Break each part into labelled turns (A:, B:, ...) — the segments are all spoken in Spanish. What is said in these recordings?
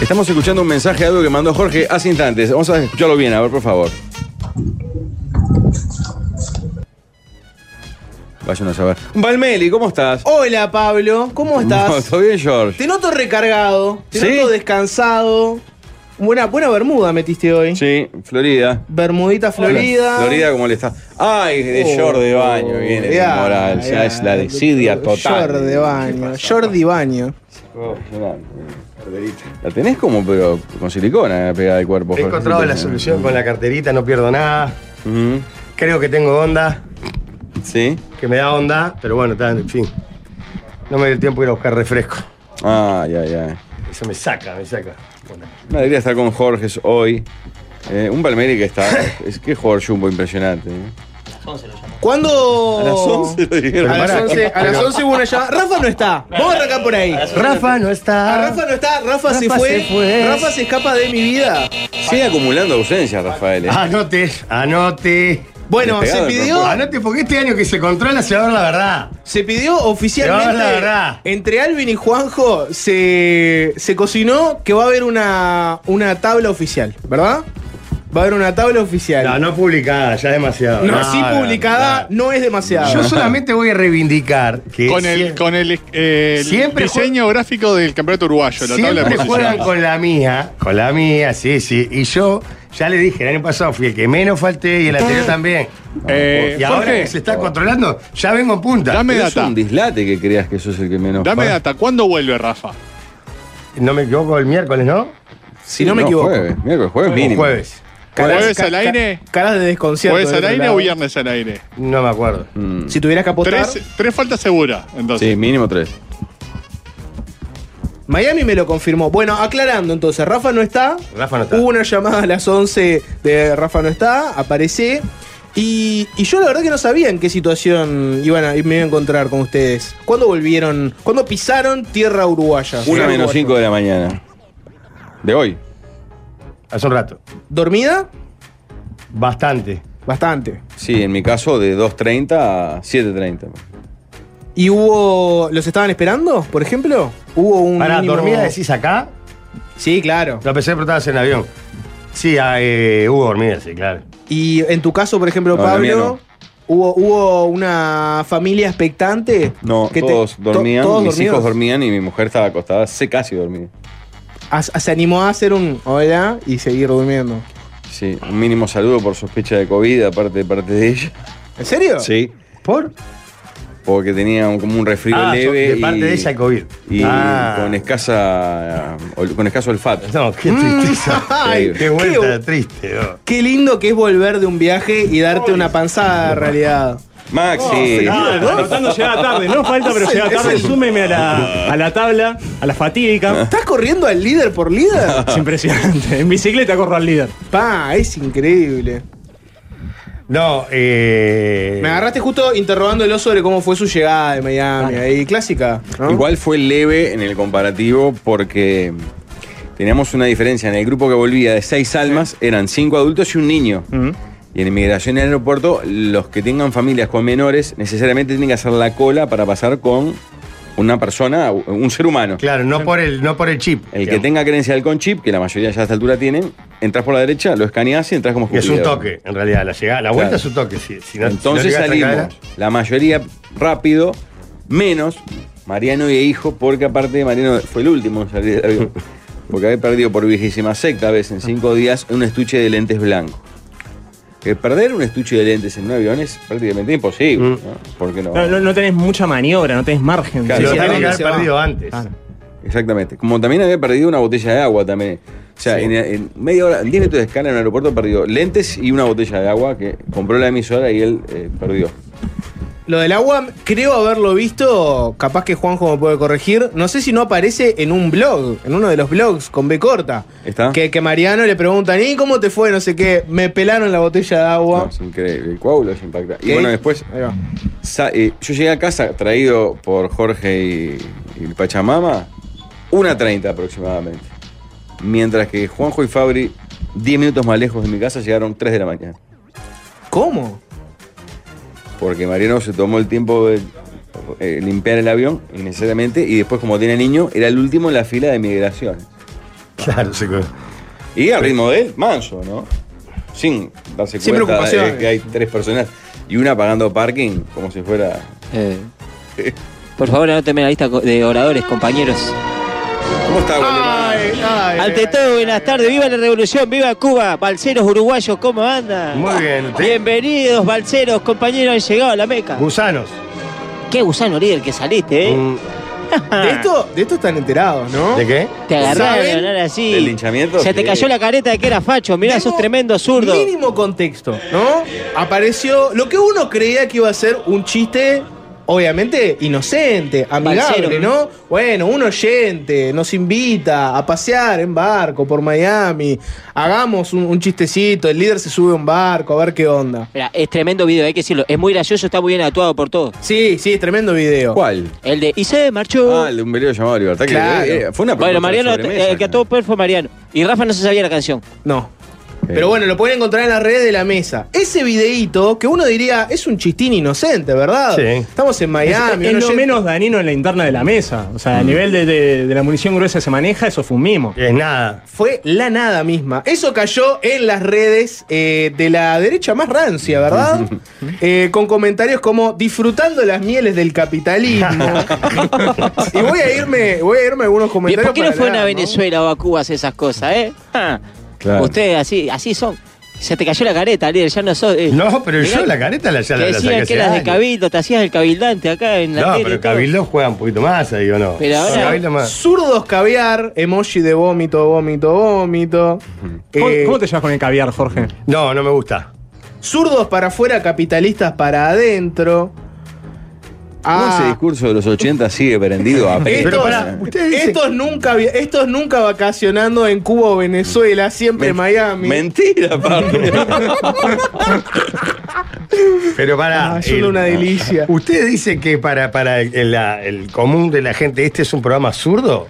A: Estamos escuchando un mensaje de audio que mandó Jorge hace instantes. Vamos a escucharlo bien, a ver, por favor. Vayan a saber. Valmeli, ¿cómo estás?
B: Hola Pablo, ¿cómo estás?
A: ¿Todo bien, George?
B: Te noto recargado, te
A: ¿Sí?
B: noto descansado. Buena, buena bermuda metiste hoy.
A: Sí, Florida.
B: Bermudita Florida.
A: Florida, ¿cómo le está? Ay, de
B: Oh,
A: George de baño, viene de
B: ya,
A: moral.
B: ya,
A: ya es la desidia total.
B: Jordi de baño. Jordi baño.
A: Oh, mirá, La tenés como, pero con silicona eh, pegada al cuerpo.
C: He
A: Jorge.
C: encontrado la solución con la carterita, no pierdo nada.
A: Ujú,
C: Creo que tengo onda,
A: Sí.
C: que me da onda, pero bueno, está, en fin. No me dio tiempo de ir a buscar refresco.
A: Ah, ya, ya.
C: Eso me saca, me saca. Bueno,
A: Una alegría estar con Jorge hoy. Eh, un Palmeri que está. es que jugador jumbo impresionante. ¿eh?
B: ¿Cuándo?
A: A las 11 lo dijeron.
B: A las
C: Oh. Pará,
B: 11, a las 11 hubo una llamada. Rafa no está. Vamos a arrancar por ahí.
C: Rafa no
B: Ah,
C: está.
B: Rafa no está, Rafa, se,
C: Rafa
B: fue.
C: se fue.
B: Rafa se escapa de mi vida.
A: Sigue acumulando ausencias, Rafael. ¿eh?
C: Anote, anote.
B: Bueno, se
A: Despegado del
B: pidió,
C: Anote porque este año que se controla se va a ver la verdad.
B: se pidió
C: Pero la
B: oficialmente
C: verdad.
B: entre Alvin y Juanjo se, se cocinó que va a haber una, una tabla oficial, ¿verdad? Va a haber una tabla oficial.
C: No, no publicada, ya es demasiado.
B: No, así publicada
C: no.
B: no es demasiado.
C: Yo solamente voy a reivindicar que
D: Ah. Con el,
C: sie-
D: con el, eh, el
C: Siempre
D: diseño gráfico del campeonato uruguayo, la tabla de
C: Siempre juegan
D: posiciones.
C: con la mía, con la mía, sí, sí. Y yo ya le dije, el año pasado fui el que menos falté y el anterior también.
D: Eh,
C: y ahora
D: Jorge,
C: que se está controlando, ya vengo en punta.
D: dame
A: Pero es
D: data.
A: un dislate que creas que sos el que menos.
D: Dame
A: juega.
D: data. ¿Cuándo vuelve Rafa?
C: No me equivoco el miércoles, ¿no?
B: si no me equivoco.
A: Jueves, miércoles, jueves
C: O
A: mínimo.
C: jueves.
D: ¿Jueves
B: ca-
D: al aire?
B: ca- Caras de desconcierto.
D: ¿Jueves
B: del
D: al
B: otro
D: aire
B: lado.
D: o viernes al aire?
C: No me acuerdo.
A: Mm,
B: Si tuvieras que apostar,
D: Tres, tres faltas seguras, entonces.
A: Sí, mínimo tres.
B: Miami me lo confirmó. Bueno, aclarando entonces, Rafa no está.
C: Rafa no está.
B: Hubo una llamada a las 11 de Rafa no está, aparece. Y, y yo la verdad que no sabía en qué situación iban a, me iba a encontrar con ustedes. ¿Cuándo volvieron? ¿Cuándo pisaron tierra uruguaya?
A: Una
B: Tierra
A: menos
B: uruguaya.
A: cinco de la mañana. De hoy.
C: Hace un rato.
B: ¿Dormida?
C: Bastante.
B: Bastante.
A: Sí, en mi caso de 2.30 a 7.30.
B: ¿Y hubo. ¿Los estaban esperando, por ejemplo? ¿Hubo un.
C: Para
B: mínimo-
C: dormida decís acá,
B: Sí, claro.
C: lo pensé pero estabas en avión. Sí, ah, eh, hubo dormida, sí, claro.
B: Y en tu caso, por ejemplo,
A: No, la mía no.
B: Pablo, hubo, hubo una familia expectante.
A: No,
B: que te-
A: todos
B: to-
A: dormían,
B: todos
A: mis
B: dormidos.
A: hijos dormían y mi mujer estaba acostada, se casi dormía.
B: As- Ah, se animó a hacer un hola y seguir durmiendo.
A: Sí, un mínimo saludo por sospecha de COVID, aparte de parte de ella.
B: ¿En serio?
A: Sí.
C: ¿Por?
A: Porque tenía un- como un resfrío
C: Ah,
A: leve.
C: de parte
A: y-
C: de ella el COVID.
A: Y
C: Ah.
A: con escasa. ol- con escaso olfato. Mm.
C: No, qué tristeza.
B: Ay,
C: qué vuelta triste. no.
B: Qué lindo que es volver de un viaje y darte una panzada de realidad.
A: Maxi.
E: Ah, no, faltando llega tarde, no Ah. falta, pero llega tarde. Súmeme a la, a la tabla, a la fatídica.
B: ¿Estás corriendo al líder por líder?
E: Es impresionante. En bicicleta corro al líder.
B: Pa, es increíble.
C: No, eh.
B: Me agarraste justo interrogándolo sobre cómo fue su llegada de
C: Ah.
B: Miami. Ahí, clásica. ¿no?
A: Igual fue leve en el comparativo porque teníamos una diferencia. En el grupo que volvía de seis almas eran cinco adultos y un niño.
E: Mm.
A: Y en inmigración y aeropuerto, los que tengan familias con menores necesariamente tienen que hacer la cola para pasar con una persona, un ser humano.
C: Claro, no por el, no por el chip.
A: El que
C: digamos.
A: tenga credencial con chip, que la mayoría ya a esta altura tienen, entras por la derecha, lo escaneás y entras como
C: Que es un
A: jubilado.
C: toque, en realidad. La llegada, la vuelta
A: Claro.
C: es un toque. Si, si no- si no
A: Entonces
C: llegás a cadera-
A: salimos, la mayoría rápido, menos Mariano y hijo, porque aparte de Mariano fue el último en salir del avión. Porque había perdido por vigésima sexta vez en cinco días un estuche de lentes blanco. Que perder un estuche de lentes en un avión es prácticamente imposible.
C: Mm.
A: ¿no? Porque no.
E: No, no- no tenés mucha maniobra, no tenés margen.
A: Claro.
C: Si lo
A: Sí,
C: tenés
A: sí,
C: que haber
B: se va.
C: perdido antes.
A: Exactamente. Como también había perdido una botella de agua también. O sea, en, en media hora, en 10 minutos de escala en el aeropuerto perdió lentes y una botella de agua que compró la emisora y él eh, perdió.
B: Lo del agua, creo haberlo visto, capaz que Juanjo me puede corregir. No sé si no aparece en un blog, en uno de los blogs con B corta.
A: ¿Está?
B: Que, que Mariano le preguntan, ¿y cómo te fue? No sé qué, me pelaron la botella de
A: No,
B: agua.
A: es increíble. El coágulo es impactante. Y
B: ¿Qué?
A: bueno, después
B: Ahí va.
A: Sa- eh, yo llegué a casa traído por Jorge y, y el Pachamama, 1.30 aproximadamente. Mientras que Juanjo y Fabri, 10 minutos más lejos de mi casa, llegaron 3 de la mañana.
B: ¿Cómo?
A: Porque Mariano se tomó el tiempo de eh, limpiar el avión, innecesariamente, y después, como tiene niño, era el último en la fila de migraciones.
C: Claro, se co-
A: Y al ritmo de él, manso, ¿no? Sin darse
B: Sin
A: cuenta
B: preocupaciones.
A: de que hay tres personas y una pagando parking como si fuera.
F: Eh, por favor, anóteme en la lista co- de oradores, compañeros.
A: ¿Cómo está, Golemán?
E: Ah,
F: Ante todo, buenas tardes. Viva la revolución, viva Cuba. Balseros uruguayos, ¿cómo andan?
C: Muy bien. usted-
F: Bienvenidos, balseros, compañeros, han llegado a la meca.
C: Gusanos.
F: Qué gusano líder que saliste, ¿eh?
C: Mm,
B: De esto, de esto están enterados, ¿no?
C: ¿De qué?
F: Te
B: ¿Saben?
F: agarraron ahora sí.
A: ¿Del linchamiento?
F: Se te
A: Sí.
F: cayó la careta de que era facho. Mirá, sos
B: Tengo
F: tremendo zurdo.
B: Mínimo contexto, ¿no? Apareció lo que uno creía que iba a ser un chiste, obviamente, inocente, amigable,
F: Balsero.
B: ¿no? Bueno, un oyente nos invita a pasear en barco por Miami, hagamos un, un chistecito, el líder se sube a un barco, a ver qué onda.
F: Mirá, es tremendo video, hay que decirlo. Es muy gracioso, está muy bien actuado por todos.
B: Sí, sí, tremendo video.
A: ¿Cuál?
F: El de. Y se marchó.
A: Ah, el de un velero llamado Libertad. que,
B: Claro.
A: eh, fue una
F: bueno,
A: propuesta de
F: Mariano,
A: sobremesa,
F: eh, el que a todo peor fue Mariano. Y Rafa no se sabía la canción.
B: No. Pero bueno, lo pueden encontrar en las redes de la mesa. Ese videíto que uno diría es un chistín inocente, ¿verdad?
C: Sí.
B: Estamos en
E: Es,
B: Miami.
E: es
B: un
E: lo
B: oyente-
E: menos danino en la interna de la mesa. O sea, a nivel de, de- de la munición gruesa que se maneja, eso fue un mimo.
C: Es nada.
B: Fue la nada misma. Eso cayó en las redes eh, de la derecha más rancia, ¿verdad? Eh, con comentarios como disfrutando las mieles del capitalismo. y voy a irme, voy a irme a algunos
F: Bien,
B: comentarios.
F: ¿Por qué no
B: para
F: fueron a
B: leer,
F: Venezuela o a Cuba a hacer esas cosas, eh? Ah.
A: Claro.
F: Ustedes así, así son. Se te cayó la careta, líder, ya no sos. eh.
C: No, pero
F: Mirá,
C: yo la careta la ya
F: Te
C: la, la saqué
F: decían que
C: hace
F: eras de
C: años.
F: cabildo, te hacías el cabildante acá en la
C: No,
F: tele y
C: pero
F: todo.
C: Cabildo juega un poquito más ahí, ¿o no?
F: Pero ahora-
C: Cabildo más.
B: Zurdos caviar, emoji de vómito, vómito, vómito.
E: ¿Cómo,
B: Eh,
E: cómo te llevas con el caviar, Jorge?
C: No, no me gusta.
B: Zurdos para afuera, capitalistas para adentro.
A: ¿Cómo ese
B: Ah,
A: discurso de los 80 sigue prendido a
B: Estos,
C: Pero pará, ustedes dicen-
B: estos nunca, vi- estos nunca vacacionando en Cuba o Venezuela, siempre en Miami.
A: Mentira, aparte.
C: Pero para.
B: Ah, solo una delicia.
C: ¿Usted dice que para, para el, la- el común de la gente este es un programa zurdo?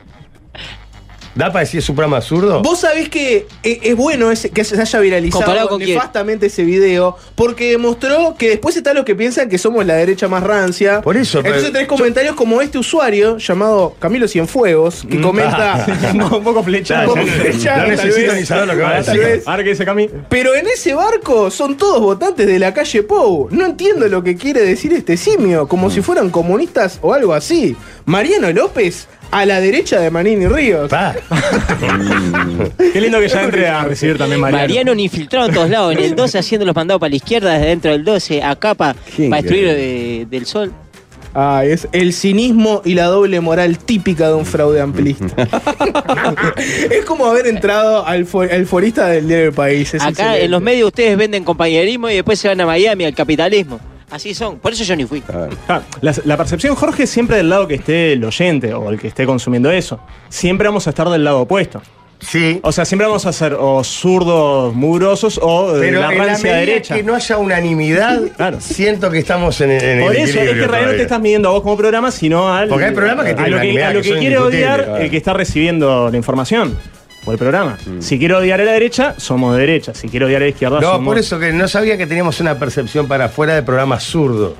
C: ¿Da para decir es un programa zurdo?
B: Vos sabés que e- es bueno ese- que se haya viralizado
F: ¿Comparado con quién?
B: nefastamente ese video, porque demostró que después están los que piensan que somos la derecha más rancia.
C: Por eso, pero-
B: Entonces tenés comentarios como este usuario llamado Camilo Cienfuegos,
C: Mm.
B: que
E: Ah,
B: comenta.
C: Ah.
E: un poco flechado.
B: Un poco flechado,
C: no
B: tal
C: necesito
B: vez.
C: ni saber lo que va a
B: Tal
C: decir.
B: vez.
E: Ahora que dice Cami.
B: Pero en ese barco son todos votantes de la calle Pou. No entiendo lo que quiere decir este simio, como si fueran comunistas o algo así. Mariano López a la derecha de Manini Ríos.
C: Pa.
E: Qué lindo que ya entre a recibir también Mariano.
F: Mariano un infiltrado en todos lados, en el 12 haciendo los mandados para la izquierda, desde dentro del 12, acá para
A: Qué
F: destruir
A: increíble.
F: eh, del sol.
B: Ay, Ah, es el cinismo y la doble moral típica de un fraude amplista. es como haber entrado al, fo- al forista del diario del país. es
F: acá
B: excelente.
F: en los medios ustedes venden compañerismo y después se van a Miami, al capitalismo. Así son, por eso yo ni fui.
E: Ah, La, la percepción, Jorge, es siempre del lado que esté el oyente o el que esté consumiendo eso. Siempre vamos a estar del lado opuesto.
C: Sí.
E: O sea, siempre vamos a ser o zurdos mugrosos o de
C: Pero
E: la
C: en la
E: rancia
C: medida
E: derecha.
C: que no haya unanimidad,
E: Claro.
C: siento que estamos en, en el
E: Por eso es que
C: equilibrio
E: en realidad no te
C: todavía.
E: estás midiendo a vos como programa, sino al,
C: Porque hay programas que
E: a
C: tienen
E: lo que,
C: unanimidad,
E: a lo
C: que
E: que
C: son
E: quiere odiar eh,
C: indiscutibles,
E: el que está recibiendo la información o el programa. Si quiero odiar a la derecha, somos de derecha. Si quiero odiar a la izquierda,
C: Mm. No,
E: somos...
C: por eso que no sabía que teníamos una percepción para afuera del programa zurdo.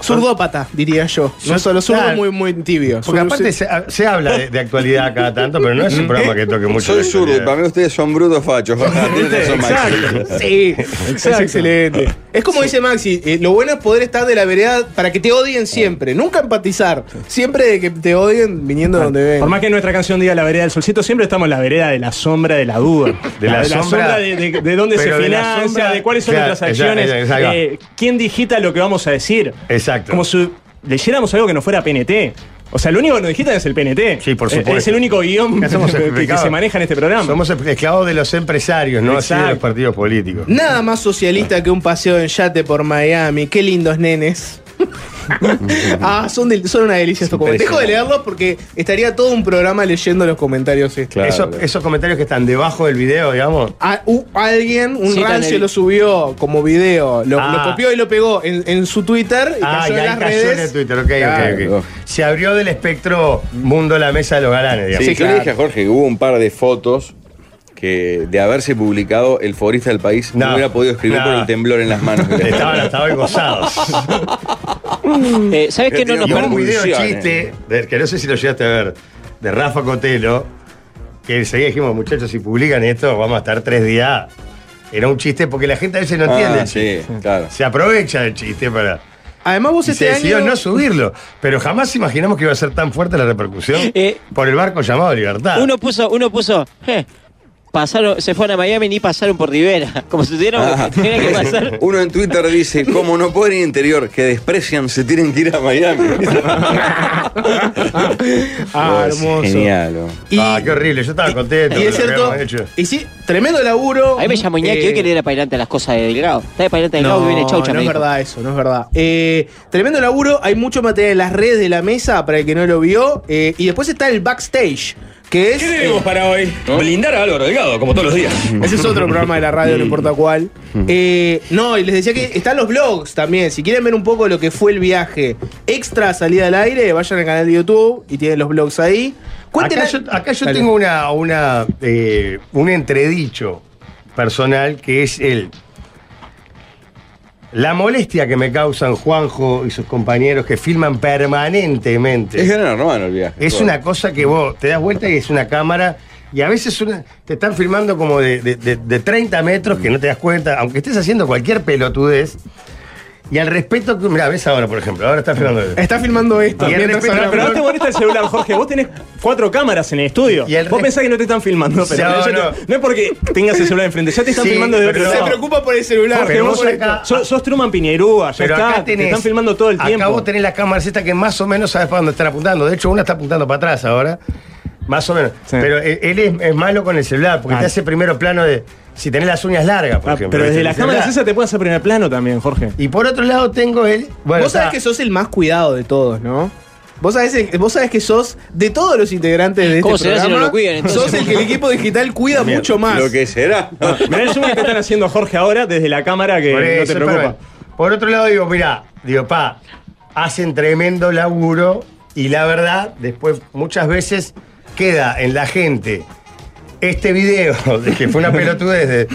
B: Zurdópata, diría yo. No solo zurdo,
C: Claro.
B: muy, muy tibio.
C: Porque
B: Zurdo-
C: aparte se, se habla de, de actualidad cada tanto, pero no es un programa que toque mucho.
A: Soy
C: la
A: zurdo, y
C: actualidad.
A: para mí ustedes son brutos fachos. Tienes razón, Maxi.
B: Sí, es excelente. Es como dice Maxi, eh, lo bueno es poder estar de la vereda para que te odien siempre, nunca empatizar, siempre de que te odien viniendo de donde
E: Por
B: ven.
E: más que nuestra canción diga la vereda del solcito, siempre estamos en la vereda de la sombra de la duda.
C: De la sombra-
E: de, de- de dónde se
C: pero de la
E: financia, de,
C: sombra-
E: cuáles son
C: Claro,
E: nuestras
C: exacto,
E: acciones,
C: exacto, ahí va.
E: eh, quién digita lo que vamos a decir.
C: Exacto.
E: Como si leyéramos algo que no fuera PNT. O sea, lo único que nos digitan es el PNT.
C: Sí, por
E: Eh,
C: supuesto.
E: Es el único guión
C: Ya somos
E: que, que
C: explicados.
E: se maneja en este programa.
C: Somos esclavos de los empresarios, no así de los
E: Exacto.
C: partidos políticos.
B: Nada más socialista que un paseo en yate por Miami. Qué lindos nenes. ah, son, del- son una delicia estos comentarios. Dejo de leerlos porque estaría todo un programa leyendo los comentarios. este. estos.
A: Claro.
C: Esos, esos comentarios que están debajo del video, digamos.
B: A- u- alguien, un
F: Sí, tan
B: rancio,
F: del-
B: lo subió como video, lo,
C: Ah.
B: lo copió y lo pegó en, en su Twitter y
C: Ah, y
B: cayó en
C: ahí
B: las
C: cayó
B: redes.
C: en el Twitter, ok, ok,
A: Claro.
C: ok. Se abrió del espectro mundo la mesa de los galanes, digamos.
A: Sí, yo le dije a Jorge que hubo un par de fotos que de haberse publicado el favorista del país no,
C: No.
A: hubiera podido escribir
C: No.
A: por el temblor en las manos.
C: Estaban hasta hoy gozados.
F: Eh, ¿Sabes qué no nos
A: Y
C: Y
A: hubo
C: un
F: paramos?
A: muy-
C: video
A: convulsiones.
C: chiste, de- que no sé si lo llegaste a ver, de Rafa Cotelo, que enseguida dijimos, muchachos, si publican esto, vamos a estar tres días. Era un chiste porque la gente a veces no entiende.
A: Ah,
C: el chiste.
A: sí, claro.
C: Se aprovecha el chiste para.
B: Además, vos
C: y se
B: este
C: decidió
B: año.
C: no subirlo. Pero jamás imaginamos que iba a ser tan fuerte la repercusión
F: Eh,
C: por el barco llamado Libertad.
F: Uno puso, uno puso, eh, pasaron, se fueron a Miami ni pasaron por Rivera. Como si tuvieran
A: Ah.
F: tuvieran que pasar.
A: Uno en Twitter dice, como no pueden ir interior, que desprecian, se tienen que ir a Miami.
B: Ah,
A: Es
B: hermoso.
A: Genial. ¿no?
B: Y,
C: ah, qué horrible, yo estaba contento.
B: y
C: de
B: es
C: lo que
B: cierto.
C: habíamos hecho.
B: Y sí, tremendo laburo.
F: Ahí me llamó Iñaki
B: Eh,
F: hoy que le era para adelante a las cosas de Delgado. Está de para adelante a Delgado
B: No,
F: que viene chaucha.
B: no
F: me
B: es
F: dijo.
B: verdad eso, no es verdad. Eh, tremendo laburo, hay mucho material en las redes de la mesa para el que no lo vio. eh, y después está el backstage, que es.
G: ¿Qué tenemos para hoy? Blindar a Álvaro Delgado, como todos los días.
B: Ese es otro programa de la radio, no importa cuál. Eh, no, y les decía que están los blogs también. Si quieren ver un poco lo que fue el viaje extra salida al aire, vayan al canal de YouTube y tienen los blogs ahí. Cuenten
C: Acá yo, acá yo
B: Dale.
C: tengo una, una, eh, un entredicho personal que es el. La molestia que me causan Juanjo y sus compañeros que filman
A: Es
C: permanentemente.
A: gran hermano el viaje.
C: Es una cosa que vos te das vuelta y es una cámara. Y a veces una- te están filmando como de, de- de- de 30 metros que no te das cuenta, aunque estés haciendo cualquier pelotudez. Y al respeto que. Mirá, ves ahora, por ejemplo. Ahora estás filmando.
B: Está filmando esto.
C: Y el
B: mientras
C: respeto-
E: Pero,
B: hablan.
E: pero no te molesta el celular, Jorge. Vos tenés cuatro cámaras en el estudio.
C: Y el
E: Vos
C: re-
E: pensás que no te están filmando, pero
C: No,
E: ya te-
C: no.
E: no, es porque tengas el celular enfrente. Ya te están
C: Sí,
E: filmando de
C: pero
E: otro
C: se
E: lado.
B: preocupa por el celular.
E: Jorge,
C: pero
E: vos
C: vos
E: sos-
C: acá-
E: sos, sos Truman Piñerúa. Ya
C: Pero
E: está.
C: acá tenés.
E: te están filmando todo el tiempo.
C: Acá vos tenés las cámaras estas que más o menos sabes para dónde están apuntando. De hecho, una está apuntando para atrás ahora. Más o menos.
E: Sí.
C: Pero él él es, es malo con el celular porque
E: Ah.
C: te hace primero plano de. Si tenés las uñas largas, por
E: Ah,
C: ejemplo.
E: pero
C: ¿viste?
E: desde
C: El
E: las
C: celular.
E: cámaras esas te puedes hacer primer plano también, Jorge.
C: Y por otro lado tengo el. Bueno,
B: vos sabés
C: está-
B: que sos el más cuidado de todos, ¿no? Vos sabés, vos sabés que sos de todos los integrantes de este
F: ¿Cómo será
B: programa.
F: si no lo cuidan, entonces?
B: sos el que el equipo digital cuida mucho más.
A: Lo que será.
E: Ah, Mirá el zoom que te están haciendo Jorge ahora desde la cámara que
C: Por
E: no
C: eso,
E: te preocupa.
C: pero- por otro lado, digo, mirá, digo, pa, hacen tremendo laburo y la verdad, después muchas veces queda en la gente este video de que fue una pelotudez de,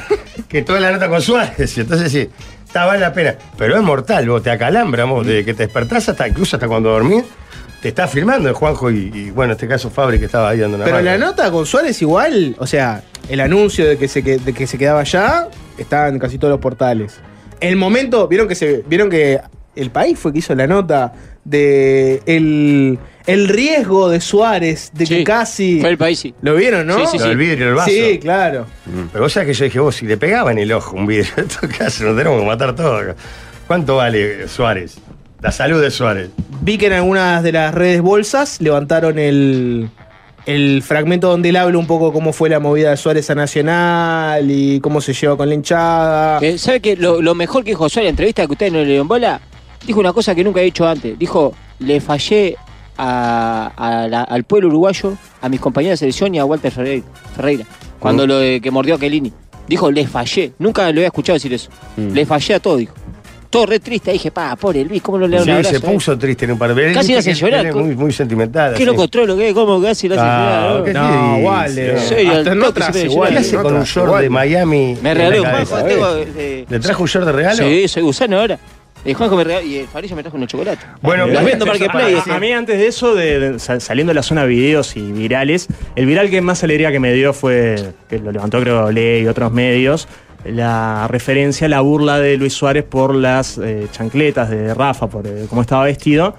C: que toda la nota con Suárez. y Entonces sí, está vale la pena. Pero es mortal, vos te acalambra, vos, desde que te despertás hasta incluso hasta cuando dormís, te está filmando el Juanjo y, y, bueno, en este caso Fabri que estaba ahí dando una
B: Pero
C: mano.
B: la nota con Suárez igual, o sea, el anuncio de que se, que- de que se quedaba allá estaba en casi todos los portales. El momento, vieron que se vieron que el país fue que hizo la nota de el, el riesgo de Suárez de que
F: Sí,
B: casi
F: Fue el país, sí.
B: lo vieron, ¿no?
F: Sí, sí,
C: Lo del vidrio, el vaso.
B: Sí, claro.
C: Pero vos sabés que yo dije, vos, si le pegaba en el ojo un vidrio, esto qué hace, nos tenemos que matar todos. acá. ¿Cuánto vale eh, Suárez? La salud de Suárez.
B: Vi que en algunas de las redes bolsas levantaron el, el fragmento donde él habla un poco cómo fue la movida de Suárez a Nacional y cómo se lleva con la hinchada.
F: Eh, ¿Sabe que lo, lo mejor que dijo Suárez en la entrevista que ustedes no le dieron bola? Dijo una cosa que nunca he dicho antes. Dijo, le fallé a- a la- al pueblo uruguayo, a mis compañeros de selección y a Walter Ferreira. Ferreira, cuando
B: Mm.
F: lo de- que mordió a Kelini. Dijo, le fallé. Nunca lo había escuchado decir eso.
B: Mm.
F: Le fallé a todo, dijo. Todo re triste. Dije, pa, pobre Luis, ¿cómo no le da un
C: Sí,
F: abrazo?
C: se
F: eh?
C: puso triste en un par de
F: Casi
C: Él
F: la hace
C: dice que
F: llorar,
C: él es
F: co-
C: Muy, muy sentimental.
F: ¿Qué
C: así.
F: lo controló? ¿Qué? ¿Cómo casi le hace
C: Ah,
F: llorar?
C: ¿qué
B: No,
C: dice?
B: vale.
C: En
F: serio,
B: Hasta
F: al
B: no
F: toque se
B: trace
F: me
B: igual.
C: ¿Qué hace
B: no
C: con un
B: trace
C: short
B: igual.
C: de Miami?
F: Me
C: en
F: regaló
C: la
F: un
C: cabeza?
F: Juanjo, tengo, eh,
C: ¿Le trajo un short de regalo?
F: Sí, soy gusano ahora. Eh, Juanjo me regaló, y el Farillo me trajo unos chocolates.
C: Bueno,
F: los vendo para que
E: A-
F: play.
E: A, a mí antes de eso, de, de- sal- saliendo de la zona de videos y virales, el viral que más alegría que me dio fue, que lo levantó creo Ley y otros medios, la referencia, a la burla de Luis Suárez por las eh, chancletas de Rafa, por eh, cómo estaba vestido.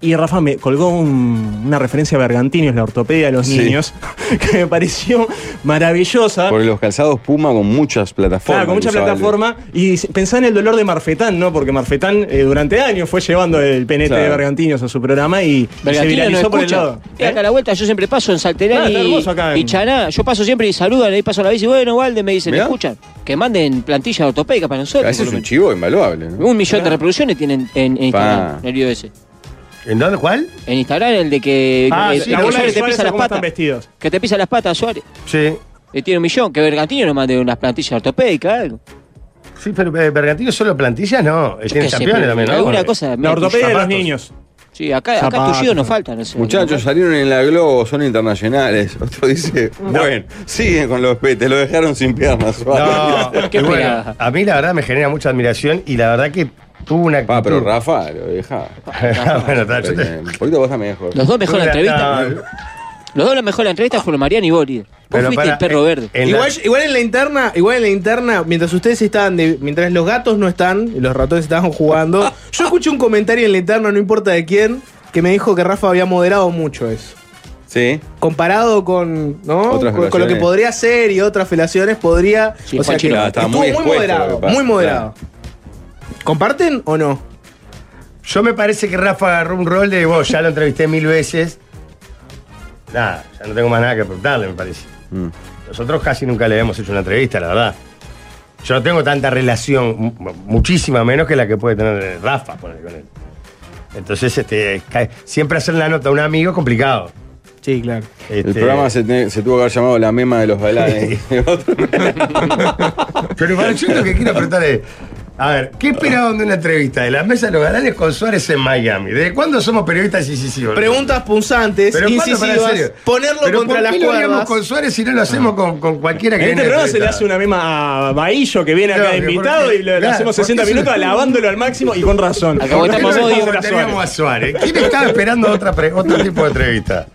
E: Y Rafa me colgó un- una referencia a Bergantinius, la ortopedia de los
A: Sí.
E: niños, que me pareció maravillosa.
A: Por los calzados Puma con muchas plataformas.
E: Claro, con mucha
A: que usaba el-
E: plataforma. Y s- pensá en el dolor de Marfetán, ¿no? Porque Marfetán eh, durante años fue llevando el penete
A: Claro.
E: de Bergantinos a su programa y se
F: Bergantina no
E: viralizó por el
F: escucha.
E: lado.
F: Eh, acá a
E: ¿Eh?
F: la vuelta, yo siempre paso en
E: Ah,
F: Salterán
E: está
F: y,
E: hermoso acá en-
F: y Chaná. Yo paso siempre y saludan, ahí paso la bici. Bueno, Valde, me dicen, ¿me
A: Mirá.
F: escuchan? Que manden plantilla ortopédica para nosotros.
A: Ese
F: por
A: es
F: lo
A: un
F: menos.
A: chivo invaluable. ¿no?
F: Un millón de reproducciones tienen en, en Instagram, el video ese.
C: ¿En dónde? ¿Cuál?
F: En Instagram, el de que,
C: Ah,
F: el-
C: sí,
F: el
E: La
F: eh, que
E: bola de
F: Suárez te
E: Suárez,
F: pisa las
E: ¿cómo están
F: patas.
E: vestidos?
F: Que te pisa las patas, Suárez.
C: Sí.
F: Eh, tiene un millón. Que Bergantino nos mande unas plantillas ortopédicas, algo.
C: Sí, pero eh, Bergantino solo plantillas, no. Él
F: Yo
C: Tiene
F: qué sé,
C: campeones
F: pero
C: también, ¿no?
F: Alguna
C: Porque-
F: cosa.
E: La
F: me-
E: ortopedia de los
C: zapatos.
E: niños.
F: Sí, acá, acá
E: Zapatos.
F: tullido nos falta, no sé.
A: Muchachos salieron en la Globo, son internacionales. Otro dice, bueno, siguen con los petes, lo dejaron sin piernas.
C: No,
F: ¿Qué
C: y bueno,
F: esperaba?
C: a mí la verdad me genera mucha admiración y la verdad que tuvo una.
A: Pa, ah, pero
C: actitud-
A: Rafa lo deja. Eh,
C: bueno, está, yo te-
A: Un poquito vos también mejor.
F: Los dos mejor la
C: Tuve
F: entrevista.
C: la-
F: Los dos la mejor la entrevista fueron Mariano y vos, líder. Vos fuiste
C: para-
F: el perro
C: en-
F: verde.
C: en la-
B: igual, igual en la interna, igual en la interna, mientras ustedes estaban, de- mientras los gatos no están y los ratones estaban jugando, yo escuché un comentario en la interna, no importa de quién, que me dijo que Rafa había moderado mucho eso.
A: Sí.
B: Comparado con, ¿no?
A: Otras
B: con, con lo que
A: felaciones.
B: podría ser y otras felaciones, podría.
F: Sí,
B: o sea que
F: Juanchito,
A: está
B: estuvo
A: muy
B: muy,
A: expuesto lo
B: moderado,
A: que pasa,
B: muy moderado. ¿Comparten o no?
C: Yo me parece que Rafa agarró un rol de vos, ya lo entrevisté mil veces. Nada, ya no tengo más nada que preguntarle, me parece.
A: Mm.
C: Nosotros casi nunca le hemos hecho una entrevista, la verdad. Yo no tengo tanta relación, mu- muchísima menos que la que puede tener Rafa ponele, con él. Entonces, este, ca- siempre hacer la nota a un amigo es complicado.
B: Sí, claro.
A: El
C: Este,
A: programa se, te- se tuvo que haber llamado La Mema de los Balanes.
C: Pero igual yo lo que quiero preguntar es. A ver, ¿qué esperaban de una entrevista de la mesa de los galanes con Suárez en Miami? ¿Desde cuándo somos periodistas incisivos?
B: Preguntas punzantes,
C: Pero ¿cuándo, para, en
B: incisivas,
C: serio?
B: ponerlo
C: ¿Pero
B: contra Ah.
C: por
B: las
C: qué lo haríamos
B: cuerdas.
C: con Suárez si no lo hacemos con, con cualquiera que
E: En este
C: viene
E: programa se le
C: entrevistada?
E: hace una mema a Bahillo que viene
C: Claro,
E: acá de
C: que porque-
E: invitado y le, le
C: claro,
E: hacemos
C: porque
E: 60
C: es una-
E: minutos alabándolo al máximo y con razón.
F: Acabó
E: Porque
F: esta
E: no
F: pasó
C: ¿Por qué
E: le
C: no
F: Diego
E: dimos la
C: teníamos a
E: Suárez.
C: Suárez? ¿Quién estaba esperando otra pre- otro tipo de entrevista?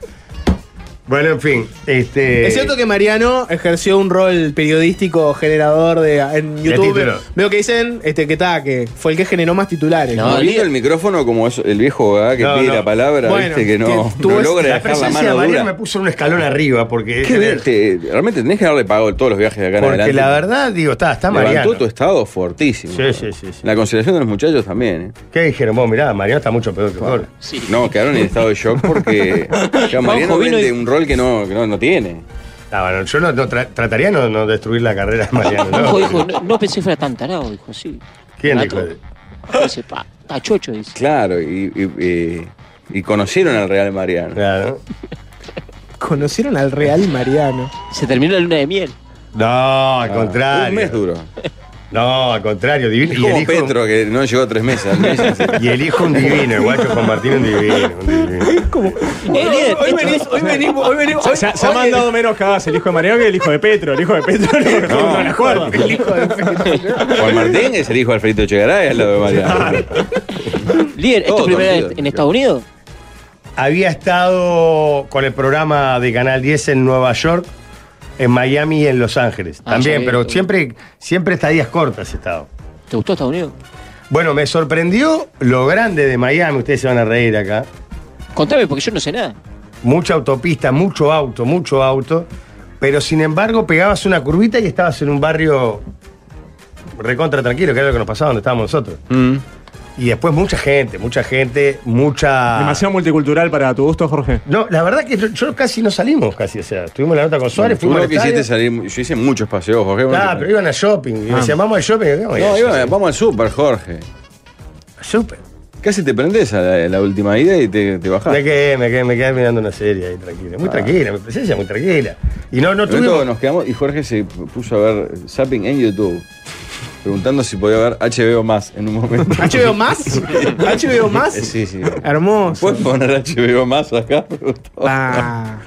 C: Bueno, en fin. Este,
B: Es cierto que Mariano ejerció un rol periodístico generador de en YouTube.
C: título.
B: Veo que dicen este, que está, que fue el que generó más titulares.
F: No,
A: No, el micrófono como es el viejo ¿verdad? que
C: No,
A: pide
C: no.
A: la palabra,
B: Bueno,
A: viste, que no,
B: que tú
A: no
B: es-
A: logra
C: La
A: dejar la
C: presencia de
A: mano
C: Mariano me
A: dura.
C: puso un escalón arriba porque.
A: Qué bien, te- realmente tenés que darle pago todos los viajes de acá en
C: Porque
A: adelante.
C: la verdad, digo, está, está
A: Levantó
C: Mariano.
A: tu estado fortísimo.
C: Sí, sí, sí, sí.
A: La conciliación de los muchachos también. ¿eh?
C: ¿Qué dijeron? Vos, mirá, Mariano está mucho peor que Jorge.
A: No, quedaron en estado de shock porque claro, Mariano
F: Jovino
A: vende
F: y-
A: un rol que no, que no, no tiene.
C: Ah, bueno, yo no, no tra- trataría de no, no destruir la carrera de Mariano. ¿no?
F: Ojo, dijo, no, no pensé que fuera tan tarado, dijo, sí.
C: ¿Quién
F: Gato.
C: dijo?
F: Dice, pa, está chocho, dice.
A: Claro, y, y, eh, y conocieron al Real Mariano.
C: Claro.
B: Conocieron al Real Mariano.
F: Se terminó la luna de miel.
C: No, al
A: Ah, Un mes
C: contrario.
A: duro.
C: No, al contrario, divino.
A: Es
C: Y
A: como
C: elijo-
A: Petro, que no llegó a tres meses. al mes.
C: Y elijo un divino, el guacho Juan Martín un divino, un divino.
F: Eh, líder,
B: Hoy
F: esto-
B: venís, hoy venís, hoy venís.
E: Se, se- se ha mandado menos cagadas el hijo de Mariano que el hijo de Petro. El hijo de Petro le no, no, las cuerdas.
A: Juan Martín es el hijo de Alfredito Echegaray al lado de Mariano.
F: líder, ¿esto es
A: Todo,
F: primera vez
A: líder.
F: en Estados Unidos?
C: Había estado con el programa de Canal 10 en Nueva York, en Miami y en Los
F: Ah,
C: Ángeles.
F: ya
C: También,
F: vi,
C: pero
F: tú.
C: siempre, siempre estadías cortas he estado.
F: ¿Te gustó Estados Unidos?
C: Bueno, me sorprendió lo grande de Miami, ustedes se van a reír acá.
F: Contame, porque yo no sé nada.
C: Mucha autopista, mucho auto, mucho auto. Pero sin embargo, pegabas una curvita y estabas en un barrio recontra tranquilo, que era lo que nos pasaba donde estábamos nosotros.
A: Mm.
C: Y después mucha gente, mucha gente, mucha.
E: Demasiado multicultural para tu gusto, Jorge.
C: No, la verdad que yo, yo casi no salimos, casi. O sea, tuvimos la nota con Suárez,
A: Tú
C: fuimos
A: no
C: al estadio.
A: quisiste salir. Yo hice muchos paseos, Jorge.
C: Ah, pero iban a shopping. Y me decían, vamos al shopping. Y yo, ¿cómo
A: No,
C: voy a
A: iba-
C: shopping?
A: vamos al súper, Jorge.
C: Súper.
A: Casi te prendés a la, la última idea y te, te bajás.
C: Me quedé, me quedé, me quedé mirando una serie ahí tranquila. Muy tranquila, mi presencia muy tranquila. Y no, no
A: Sobre todo
C: tuvimos.
A: nos quedamos y Jorge se puso a ver zapping en YouTube, preguntando si podía ver HBO más en un momento.
B: ¿HBO más? ¿HBO más?
A: Eh, Sí, sí.
B: Hermoso.
A: ¿Puedes poner HBO más acá? Me gustó.
B: Ah.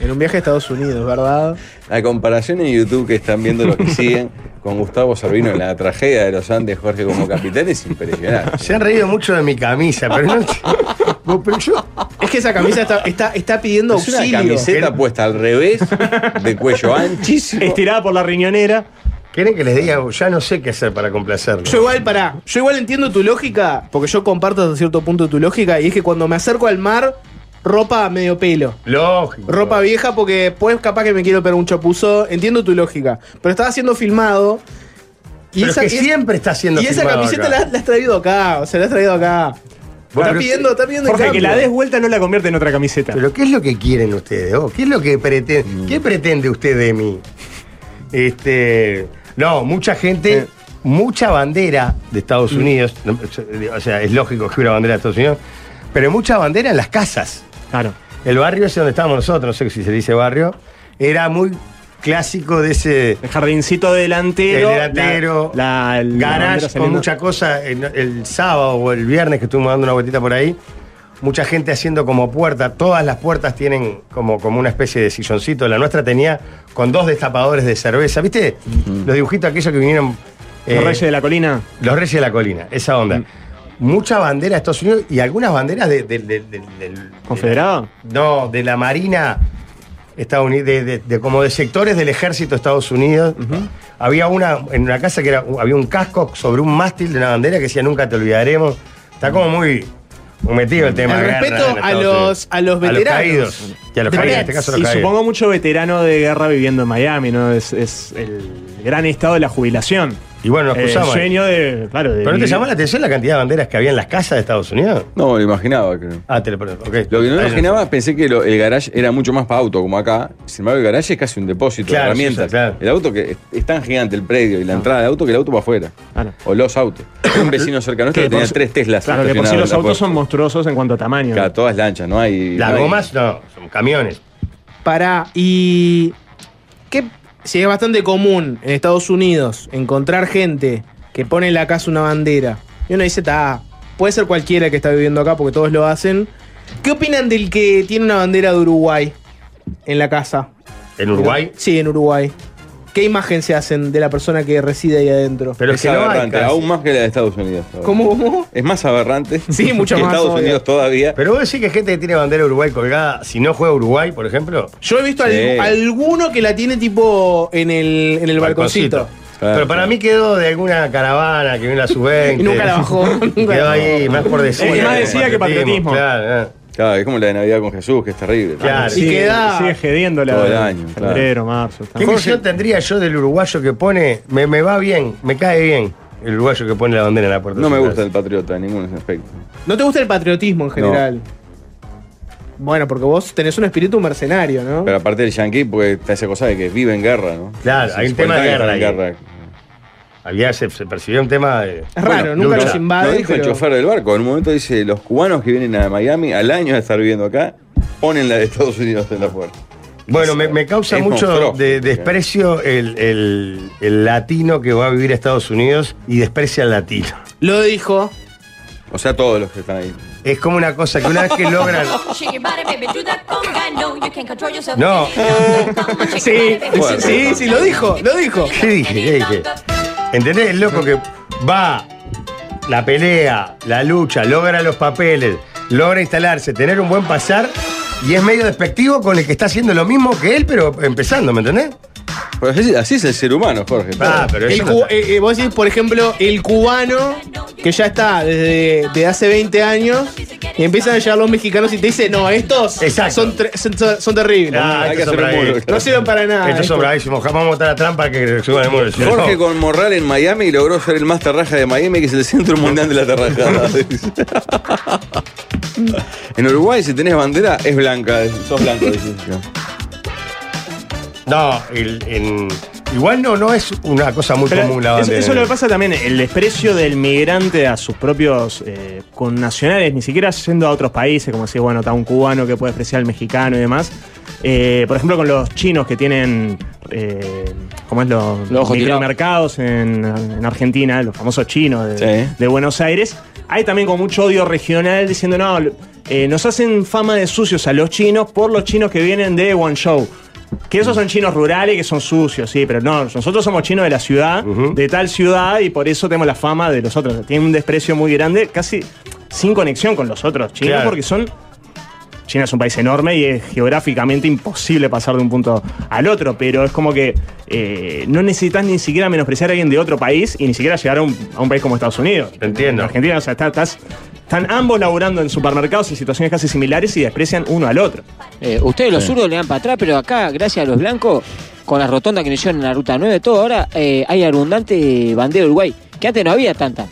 B: En un viaje a Estados Unidos, ¿verdad?
A: La comparación en YouTube que están viendo los que siguen con Gustavo Servino en la tragedia de los Andes, Jorge como capitán, es impresionante.
C: Se han reído mucho de mi camisa, pero no. Vos, pero yo.
B: Es que esa camisa está, está, está pidiendo
A: Es una
B: auxilio.
A: camiseta puesta al revés, de cuello anchísimo.
E: Estirada por la riñonera.
C: ¿Quieren que les diga? Ya no sé qué hacer para complacerlo.
B: Yo igual, pará, yo igual entiendo tu lógica, porque yo comparto hasta cierto punto tu lógica, y es que cuando me acerco al mar, ropa a medio pelo.
C: Lógico.
B: Ropa vieja porque después capaz que me quiero pegar un chapuzo. Entiendo tu lógica. Pero estaba siendo filmado. Y
C: Pero
B: esa,
C: es que
B: y-
C: siempre está siendo
B: y esa
C: filmado
B: camiseta
C: acá.
B: la, la has traído acá. O sea, la has traído acá.
C: Bueno,
B: está
C: pero-
B: pidiendo, está pidiendo el
E: Jorge, que
B: cambio.
E: la des vuelta no la convierte en otra camiseta.
C: Pero ¿qué es lo que quieren ustedes? vos? ¿Qué es lo que pretende? ¿Qué pretende usted de mí? Este, no, mucha gente, mucha bandera de Estados Unidos, no, o sea, es lógico que hubiera bandera de Estados Unidos, pero mucha bandera en las casas.
E: Claro.
C: El barrio ese donde estábamos nosotros, no sé si se le dice barrio, era muy clásico de ese
E: El jardincito delantero.
C: El delantero,
E: La, la- el- la bandera
C: garage con
E: saliendo.
C: mucha cosa. El, el sábado o el viernes que estuvimos dando una vueltita por ahí, mucha gente haciendo como puerta. Todas las puertas tienen como, como una especie de silloncito. La nuestra tenía con dos destapadores de cerveza. ¿Viste? Los dibujitos aquellos que vinieron. eh,
E: Los Reyes de la Colina. Mm.
C: los Reyes de la Colina, esa onda. Mucha bandera de Estados Unidos y algunas banderas de- del- del- del- del-
E: ¿Confederado?
C: no, de la Marina estadouni- de, de- de- como de sectores del ejército de Estados Unidos. Había una, en una casa que era, había un casco sobre un mástil de una bandera que decía nunca te olvidaremos. Está como muy, muy metido el tema.
B: El
C: de guerra
B: respeto
C: en
B: a
C: Estados
B: los-
C: Unidos.
B: a los veteranos.
C: caídos. Y a los caídos,
B: De
C: en
B: Pets.
C: este caso los
E: Y
C: caídos.
E: supongo mucho veterano de guerra viviendo en Miami, ¿no? Es, es el gran estado de la jubilación.
C: Y bueno, nos
E: Eh,
C: cruzamos. ahí.
E: sueño de. Claro, de
C: ¿Pero no te
E: vivir-
C: llamó la atención la cantidad de banderas que había en las casas de Estados Unidos?
A: No, lo imaginaba, creo.
C: Ah, te lo perdón. ok.
A: Lo que no
C: Ahí
A: imaginaba, pensé que lo- el garage era mucho más para auto, como acá. Sin embargo, el garage es casi un depósito
C: Claro,
A: de herramientas.
C: sí, sí, claro. Ah.
A: El auto que es, es tan gigante, el predio y la entrada de auto, que el auto va afuera.
E: Ah, no.
A: O los autos. Un vecino cercano nuestro
E: Que
A: que tenía
E: por-
A: tres Teslas.
E: Claro, que por sí
A: estacionados en
E: los
A: la
E: autos son
A: puerta.
E: monstruosos en cuanto a tamaño.
A: Claro, todas lanchas, no hay.
C: Las
A: no hay-
C: gomas no, son camiones.
B: Para, y. ¿Qué? Si es bastante común en Estados Unidos encontrar gente que pone en la casa una bandera y uno dice, ta, puede ser cualquiera que está viviendo acá porque todos lo hacen. ¿Qué opinan del que tiene una bandera de Uruguay en la casa?
C: En Uruguay.
B: Sí, en Uruguay. ¿Qué imagen se hacen de la persona que reside ahí adentro?
C: Pero es
A: es
C: que no hay
A: aberrante,
C: casi.
A: aún más que la de Estados Unidos. todavía.
B: ¿Cómo, cómo?
A: Es más aberrante.
B: Sí, mucho
A: que
B: más,
A: Estados
B: obvio.
A: Unidos todavía.
C: Pero vos decís que gente que tiene bandera de Uruguay colgada, si no juega Uruguay, por ejemplo.
B: Yo he visto al-
A: Sí.
B: alguno que la tiene tipo en el, en el balconcito.
A: Claro,
C: Pero para
A: claro.
C: mí quedó de alguna caravana que vino a su 20.
B: Y nunca la bajó.
C: Y
B: nunca la
C: Quedó
B: bajó.
C: ahí más por decir. eh,
E: Es más decía que patriotismo.
C: Claro, claro.
A: Claro, es como la de Navidad con Jesús, que es terrible.
C: Claro.
B: Y
E: Sigue-
B: queda-
E: Sigue gediendo la.
A: Todo el año, claro.
E: Febrero, marzo. está.
C: ¿Qué visión tendría yo del uruguayo que pone? Me, me va bien, me cae bien. El uruguayo que pone la bandera en la puerta.
A: No
C: de
A: me
C: su
A: gusta el
C: casa.
A: patriota en ningún aspecto.
B: ¿No te gusta el patriotismo en general? Bueno, porque vos tenés un espíritu mercenario, ¿no?
A: Pero aparte del yanqui, porque está esa cosa de que vive en guerra, ¿no?
C: Claro, hay un tema de
A: 50 años
C: guerra
A: en
C: ahí. Había, se, se percibió un tema de.
B: es raro, nunca
C: lucha.
B: los
A: Lo
B: invaden.
A: dijo el
B: pero-
A: chofer del barco. En un momento dice: los cubanos que vienen a Miami al año de estar viviendo acá, ponen la de Estados Unidos en la puerta.
C: Bueno, me, me causa
A: Es
C: mucho
A: monstruoso.
C: de- desprecio el, el- el latino que va a vivir a Estados Unidos y desprecia al latino.
B: Lo dijo.
A: O sea, todos los que están ahí.
C: Es como una cosa que una vez que logran. No.
B: Sí,
A: Bueno.
B: sí, sí, lo dijo, lo dijo.
C: ¿Qué dije? ¿Qué dije? ¿Entendés? El loco que va, la pelea, la lucha, logra los papeles, logra instalarse, tener un buen pasar y es medio despectivo con el que está haciendo lo mismo que él, pero empezando, ¿me entendés?
A: Pero Pues así, así es el ser humano, Jorge.
C: Ah, pero
B: El
C: eso no
B: cu-
C: está-
B: eh, eh, vos decís, por ejemplo, el cubano que ya está desde de hace 20 años y empiezan a llegar los mexicanos y te dicen, no, estos
C: Exacto.
B: son, tre- son, son- son terribles.
C: Ah,
A: hay que
C: estos
A: hacer
C: son
A: un muro.
C: bravísimos.
B: no sirven para nada. ¿eh?
C: Estos son
B: estos.
C: bravísimos. Jamás vamos a botar la trampa que suban el muro.
A: Jorge con Morral en Miami logró ser el más terraja de Miami, que es el centro mundial de la terrajada. en Uruguay, si tenés bandera, es blanca. Sos blanco. dice.
C: No, el- en- igual no, no es una cosa muy
E: Pero
C: común la
E: eso,
C: bandera.
E: eso lo que pasa también, el desprecio del migrante a sus propios eh, connacionales, ni siquiera yendo a otros países, como decir, bueno, está un cubano que puede despreciar al mexicano y demás. Eh, por ejemplo, con los chinos que tienen, eh, ¿cómo es? Los,
F: Los ojos
E: micromercados en, en Argentina, los famosos chinos de,
A: Sí.
E: de Buenos Aires. Hay también con mucho odio regional diciendo, no, eh, nos hacen fama de sucios a los chinos por los chinos que vienen de Guangzhou. Que esos son chinos rurales, que son sucios, sí, pero no, nosotros somos chinos de la ciudad, de tal ciudad, y por eso tenemos la fama de los otros. Tienen un desprecio muy grande, casi sin conexión con los otros chinos,
C: Claro.
E: porque son... China es un país enorme y es geográficamente imposible pasar de un punto al otro, pero es como que eh, no necesitas ni siquiera menospreciar a alguien de otro país y ni siquiera llegar a un, a un país como Estados Unidos.
C: Entiendo.
E: En Argentina, o sea, está- estás- están ambos laburando en supermercados en situaciones casi similares y desprecian uno al otro.
F: Eh, ustedes los zurdos le dan para atrás, pero acá, gracias a los blancos, con la rotonda que nos hicieron en la ruta 9, todo, ahora eh, hay abundante bandera de Uruguay, que antes no había tanta.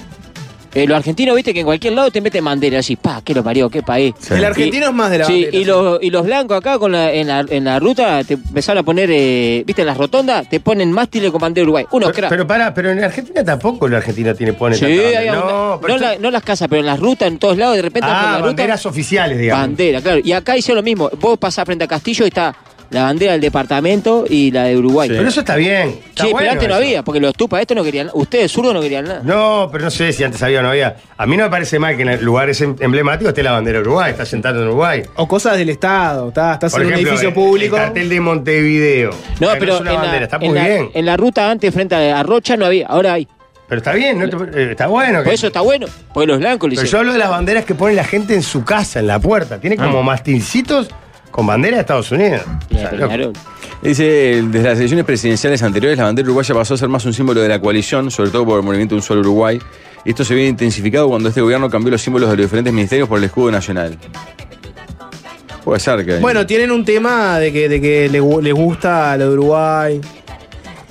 F: Eh, los argentinos, viste, que en cualquier lado te meten bandera así, pa, que lo parió, qué país.
B: El argentino es más de la
F: Sí,
B: bandera,
F: y, los, y los blancos acá con la- en, la, en la ruta te empezaron a poner, eh, viste, en las rotondas te ponen mástiles con bandera de Uruguay. Unos
C: pero,
F: cracks.
C: pero para, pero en Argentina tampoco la Argentina tiene pone
F: Sí,
C: tanta
F: hay
C: bandera.
F: abunda-
C: No, pero
F: no,
C: esto-
F: la- no las casas, pero en las rutas, en todos lados, de repente por
C: Ah,
F: la ruta,
C: banderas oficiales, digamos.
F: bandera, claro. Y acá hicieron lo mismo. Vos pasás frente a Castillo y está la bandera del departamento y la de Uruguay.
C: Pero eso está bien. está
F: Sí, pero
C: bueno
F: antes no
C: eso.
F: había, porque los tupas estos no querían nada. Ustedes zurdos no querían nada.
C: No, pero no sé si antes había o no había. A mí no me parece mal que en lugares em- emblemáticos esté la bandera de Uruguay, está sentado en Uruguay.
B: O cosas del Estado, ¿tá? estás
C: Por
B: en
C: ejemplo, eh,
B: un edificio
C: el-
B: público.
C: El cartel de Montevideo.
F: No,
C: Que
F: pero
C: es una
F: en,
C: bandera,
F: la,
C: está
F: en
C: muy
F: la-
C: bien.
F: en la ruta antes frente a Rocha no había, ahora hay.
C: Pero está bien, no te- eh, está bueno.
F: Por
C: que-
F: eso está bueno, porque los blancos le hicieron.
C: pero
F: Ah.
C: yo hablo de las banderas que pone la gente en su casa, en la puerta. Tiene como mastincitos Con bandera de Estados Unidos.
F: Y
C: O sea,
F: a Peñarol.
A: Dice, desde las elecciones presidenciales anteriores, la bandera uruguaya pasó a ser más un símbolo de la coalición, sobre todo por el movimiento Un Solo Uruguay. Esto se vio intensificado cuando este gobierno cambió los símbolos de los diferentes ministerios por el escudo nacional. Puede ser que.
B: Bueno, tienen un tema de que, de que le gu- les gusta lo de Uruguay.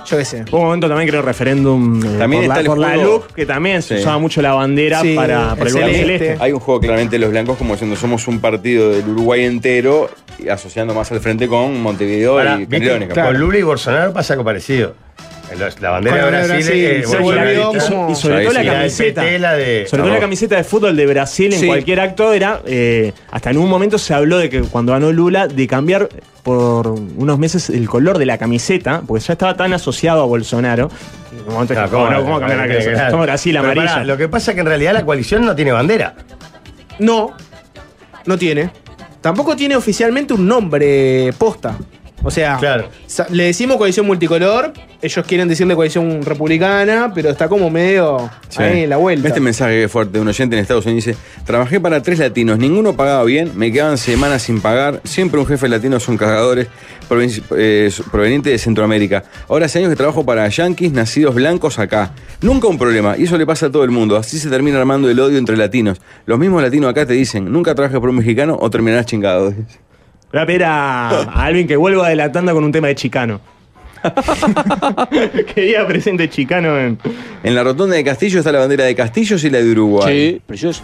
B: Yo qué sé.
E: Hubo un momento también, creo, referéndum eh,
A: También
E: por,
A: está
E: la,
A: el
E: por la
A: juego.
E: LUC, que también se
A: Sí.
E: usaba mucho la bandera
B: Sí,
E: para, para el
B: el
E: Uruguay
B: celeste.
E: celeste.
A: Hay un juego claramente de los blancos como diciendo somos un partido del Uruguay entero, y asociando más al frente con Montevideo
C: Pará,
A: y
C: ¿viste?
A: Canelones. capaz.
C: Con Lula y Bolsonaro pasa algo parecido. En los- La bandera de
B: Con la
C: Brasil,
B: bandera de Brasil,
C: eh,
B: se
C: Bolsonaro
B: volvió
C: está-
B: como-
E: Y sobre
A: Ahí
E: todo
A: sí.
E: la
A: Y la
C: de
E: camiseta.
C: PT, la de-
E: Sobre todo la
A: Arroz.
E: camiseta de fútbol de Brasil en
B: Sí.
E: cualquier acto era. eh, hasta en un momento se habló de que cuando ganó Lula, de cambiar por unos meses el color de la camiseta, porque ya estaba tan asociado a Bolsonaro. Y en un momento
C: No,
E: dije, ¿cómo, no? ¿Cómo cambiar la camiseta? Somos Brasil,
C: Pero
E: amarilla.
C: pará, lo que pasa es que en realidad la coalición no tiene bandera.
B: No, no tiene. Tampoco tiene oficialmente un nombre posta. O sea,
C: Claro.
B: sa- le decimos coalición multicolor, ellos quieren decirle coalición republicana, pero está como medio
A: Sí.
B: ahí en la vuelta.
A: Este mensaje que es fuerte de un oyente en Estados Unidos dice: Trabajé para tres latinos, ninguno pagaba bien, me quedaban semanas sin pagar, siempre un jefe latino son cagadores, proven- eh, proveniente de Centroamérica. Ahora hace años que trabajo para yanquis nacidos blancos acá. Nunca un problema, y eso le pasa a todo el mundo. Así se termina armando el odio entre latinos. Los mismos latinos acá te dicen: Nunca trabajes por un mexicano o terminarás chingado.
E: Voy a pedir a, a Alvin que vuelva de la tanda con un tema de chicano. Quería presente chicano en.
A: En la rotonda de Castillo está la bandera de Castillos y la de Uruguay.
F: Sí, precioso.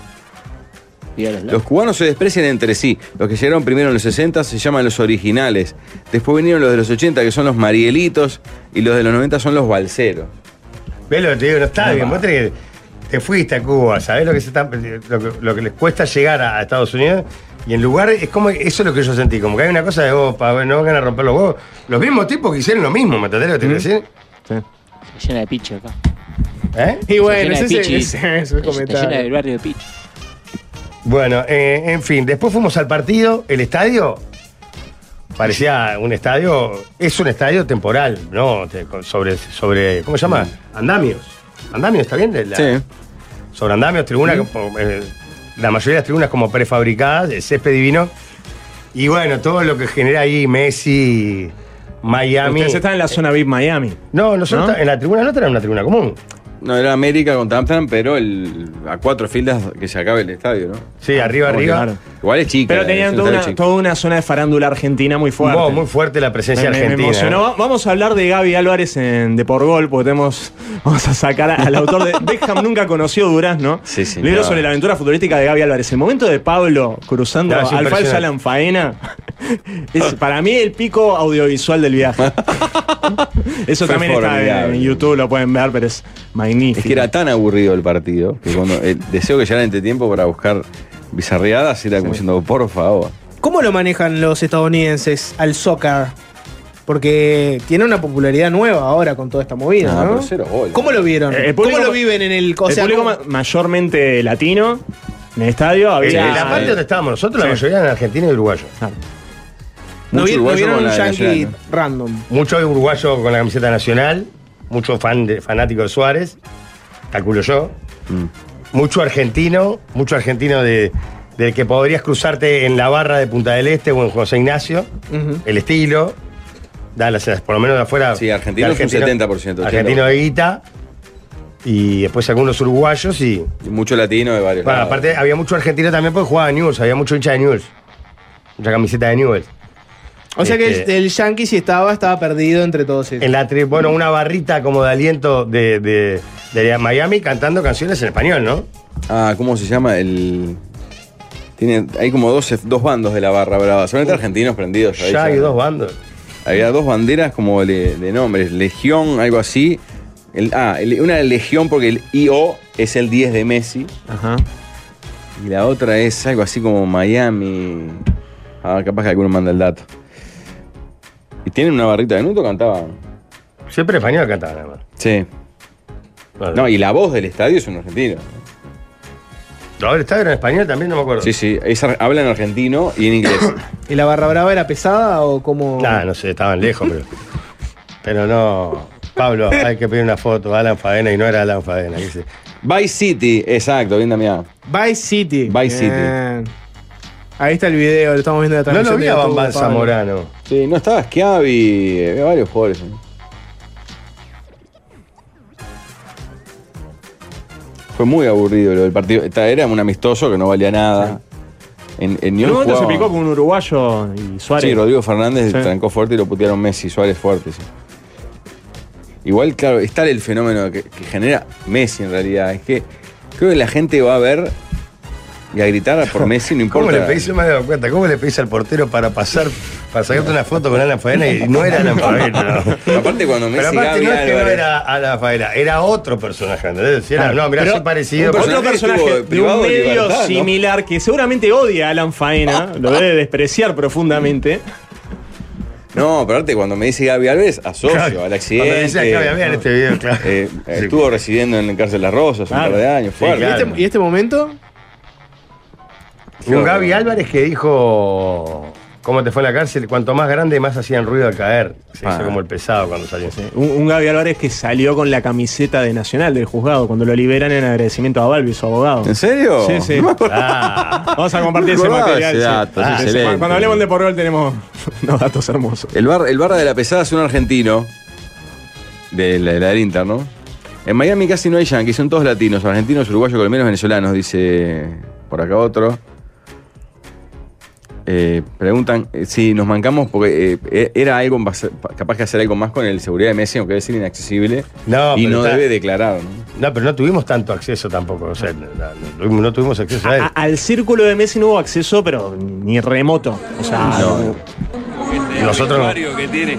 F: Y a los
A: Los
F: lados.
A: cubanos se desprecian entre sí. Los que llegaron primero en los 60 se llaman los originales. Después vinieron los de los 80, que son los marielitos. Y los de los 90 son los balseros.
C: ¿Ves lo que te digo? No está bien. Vos tenés que- te fuiste a Cuba, ¿sabés lo que, se está- lo que, lo que les cuesta llegar a, a Estados Unidos? Y en lugar, es como, eso es lo que yo sentí, como que hay una cosa de vos, pa, no van a romper los huevos. Los mismos tipos que hicieron lo mismo, ¿me entendés lo que te quiero decir?
F: Está llena de piche acá.
C: ¿Eh?
B: y bueno,
F: llena de
B: ese,
F: pichi.
B: ese- ese es el
F: Está llena
B: comentario.
F: del barrio de piche.
C: Bueno, eh, en fin, después fuimos al partido, el estadio parecía un estadio, es un estadio temporal, ¿no? Te- con- Sobre, sobre ¿cómo se llama?
B: Mm.
C: Andamios. Andamios, ¿está bien? La-
A: Sí.
C: sobre andamios, tribunas, como, eh, la mayoría de las tribunas como prefabricadas, el césped divino. Y bueno, todo lo que genera ahí Messi, Miami. Eh,
E: Ustedes están en la zona VIP Miami.
C: No, nosotros
E: ¿No?
C: ta- en la tribuna no tenemos una tribuna común.
A: No era América con Tamtam, pero el, a cuatro filas que se acabe el estadio, ¿no?
C: Sí, arriba,
E: Como
C: arriba.
E: claro.
A: Igual es chica.
E: Pero
A: la
E: tenían
A: selección
E: toda
A: está
E: una,
A: chica.
E: toda una zona de farándula argentina muy fuerte.
C: Wow, muy fuerte la presencia
E: Me- me-
C: argentina.
E: Me emocionó. Va- Vamos a hablar de Gaby Álvarez en De Por Gol, porque tenemos, vamos a sacar al autor de Beckham Nunca Conoció Durazno.
A: Sí, señor.
E: Libro sobre la aventura futurística de Gaby Álvarez. El momento de Pablo cruzando
C: No, es
E: al falso
C: impresionante.
E: Alan Faena es para mí el pico audiovisual del viaje. Eso
A: Fue
E: también está en-
A: formidable.
E: en YouTube, lo pueden ver, pero es magnífico.
A: Es que era tan aburrido el partido que cuando el deseo que llegara entre tiempo para buscar bizarreadas era como diciendo, por favor.
B: ¿Cómo lo manejan los estadounidenses al soccer? Porque tiene una popularidad nueva ahora con toda esta movida,
A: Ah,
B: ¿no?
A: pero cero goles.
B: ¿Cómo lo vieron?
E: Eh, el público-
B: ¿Cómo lo viven en el... o sea,
E: el público
B: cómo-
E: ma- mayormente latino en el estadio
C: En
E: había.
C: Eh, la parte donde estábamos nosotros, la
E: Sí.
C: mayoría eran argentinos y uruguayos.
E: Claro.
B: no,
A: Mucho
B: vi- no
A: uruguayo
B: vieron
A: con
B: un
A: la
B: yankee
A: nacional,
B: random.
C: Mucho uruguayo con la camiseta nacional, mucho fan de- fanático de Suárez, calculo yo.
B: Mm.
C: Mucho argentino, mucho argentino de, del que podrías cruzarte en la barra de Punta del Este o en José Ignacio.
B: Ujú.
C: El estilo, da las, por lo menos de afuera.
A: Sí, argentino es un 70%,
C: Argentino de guita. Y después algunos uruguayos y.
A: Y mucho latino de varios.
C: Bueno,
A: lados.
C: aparte había mucho argentino también porque jugaba en Newell's, había mucho hincha de Newell's. Mucha camiseta de Newell's.
B: O sea que el,
C: Este-
B: el yankee si estaba, estaba perdido entre todos ellos.
C: en la tri- bueno, una barrita como de aliento de, de- de Miami cantando canciones en español, ¿no?
A: Ah, ¿cómo se llama? El. Tiene, hay como dos, dos bandos de la barra brava. Solamente argentinos prendidos. ahí,
C: Uh. Ya hay
A: ya.
C: dos bandos.
A: Había dos banderas como de, de nombres. Legión, algo así. El, ah, el- una de Legión porque el IO es el 10 de Messi.
E: Ajá.
A: Y la otra es algo así como Miami. Ah, capaz que alguno manda el dato. Y tienen una barrita de nudo cantaban.
C: Siempre español cantaban, además.
A: Sí.
C: Bueno,
A: No, y la voz del estadio es un argentino.
C: ¿Lo habrá estado en español también? No me acuerdo.
A: Sí, sí. es ar- hablan argentino y en inglés.
B: ¿Y la barra brava era pesada o cómo?
C: Nah, no sé, estaban lejos, pero. Pero no. Pablo, hay que pedir una foto. Alan Fadena y no era Alan Fadena. dice.
A: Vice City, Eh, exacto, bien Damián.
B: Vice City.
A: Vice City.
B: Bien. Ahí está el video, lo estamos viendo de la
C: No lo
B: transmisión
C: vi
B: de
C: a
B: YouTube,
C: Bambal
B: Pablo.
C: Zamorano.
A: Sí, no estaba Schiavi, eh, había varios jugadores. ¿no? Fue muy aburrido lo del partido. Esta era un amistoso que no valía nada. En, en
E: En
A: Newell's
E: un momento se
A: jugaba-
E: picó con un uruguayo y Suárez.
A: Sí, Rodrigo Fernández
E: Sí.
A: trancó fuerte y lo putearon Messi, Suárez fuerte. sí. Igual, claro, está el fenómeno que, que genera Messi en realidad. Es que creo que la gente va a ver y a gritar por Messi, no importa.
C: ¿Cómo le pedís? No me he dado cuenta. ¿Cómo le pedís al portero para pasar, para sacarte una foto con Alan Faena y no era Alan Faena? no.
A: Aparte, cuando Messi
C: Pero aparte
A: Gaby
C: no es que no
A: Álvarez-
C: era Alan Faena, era otro personaje, ¿entendés? Si era-
B: Ah,
E: Claro,
C: no, mirá,
E: pero
C: soy
A: un
C: parecido. pero-
E: Otro
A: personaje que estuvo
E: personaje de un
A: privado de
E: medio
A: libertad, ¿no?
E: similar que seguramente odia a Alan Faena, lo debe despreciar profundamente.
A: No, pero aparte, cuando me dice Gaby Alves, asocio
C: Claro,
A: al
C: cuando
A: accidente.
C: decía que había bien este video, claro.
A: Eh,
C: Sí.
A: Estuvo residiendo en Cárcel Las Rosas
E: Claro.
A: un par de años, fuerte.
B: ¿Y este, y este momento?
C: Y Un Gaby Álvarez que dijo cómo te fue en la cárcel, cuanto más grande más hacían ruido al caer. Se
A: Ah.
C: hizo como el pesado cuando salió.
E: Un, un Gaby Álvarez que salió con la camiseta de Nacional del juzgado cuando lo liberan en agradecimiento a Balbi, su abogado.
A: ¿En serio?
E: Sí, sí.
A: No me acuerdo.
C: Ah,
E: Vamos a
A: No
E: compartir ese
A: acordaba
E: material.
A: ese
E: sí.
A: dato,
E: Ah,
A: es
E: ese-
A: excelente.
E: Cuando hablemos de Porrol tenemos unos datos hermosos.
A: El bar, el barra de la pesada es un argentino. De la, de la del Inter, ¿no? En Miami casi no hay yanquis, son todos latinos, argentinos, uruguayos, colombianos, venezolanos, dice por acá otro. Eh, preguntan eh, si nos mancamos porque eh, eh, era algo en base- capaz que hacer algo más con el seguridad de Messi, aunque debe ser inaccesible.
C: No,
A: y
C: pero
A: no
C: está-
A: debe declarar. ¿no?
C: no, pero no tuvimos tanto acceso tampoco. O sea, no, no- no- no tuvimos acceso
B: Ah,
C: a él.
E: A- al círculo de Messi no hubo acceso, pero ni remoto. O sea,
A: No.
C: Nosotros no.
G: que tiene.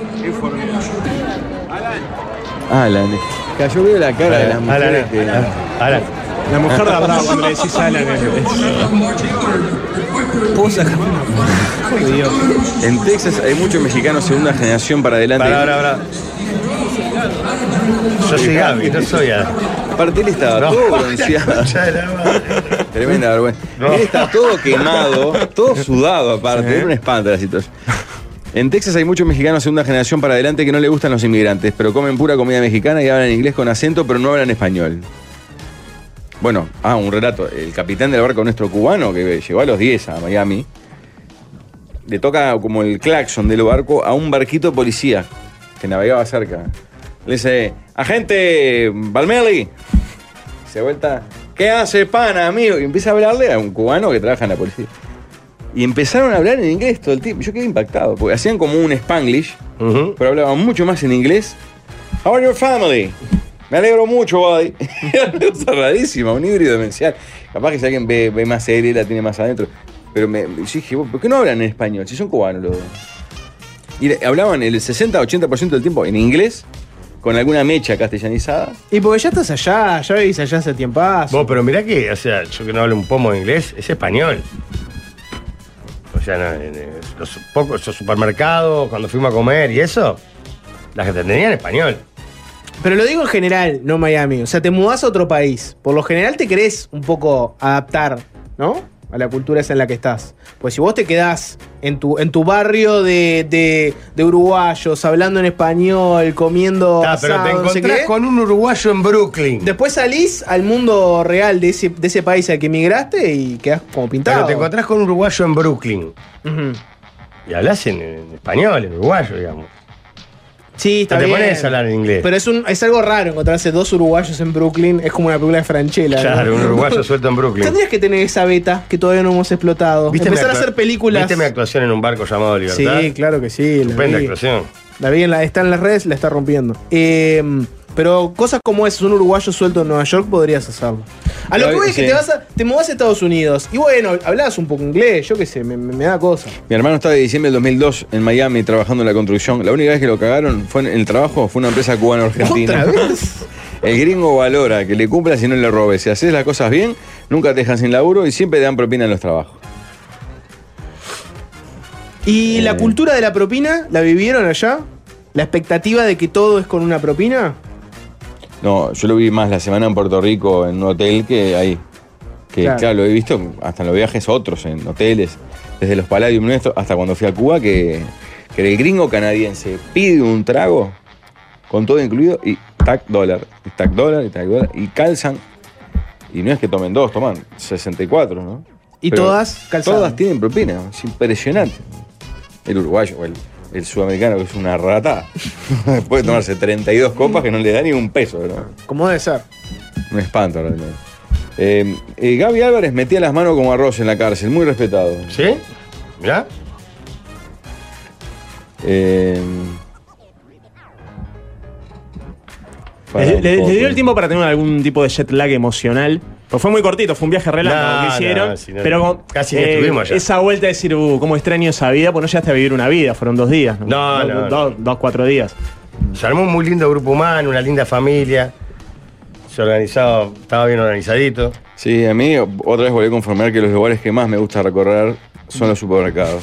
A: Alan. que Yo veo la este. cara de las
C: Alan,
A: mujeres que-
C: Alan, Alan.
E: la mujer da bravo cuando le decís Alan. es-
A: En Texas hay muchos mexicanos segunda generación para adelante.
C: Pará, pará, pará. Yo soy Gaby, no soy Alan.
A: Aparte él estaba
C: No.
A: todo bronceado.
C: Ya era, madre.
A: Tremenda vergüenza.
C: No.
A: Él está todo quemado, todo sudado aparte. Era un espanto la situación. En Texas hay muchos mexicanos segunda generación para adelante que no le gustan los inmigrantes, pero comen pura comida mexicana y hablan inglés con acento, pero no hablan español. Bueno, ah, un relato. El capitán del barco nuestro cubano, que llegó a los 10 a Miami, le toca como el claxon del barco a un barquito policía que navegaba cerca. Le dice, agente Balmeli. Se vuelta, ¿qué hace pana, amigo? Y empieza a hablarle a un cubano que trabaja en la policía. Y empezaron a hablar en inglés todo el tiempo. Yo quedé impactado, porque hacían como un spanglish,
C: Ujú.
A: pero hablaban mucho más en inglés. How are your family? Me alegro mucho, buddy. Era una cosa rarísima, un híbrido demencial. Capaz que si alguien ve, ve más serie, la tiene más adentro. Pero me, yo dije, "Vos, ¿por qué no hablan en español? Si son cubanos los dos. Y le- hablaban el 60-80% del tiempo en inglés, con alguna mecha castellanizada.
B: Y porque ya estás allá, ya vivís allá hace
C: Vos,
B: tiempazo.
C: pero mirá que, o sea, yo que no hablo un pomo de inglés, es español. O sea, no, en, eh, los pocos esos supermercados, cuando fuimos a comer y eso, las que te tenían español.
B: Pero lo digo en general, no Miami. O sea, te mudás a otro país. Por lo general te querés un poco adaptar, ¿no? A la cultura esa en la que estás. Pues si vos te quedás en tu, en tu barrio de, de- de uruguayos, hablando en español, comiendo.
C: Ah, pero te
B: asado, no sé
C: encontrás
B: qué,
C: con un uruguayo en Brooklyn.
B: Después salís al mundo real de ese, de ese país al que emigraste y quedás como pintado.
C: Pero te encontrás con un uruguayo en Brooklyn.
B: Ujú.
C: Y hablas en, en español, en uruguayo, digamos.
B: Sí, está
C: No te
B: bien.
C: pones a hablar en inglés.
B: Pero es, un, es algo raro encontrarse dos uruguayos en Brooklyn. Es como una película de Franchella. ¿no?
C: Claro, un uruguayo suelto en Brooklyn.
B: Tendrías que tener esa beta que todavía no hemos explotado.
C: mi
B: Empezar a
C: actua-
B: hacer películas.
C: ¿Viste mi actuación en un barco llamado Libertad?
B: sí, claro que sí. La
C: Estupenda
B: vi.
C: actuación.
B: La vi en la- está en las redes, la está rompiendo. Eh, pero cosas como esas, un uruguayo suelto en Nueva York, podrías hacerlo. A lo
A: Pero,
B: que voy es que
A: sí.
B: te, vas a, te mudás a Estados Unidos. Y bueno, hablabas un poco inglés, yo qué sé, me, me- me da cosa.
A: Mi hermano estaba de diciembre del 2002 en Miami trabajando en la construcción. La única vez que lo cagaron fue en el trabajo, fue una empresa cubano-argentina.
B: ¿Otra vez?
A: El gringo valora que le cumpla si no le robes. Si haces las cosas bien, nunca te dejan sin laburo y siempre te dan propina en los trabajos. Eh.
B: ¿Y la cultura de la propina la vivieron allá? ¿La expectativa de que todo es con una propina?
A: No, yo lo vi más la semana en Puerto Rico en un hotel que ahí. Que
B: Claro.
A: claro, lo he visto hasta en los viajes otros, en hoteles, desde los Palladium nuestros hasta cuando fui a Cuba, que, que el gringo canadiense pide un trago, con todo incluido, y tac dólar, y tac dólar, y tac dólar, y calzan. Y no es que tomen dos, toman 64, ¿no?
B: Y
A: Pero
B: todas calzadas.
A: Todas tienen propina. Es impresionante. El uruguayo o el, el sudamericano, que es una rata, puede tomarse 32 copas que no le da ni un peso, ¿no?
B: Como debe ser.
A: Un espanto realmente. Eh, eh, Gaby Álvarez metía las manos como arroz en la cárcel, muy respetado.
C: ¿Sí? ¿Ya?
A: Eh, para
E: Le,
A: un
E: le-
A: poco.
E: le dio el tiempo para tener algún tipo de jet lag emocional. Pues fue muy cortito, fue un viaje relámpago
C: No,
E: que hicieron.
C: no, si no,
E: pero con-
C: casi ni estuvimos allá.
E: esa vuelta de decir, uh, cómo extraño esa vida, pues no llegaste a vivir una vida, fueron dos días.
C: No, no,
E: Dos, dos- dos, cuatro días.
C: Se armó un muy lindo grupo humano, una linda familia. Se organizaba, estaba bien organizadito.
A: Sí, a mí otra vez volví a confirmar que los lugares que más me gusta recorrer son los supermercados.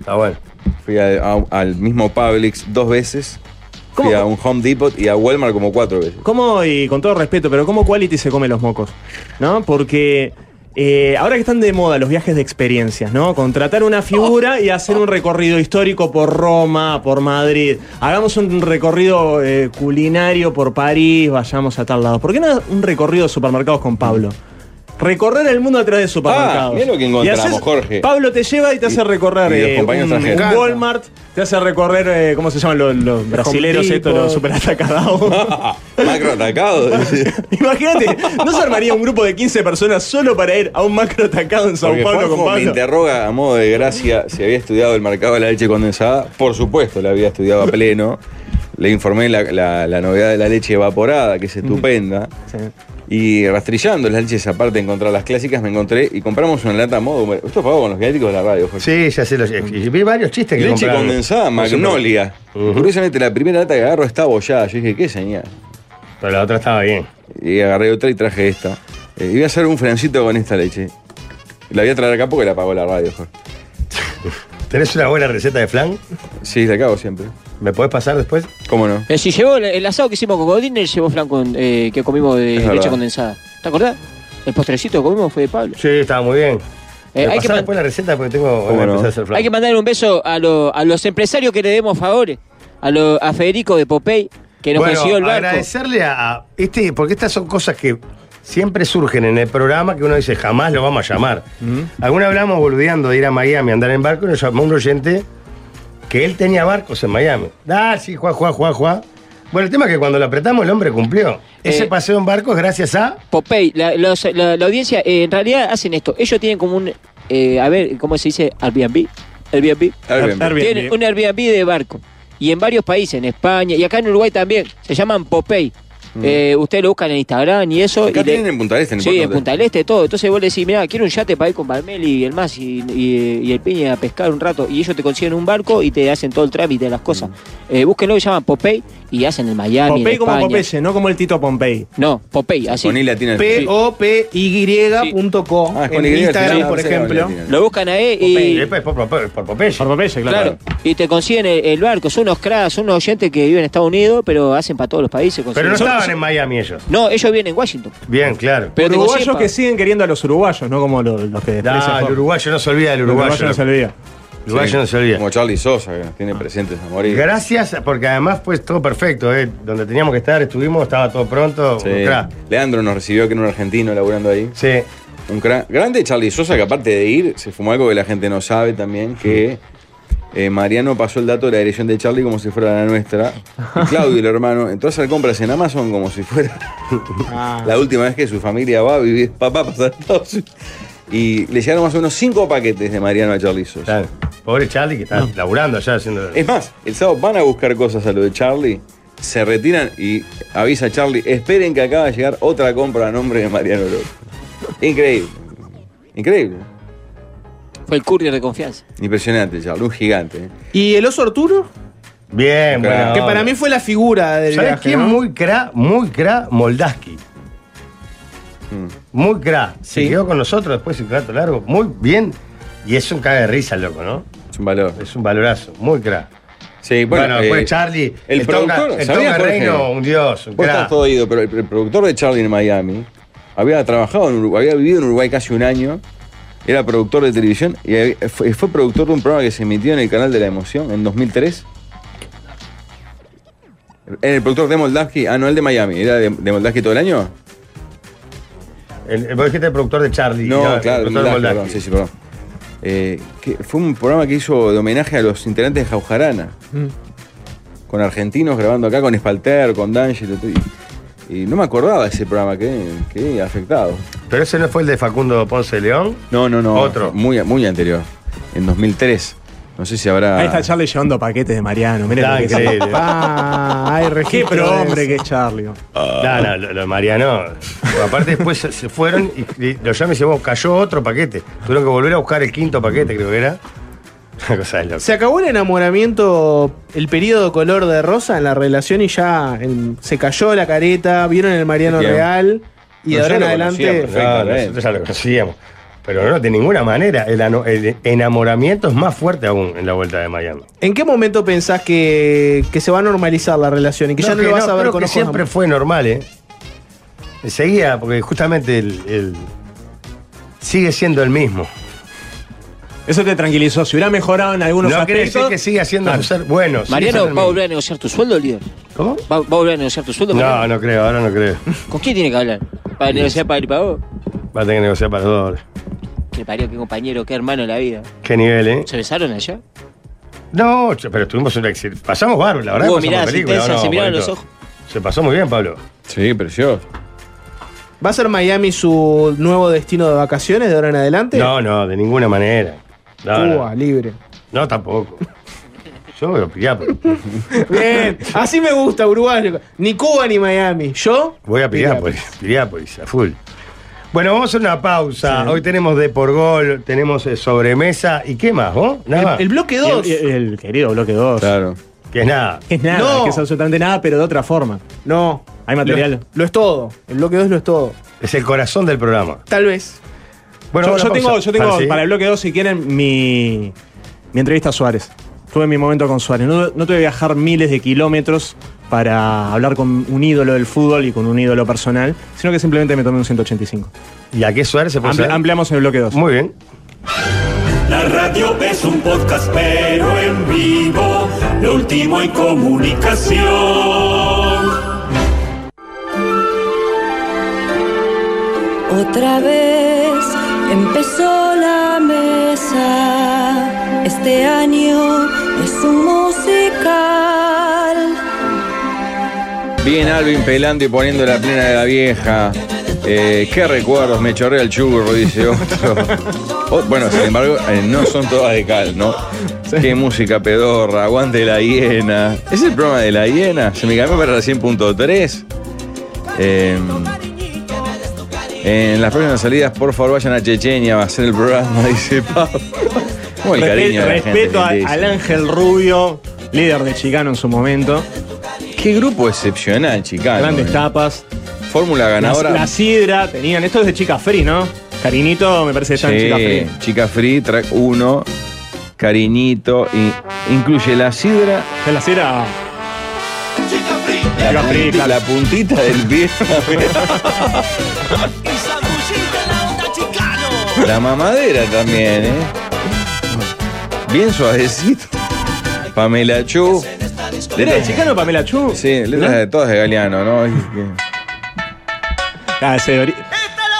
C: Está bueno.
A: Fui a- a- al mismo Publix dos veces, fui
E: ¿Cómo?
A: a un Home Depot y a Walmart como cuatro veces.
E: ¿Cómo, y con todo respeto, pero cómo Quality se come los mocos? ¿No? Porque eh, ahora que están de moda los viajes de experiencias, ¿no? Contratar una figura y hacer un recorrido histórico por Roma, por Madrid. Hagamos un recorrido eh, culinario por París, vayamos a tal lado. ¿Por qué no un recorrido de supermercados con Pablo? Recorrer el mundo a través de supermercados.
A: Ah, mirá lo que
E: Y
A: encontramos, Jorge.
E: Pablo te lleva y te hace recorrer
A: y los
E: eh,
A: compañeros
E: un,
A: extranjeros. Me
E: un
A: encanta.
E: Walmart, te hace recorrer, eh, ¿cómo se llaman los, los brasileros
B: Depot.
E: estos, los superatacados?
A: Macro atacado.
E: Imagínate, ¿no se armaría un grupo de 15 personas solo para ir a un macro atacado en Sao
A: Porque
E: Paulo
A: Juanjo
E: con
A: me
E: Pablo?
A: interroga a modo de gracia si había estudiado el mercado de la leche condensada. Por supuesto, la había estudiado a pleno. Le informé la, la- la novedad de la leche evaporada, que es estupenda.
E: Sí.
A: Y rastrillando las leches aparte de encontrar las clásicas, me encontré y compramos una lata a modo. Esto pagó con los viáticos de la radio, Jorge.
C: Sí, ya sé. Los, y vi varios chistes que
A: Leche
C: compraron.
A: condensada,
C: Por
A: magnolia.
C: Ujú.
A: Curiosamente, la primera lata que agarro estaba abollada. Yo dije, qué señal.
C: supuesto. Pero la otra estaba bien.
A: Y agarré otra y traje esta. Eh, iba a hacer un francito con esta leche. La voy a traer acá porque la pagó la radio, Jorge.
C: ¿Tenés una buena receta de flan?
A: Sí, la cago siempre.
C: ¿Me podés pasar después?
A: ¿Cómo no?
F: Eh, si llevó el, el asado que hicimos con Godín, él llevó flan con, eh, que comimos de
A: Es
F: leche
A: verdad.
F: condensada. ¿Te acordás? El postrecito que comimos fue de Pablo.
C: Sí, estaba muy bien.
F: Eh, hay,
C: hay
F: que man-
C: después la receta porque tengo
A: ¿Cómo
C: voy a
A: no?
C: empezar a hacer flan.
F: hay que mandar un beso a, lo- a los empresarios que le demos favores. A, lo- a Federico de Popey, que nos consiguió el barco.
C: agradecerle a, a este, porque estas son cosas que siempre surgen en el programa que uno dice jamás lo vamos a llamar.
H: Mm.
C: Alguna hablamos boludeando de ir a Miami, andar en barco, y nos llamó un oyente que él tenía barcos en Miami. Ah, sí, Juan, Juan, Juan, Juan. Bueno, el tema es que cuando lo apretamos el hombre cumplió. Ese
F: Eh,
C: paseo en barco es gracias a...
F: Popey, la, los- la- la audiencia, eh, en realidad hacen esto. Ellos tienen como un, eh, a ver, ¿cómo se dice? Airbnb. Airbnb.
A: Airbnb.
E: Airbnb.
F: Tienen un Airbnb de barco. Y en varios países, en España y acá en Uruguay también. Se llaman Popey. Eh, ustedes lo buscan en Instagram y eso.
A: Mm. Acá
F: y le-
A: tienen en Punta del Este, en el
F: Sí,
A: puerto
F: en
A: de-
F: Punta del Este, todo. Entonces vos le decís, mirá, quiero un yate para ir con Palmel y el más y, y- y el piña a pescar un rato. Y ellos te consiguen un barco y te hacen todo el trámite de las cosas.
A: Mm.
F: Eh, búsquenlo, que llaman Popey y hacen el Miami, en
E: Popeye como
F: España.
E: Popeye, no como el Tito Pompey.
F: No, Popey, así.
A: Con I latina.
B: P-O-P-Y.co.
A: Ah, es con
B: en
A: Y,
B: Instagram,
A: sí,
B: por
A: sí,
B: ejemplo.
A: con Y latina.
F: Lo buscan ahí
C: Y
F: y...
C: es por, por- por- por Popeye.
E: Por Popeye, claro.
F: Claro, y te consiguen el, el barco. Son unos cracks, son unos oyentes que viven en Estados Unidos, pero hacen para todos los países.
C: Pero
F: consiguen-
C: no
F: Son-
C: estaban en Miami ellos.
F: No, ellos viven en Washington.
C: Bien, claro.
F: Pero te consiguen
E: uruguayos
F: pa-
E: que siguen queriendo a los uruguayos, no como lo- los, que desprecian
C: Ah, el
E: Jorge.
C: uruguayo no se olvida del
E: Los
C: uruguayo.
E: uruguayos no se olvida.
C: El uruguayo
A: Sí.
C: no se olvida.
A: Como Charlie Sosa, que nos tiene presentes a morir.
C: Gracias, porque además fue todo perfecto. ¿eh? Donde teníamos que estar, estuvimos, estaba todo pronto.
A: Sí.
C: un crack.
A: Leandro nos recibió que era un argentino laburando ahí.
C: Sí.
A: Un cra- Grande Charlie Sosa, que aparte de ir, se fumó algo que la gente no sabe también, que eh, Mariano pasó el dato de la dirección de Charlie como si fuera la nuestra. Y Claudio, el hermano, entró a hacer compras en Amazon como si fuera
C: Ah.
A: la última vez que su familia va a vivir. Papá pasa a Estados Unidos. Y le llegaron más o menos cinco paquetes de Mariano a Charlie Sosa.
C: Claro. Pobre Charlie que está laburando allá haciendo.
A: Es más, el sábado van a buscar cosas a lo de Charlie, se retiran y avisa a Charlie, esperen que acaba de llegar otra compra a nombre de Mariano López. Increíble. Increíble.
F: Fue el courier de confianza.
A: Impresionante, Charlie, un gigante. ¿eh?
B: ¿Y el oso Arturo?
C: Bien,
A: Un crack.
C: bueno.
A: Ah,
B: que para mí fue la figura del
C: ¿Sabes
B: viaje,
C: quién?
B: ¿no?
C: Muy cra, muy cra, Moldaski.
A: Mm.
C: Muy cra. Se
B: Sí.
C: quedó con nosotros después de un rato largo. Muy bien. Y es un caga de risa, el loco, ¿no?
A: Es un valor.
C: Es un valorazo. Muy cra.
A: Sí,
C: Bueno,
A: bueno, eh,
C: después Charlie.
A: el,
C: Tonga-
A: productor,
C: el
A: ¿sabías,
C: Tonga
A: Jorge?
C: Reino, un dios, un
A: Vos estás Pues
C: cra.
A: todo ido, pero el, el productor de Charlie en Miami había trabajado en Uruguay, había vivido en Uruguay casi un año, era productor de televisión y había- fue, fue productor de un programa que se emitió en el canal de la emoción en 2003. Era el productor de Moldavski, ah, no, el de Miami, era de, de Moldavski todo el año.
C: El, el- vos dijiste el productor de Charlie.
A: No,
C: ya, el
A: claro,
C: productor de
A: Moldavsky,
C: Moldavsky.
A: perdón, sí, sí, perdón. Eh, que fue un programa que hizo de homenaje a los integrantes de Jaujarana. Con argentinos grabando acá, con Espalter, con D'Angelo. y- Y no me acordaba de ese programa, que, que afectado.
C: Pero ese no fue el de Facundo Ponce de León.
A: No, no, no.
C: Otro.
A: Muy, muy anterior. En 2003. No sé si habrá.
E: Ahí está Charlie llevando paquetes de Mariano. Mirá
C: Está
E: lo que querés.
C: increíble.
B: Ah, hay
E: Qué
B: registro de
E: pro hombre
B: eso.
E: que es Charlie.
C: No, no, lo, lo de Mariano. Aparte, después se- se fueron y, y lo llamé y se cayó otro paquete. Tuvieron que volver a buscar el quinto paquete, creo que era. Una cosa de loco.
B: ¿Se acabó el enamoramiento, el periodo color de rosa en la relación y ya el- se cayó la careta, vieron el Mariano
A: Bien.
B: Real y
A: No,
B: de
A: yo
B: ahora en
A: lo conocía,
B: adelante...
A: perfecto,
C: No,
A: bien.
C: nosotros ya lo conocíamos. Pero no, de ninguna manera. El, ano- el enamoramiento es más fuerte aún en la vuelta de Miami.
B: ¿En qué momento pensás que, que se va a normalizar la relación y que ya no
C: que
B: lo vas a ver
C: creo
B: con
C: que
B: ojos de
C: siempre
B: amor?
C: fue normal, ¿eh? Seguía, porque justamente el, el- sigue siendo el mismo.
E: Eso te tranquilizó. Si hubiera mejorado en algunos
C: No quiere decir
E: aspectos.
C: que siga siendo un ser bueno. sigue siendo
F: Mariano
C: el
F: va a
C: mismo.
F: volver a negociar tu sueldo, líder.
C: ¿Cómo?
F: ¿Va, va a volver a negociar tu sueldo?
C: No,
F: Mariano?
C: no creo, ahora no creo.
F: ¿Con quién tiene que hablar? ¿Para negociar para ir para vos?
C: Va a tener que negociar para los dólares.
F: Que parió, qué compañero, qué hermano en la vida.
C: Qué nivel, ¿eh?
F: ¿Se besaron allá?
C: No, che, pero tuvimos una ex- Pasamos bárbaro, la verdad.
F: Hubo
C: que pasamos
F: miradas
C: película,
F: intensas,
C: ¿o
F: se miraron
C: Pablito?
F: los ojos.
C: Se pasó muy bien, Pablo.
A: Sí, precioso.
B: ¿Va a ser Miami su nuevo destino de vacaciones de ahora en adelante?
C: No, no, de ninguna manera. No, no.
B: Cuba, libre.
C: No, tampoco. Yo me lo pillaba.
B: Bien, así me gusta, uruguayo. Ni Cuba ni Miami. ¿Yo?
C: Voy a Piriápolis,
E: pues.
C: Piriápolis, a full. Bueno, vamos a una pausa. Hoy tenemos de por gol, tenemos eh, sobremesa y qué más, ¿vos? Nada
B: El,
C: más.
B: el bloque 2.
E: El, el querido bloque 2.
A: Claro.
C: Que es nada.
E: Que es nada,
B: No.
E: que es absolutamente nada, pero de otra forma.
B: No.
E: Hay material.
B: Lo, lo es todo. El bloque 2 lo es todo.
C: Es el corazón del programa.
B: Tal vez.
C: Bueno,
E: yo,
C: una
E: yo
C: pausa.
E: tengo, yo tengo
C: Ah, ¿sí?
E: para el bloque 2, si quieren, mi, mi entrevista a Suárez. Tuve mi momento con Suárez. No, no tuve que viajar miles de kilómetros para hablar con un ídolo del fútbol y con un ídolo personal, sino que simplemente me tomé un 185.
C: ¿Y a qué Suárez se puede
E: Ampli-
C: saber?
E: ampliamos en el bloque 2.
C: Muy bien.
I: La radio es un podcast, pero en vivo, lo último en comunicación.
H: Otra vez empezó la mesa. Este año es un musical.
A: Bien, Alvin pelando y poniendo la plena de la vieja. Eh, qué recuerdos, me chorrea el churro, dice otro. O- bueno, sin embargo, eh, no son todas de cal, ¿no? Qué música pedorra, aguante la hiena. ¿Es el programa de la hiena? Se me cambió para la 100.3. Eh, en las próximas salidas, por favor, vayan a Chechenia, va a ser el programa, dice Pablo. Como el cariño de la gente,
E: respeto a-
A: lindísimo.
E: al Ángel Rubio, líder de Chicano en su momento.
A: Qué grupo excepcional, chicano.
E: grandes
A: eh.
E: tapas.
A: Fórmula
E: La,
A: ganadora.
E: la sidra tenían. Esto es de Chica Free, ¿no? Carinito, me parece que está en
A: Sí,
E: Chica Free.
A: Chica Free, track 1, Cariñito, y incluye la sidra,
E: De la sidra.
A: la,
E: Chica Free,
A: punti-
E: claro.
A: la puntita del pie, la mamadera también, ¿eh? Bien suavecito. Pamela Chu.
E: ¿Era de
A: Letras-
E: Chicano Pamela Chu?
A: Sí, letras de todas de Galeano, ¿no? Es que-
E: Ah, ese, ori-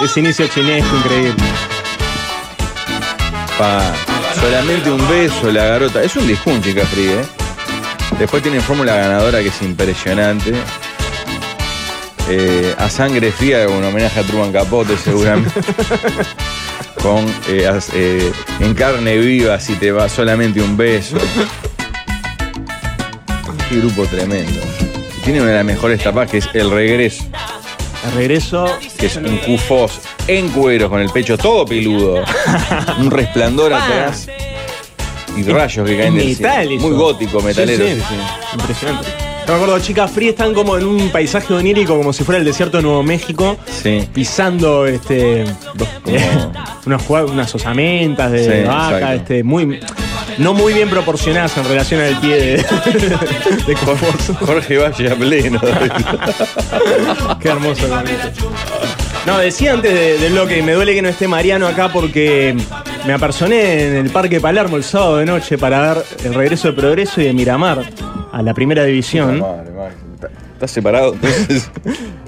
E: ese inicio chinés fue increíble.
A: pa, solamente un beso, la garota. Es un discún, Chica Free, ¿eh? Después tienen fórmula ganadora que es impresionante. Eh, a sangre fría, un homenaje a Truman Capote, seguramente. Con eh, as- eh, en carne viva, si te va solamente un beso. Qué grupo tremendo. Tiene una de las mejores tapas que es El Regreso,
E: Al regreso.
A: que es un cufós en cuero, con el pecho todo peludo. Un resplandor atrás. Y rayos que caen del cielo.
E: Ah. Metal, eso.
A: Muy gótico, metalero.
E: Sí, sí.
A: sí, sí.
E: Impresionante. No me acuerdo, Chica Free están como en un paisaje onírico, como si fuera el desierto de Nuevo México,
A: Sí.
E: pisando este. unas, jua- unas osamentas de
A: Sí,
E: vaca,
A: exacto.
E: este, muy. No muy bien proporcionadas en relación al pie de, de Corvozo.
A: Jorge Valle a pleno.
E: Qué hermoso. realmente. No, decía antes de- del bloque, y me duele que no esté Mariano acá porque me apersoné en el Parque Palermo el sábado de noche para ver el regreso de Progreso y de Miramar a la primera división.
A: Madre, madre. Estás separado. Entonces,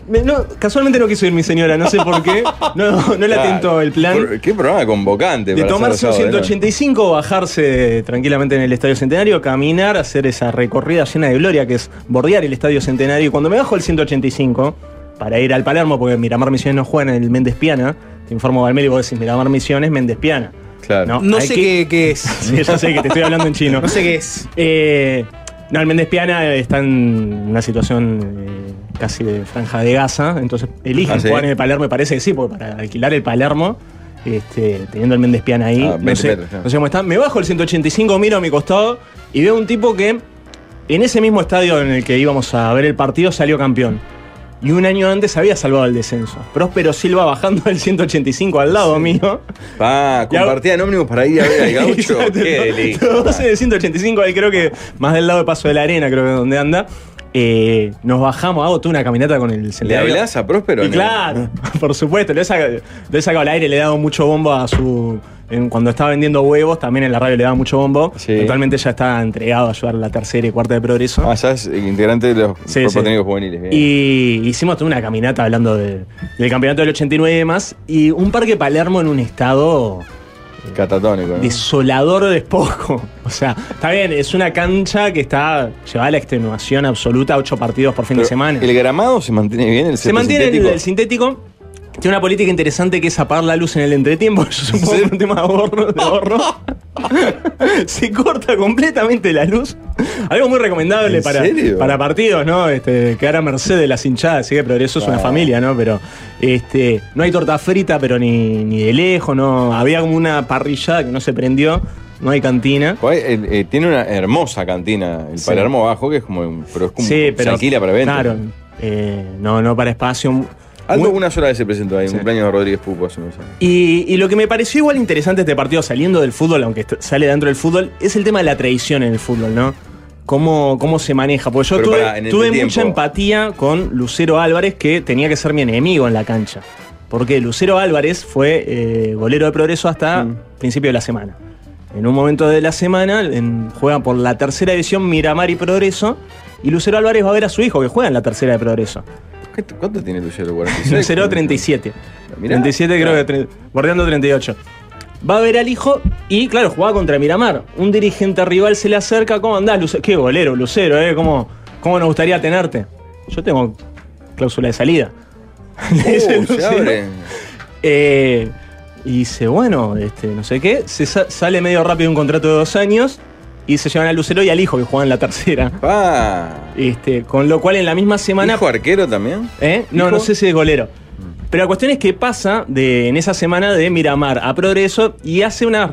E: Me- no, casualmente no quiso ir mi señora, no sé por qué. No, no le atentó el plan.
A: Por- Qué programa convocante.
E: De
A: para
E: tomarse un
A: hacer ¿eh? sábado de noche.
E: 185, bajarse tranquilamente en el Estadio Centenario, caminar, hacer esa recorrida llena de gloria que es bordear el Estadio Centenario. Y cuando me bajo el 185, para ir al Palermo, porque Miramar Misiones no juega en el Méndez Piana, te informo, Valmeri, vos decís Miramar Misiones, Méndez Piana.
A: Claro.
B: No
E: hay
B: sé
E: que-
B: qué, qué es.
E: Sí, ya sé que te estoy hablando en chino.
B: No sé qué es.
E: Eh, no, el Méndez Piana está en una situación eh, casi de franja de Gaza, entonces eligen
A: Ah, ¿sí?
E: jugar en el Palermo, me parece que sí, porque para alquilar el Palermo, este, teniendo el Méndez Piana ahí,
A: Ah,
E: no,
A: 20
E: sé,
A: metros, claro.
E: no sé cómo está. Me bajo el 185, miro a mi costado y veo un tipo que en ese mismo estadio en el que íbamos a ver el partido salió campeón. Y un año antes había salvado el descenso. Próspero Silva bajando el 185 al lado mío.
A: Pa,
E: Y ahora-
A: compartían ómnibus para ir a ver al gaucho.
E: Exacto,
A: Qué
E: ¿no?
A: delicia.
E: Los 12 de 185, ahí creo que más del lado de Paso de la Arena, creo que es donde anda. Eh, nos bajamos, hago tú una caminata con el
A: ¿Le
E: centenario.
A: hablas a Próspero?
E: Y
A: no?
E: claro, por supuesto, le he, sacado, le he sacado al aire, le he dado mucho bombo a su. en- cuando estaba vendiendo huevos, también en la radio le daba mucho bombo.
A: Sí.
E: Actualmente ya está entregado a ayudar a la tercera y cuarta de progreso.
A: Ah, ya es integrante de los
E: Sí,
A: cuerpos
E: sí.
A: técnicos juveniles. bien.
E: Y hicimos toda una caminata hablando de- del campeonato del 89 y demás. Y un parque Palermo en un estado
A: Catatónico. ¿no?
E: desolador despojo. O sea, está bien, es una cancha que está llevada a la extenuación absoluta, ocho partidos por fin
A: Pero,
E: de semana.
A: ¿El gramado se mantiene bien? ¿El
E: Se mantiene el- el sintético. Tiene una política interesante que es apagar la luz en el entretiempo. Eso es un, poco un tema de ahorro. de ahorro. Se corta completamente la luz. Algo muy recomendable
A: ¿En
E: para,
A: serio?
E: para partidos, ¿no? Este, quedar a merced de las hinchadas. Así que Progreso
A: Ah.
E: es una familia, ¿no? Pero este, no hay torta frita, pero ni, ni de lejos, ¿no? Había como una parrillada que no se prendió. No hay cantina.
A: Guay, el- eh, tiene una hermosa cantina, el
E: Sí.
A: Palermo Bajo, que es como un. Pero es como
E: Sí, pero.
A: se alquila para venta.
E: Claro. eh, no, no para espacio.
A: Aldo
E: Muy-
A: una sola vez se presentó ahí, un cumpleaños de Rodríguez Pupo hace unos años.
E: Y, y lo que me pareció igual interesante este partido saliendo del fútbol, aunque est- sale dentro del fútbol, es el tema de la traición en el fútbol, ¿no? Cómo, cómo se maneja. Porque yo
A: Pero
E: tuve,
A: pará, en este
E: tuve
A: tiempo-
E: mucha empatía con Lucero Álvarez, que tenía que ser mi enemigo en la cancha. Porque Lucero Álvarez fue eh, golero de progreso hasta
A: Mm.
E: principio de la semana. En un momento de la semana en- juegan por la tercera división Miramar y Progreso. Y Lucero Álvarez va a ver a su hijo que juega en la tercera de Progreso.
A: ¿Qué- ¿Cuánto tiene Lucero Guarniz?
E: 037.
A: Mirá.
E: 37 creo que, tre- bordeando 38. Va a ver al hijo y, claro, jugaba contra Miramar. Un dirigente rival se le acerca, ¿cómo andás, Lucero? Qué golero, Lucero, ¿eh? ¿Cómo, cómo nos gustaría tenerte? Yo tengo cláusula de salida. Le dice
A: Uh, se
E: Lucero.
A: abre.
E: Eh, y dice, bueno, este, no sé qué. Se sa- sale medio rápido un contrato de dos años y se llevan a Lucero y al hijo que juega en la tercera.
A: Pa.
E: Este, con lo cual en la misma semana...
A: ¿Hijo arquero también?
E: ¿Eh? No,
A: ¿Hijo?
E: no sé si es golero. Pero la cuestión es que pasa de, en esa semana de Miramar a Progreso y hace unos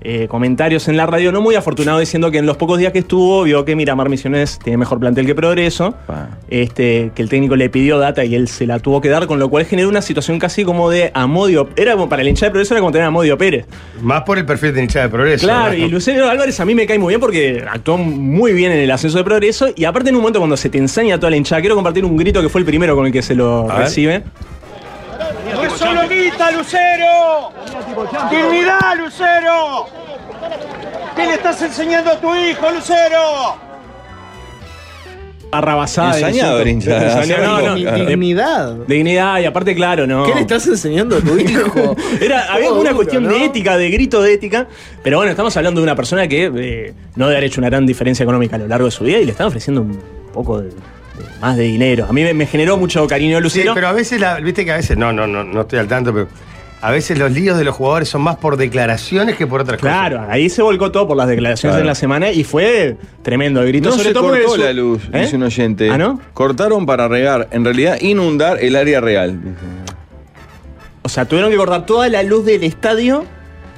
E: eh, comentarios en la radio no muy afortunados diciendo que en los pocos días que estuvo vio que Miramar Misiones tiene mejor plantel que Progreso,
A: Pa.
E: este, que el técnico le pidió data y él se la tuvo que dar, con lo cual generó una situación casi como de Amodio. Era como para el hincha de Progreso, era como tener a Amodio Pérez.
C: Más por el perfil de hinchada de progreso.
E: Claro,
C: ¿no?
E: y Lucero Álvarez a mí me cae muy bien porque actuó muy bien en el ascenso de progreso. Y aparte, en un momento cuando se te ensaña toda la hinchada, quiero compartir un grito que fue el primero con el que se lo
A: ver.
E: recibe. Barrabasada. de
A: Ensañado,
E: insulto.
A: el hincha.
E: Ensañado, no, no.
B: Mi
C: Ah.
A: claro.
B: dignidad.
E: Dignidad, y aparte, claro, no.
B: ¿Qué le estás enseñando a tu hijo?
E: Era, había
B: Todo
E: una
B: duro,
E: cuestión
B: ¿no?
E: de ética, de grito de ética, pero bueno, estamos hablando de una persona que eh, no debe haber hecho una gran diferencia económica a lo largo de su vida y le están ofreciendo un poco de, de más de dinero. A mí me, me generó mucho cariño
C: Sí,
E: Lucero.
C: pero a veces, la- viste que a veces, no, no, no, no estoy al tanto, pero a veces los líos de los jugadores son más por declaraciones que por otras
E: Claro,
C: cosas.
E: ahí se volcó todo por las declaraciones
A: Claro.
E: de la semana y fue tremendo el grito.
A: No
E: sobre
A: se
E: todo porque
A: cortó
E: su-
A: la luz,
E: ¿Eh?
A: dice un oyente.
E: ¿Ah, no?
A: Cortaron para regar, en realidad inundar el área real. dice.
E: O sea, tuvieron que cortar toda la luz del estadio. Un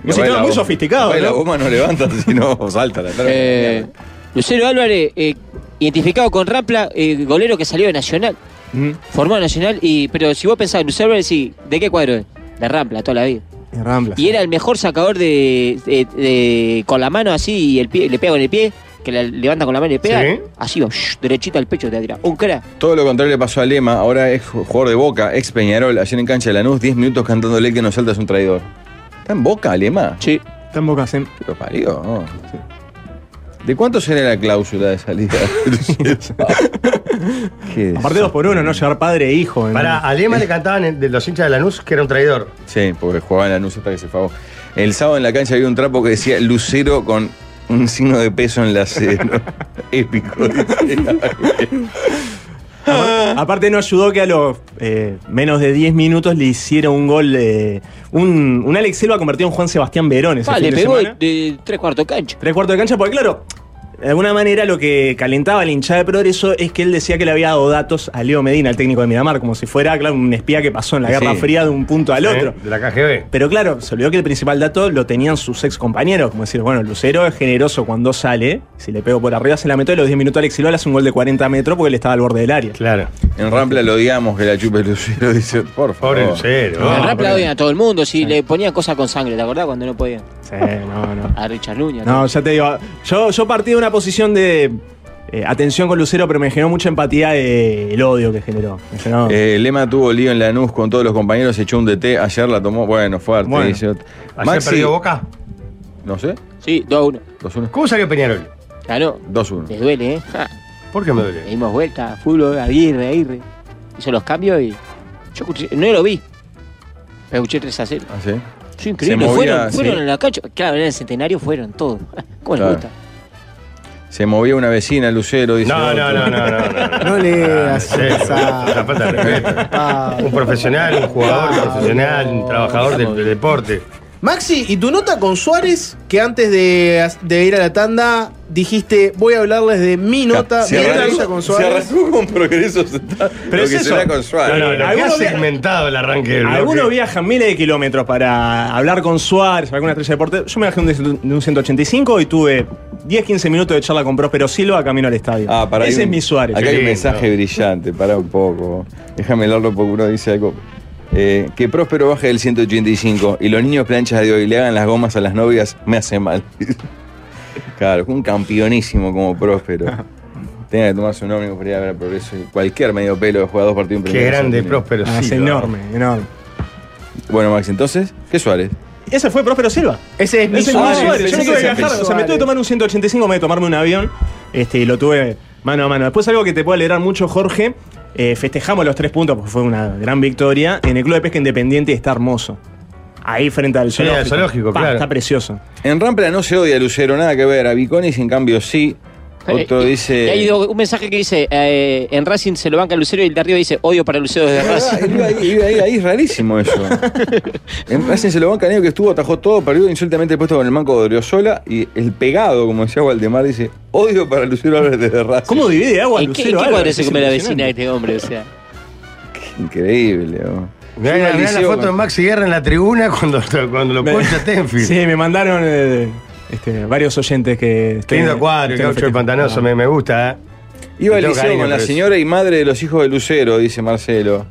A: Capaz
E: sistema
A: la
E: muy
A: bo-
E: sofisticado.
A: capaz La
E: ¿no?
A: goma no levanta, sino salta la tarde.
F: Eh, Lucero Álvarez, eh, identificado con Rampla, eh, golero que salió de Nacional,
E: Mm.
F: formado en Nacional, y pero si vos pensás, Lucero Álvarez, sí, ¿de qué cuadro es? De Rampla, toda la vida.
E: Y Rambla.
F: Y era el mejor sacador de, de- de- con la mano así y el pie, le pega con el pie, que la levanta con la mano y le pega,
C: Sí.
F: así, va, shh, derechita al pecho te la tira. Un crack.
A: Todo lo contrario le pasó a Lema, ahora es jugador de Boca, ex Peñarol, ayer en cancha de Lanús, 10 minutos cantándole que no saltas un traidor. ¿Está en Boca, Lema?
F: Sí.
E: Está en Boca, sí.
A: Lo parió, ¿no? ¿De cuánto será la cláusula de salida? ¿Qué
E: Aparte dos por uno, no llevar padre e hijo. en-
C: Para a Lema le cantaban en- de los hinchas de Lanús que era un traidor.
A: Sí, porque jugaba en la Lanús hasta que se fagó. El sábado en la cancha había un trapo que decía Lucero con un signo de peso en la cero. Épico.
E: Apar- Aparte no ayudó que a los eh, menos de 10 minutos le hicieron un gol. eh, un, un Alex Silva convertido en Juan Sebastián Verón ese
F: Pa,
E: fin
F: le
E: de
F: pegó de,
E: semana.
F: de tres cuartos de cancha.
E: Tres cuartos de cancha, porque claro, de alguna manera lo que calentaba la hinchada de progreso es que él decía que le había dado datos a Leo Medina, el técnico de Miramar, como si fuera, claro, un espía que pasó en la Guerra
A: Sí.
E: Fría de un punto al
C: ¿eh?
E: otro.
C: De la KGB.
E: Pero claro, se olvidó que el principal dato lo tenían sus ex compañeros. Como decir, bueno, Lucero es generoso cuando sale. Si le pego por arriba, se la meto. Y a los 10 minutos Alex Silva le hace un gol de 40 metros porque él estaba al borde del área.
C: Claro.
A: En Rampla lo digamos que la chupe Lucero. Dice, por favor.
C: Pobre Lucero.
F: en
C: Ah,
F: Rapla odian a todo el mundo, si le ponían cosas con sangre, ¿te acordás cuando no podían?
E: Sí, no, no.
F: A Richard Luña.
E: No, ya te digo, yo, yo partí de una posición de eh, atención con Lucero, pero me generó mucha empatía eh, el odio que generó. Me generó-
A: Eh, Lema tuvo lío en Lanús con todos los compañeros, echó un DT, ayer la tomó, bueno, fuerte.
E: Bueno.
A: dice otro.
C: ¿Ayer
A: Maxi,
C: perdió Boca?
A: no sé,
F: Sí, 2 a 1.
A: 2-1.
C: ¿Cómo salió Peñarol?
F: Ganó. Les
A: 2-1.
F: duele, ¿eh? Ja.
C: ¿Por qué me
F: Le
C: duele?
F: dimos vuelta, fútbol, Aguirre, Aguirre. Hizo los cambios y. Yo escuché, no lo vi. Pero escuché 3 a 0.
A: Ah, sí.
F: Sí, increíble.
A: movía,
F: fueron
A: sí.
F: fueron en la cancha. Claro, en el centenario fueron todos. ¿Cómo les
A: Claro.
F: gusta?
A: Se movió una vecina, Lucero, dice.
C: No,
A: otro.
C: no, no, no, no. no,
B: No leas
C: en serio,
B: esa.
C: es una falta de respeto.
B: Ah.
C: Un profesional, un jugador
B: Ah,
C: profesional, un trabajador del, del deporte.
B: Maxi, ¿y tu nota con Suárez? Que antes de, de ir a la tanda dijiste, voy a hablarles de mi nota,
A: se
B: mi
A: arrancó,
B: entrevista con Suárez.
A: se arrancó con progreso. Pero
E: es eso.
A: con Suárez.
C: No, no, lo que ha
E: Algunos via-
C: segmentado el arranque del
E: Algunos
C: bloque.
E: viajan miles de kilómetros para hablar con Suárez, alguna estrella de deporte. Yo me bajé un de de un 185 y tuve 10-15 minutos de charla con Próspero Silva camino al estadio.
A: Ah, pará, hay
E: Ese es
A: un-
E: mi Suárez.
A: Acá hay un
C: Lindo.
A: mensaje brillante, pará un poco. Déjame leerlo porque uno dice algo. Eh, que Próspero baje del 185 y los niños planchas de hoy le hagan las gomas a las novias, me hace mal. claro, un campeonísimo como Próspero. Tenga que tomarse un ómnibus para ir a ver a Progreso. y Cualquier medio pelo que juega dos partidos en
C: Qué
A: primera
C: grande,
A: división tiene.
C: próspero.
E: Ah, es
C: Silva.
E: enorme, enorme.
A: Bueno, Max, entonces, ¿qué Suárez?
E: Ese fue Próspero Silva.
B: Ese es mi
E: Ese es mi
B: Suárez.
E: Suárez. Yo no tuve
B: Ese
E: que
B: es mi
E: viajar. O sea, me
B: Suárez.
E: tuve que tomar un 185, me tuve que tomarme un avión. Este, y lo tuve mano a mano. Después algo que te puede alegrar mucho, Jorge. eh, festejamos los tres puntos porque fue una gran victoria. En el Club de Pesca Independiente está hermoso. Ahí frente al
C: Sí, al
E: zoológico.
C: zoológico,
E: Pa,
C: claro.
E: Está precioso.
A: En Rampla no se odia a Lucero, nada que ver. A Viconis, en cambio, sí. Otro
F: Eh,
A: dice.
F: y hay do- un mensaje que dice: eh, en Racing se lo banca Lucero y el de arriba dice: odio para Lucero desde
A: Es verdad,
F: Racing.
A: iba ahí, iba ahí, ahí es rarísimo eso. En Racing se lo banca Neo que estuvo, atajó todo, perdió insultamente el puesto con el manco de Oriozola y el pegado, como decía Waldemar, dice, odio para Lucero Álvarez desde Racing.
E: ¿Cómo divide agua
F: ¿En qué, en qué
E: Lucero Álvarez?
F: cuadro se
E: Es
F: come la
E: impresionante.
F: vecina de este hombre? O sea,
A: Increíble. oh. ¿no? Iba
C: Mirá, mirá
A: al
C: la
A: liceo
C: foto
A: con-
C: de Maxi Guerra en la tribuna cuando, cuando lo
E: Me-
C: poncha Tenfield.
E: Sí, me mandaron eh, este, varios oyentes que.
C: Qué lindo cuadro, el gaucho del pantanoso, me, me gusta, ¿eh?
A: Iba al
C: Tengo
A: liceo
C: cariño
A: con la
C: por eso.
A: señora y madre de los hijos de Lucero, dice Marcelo.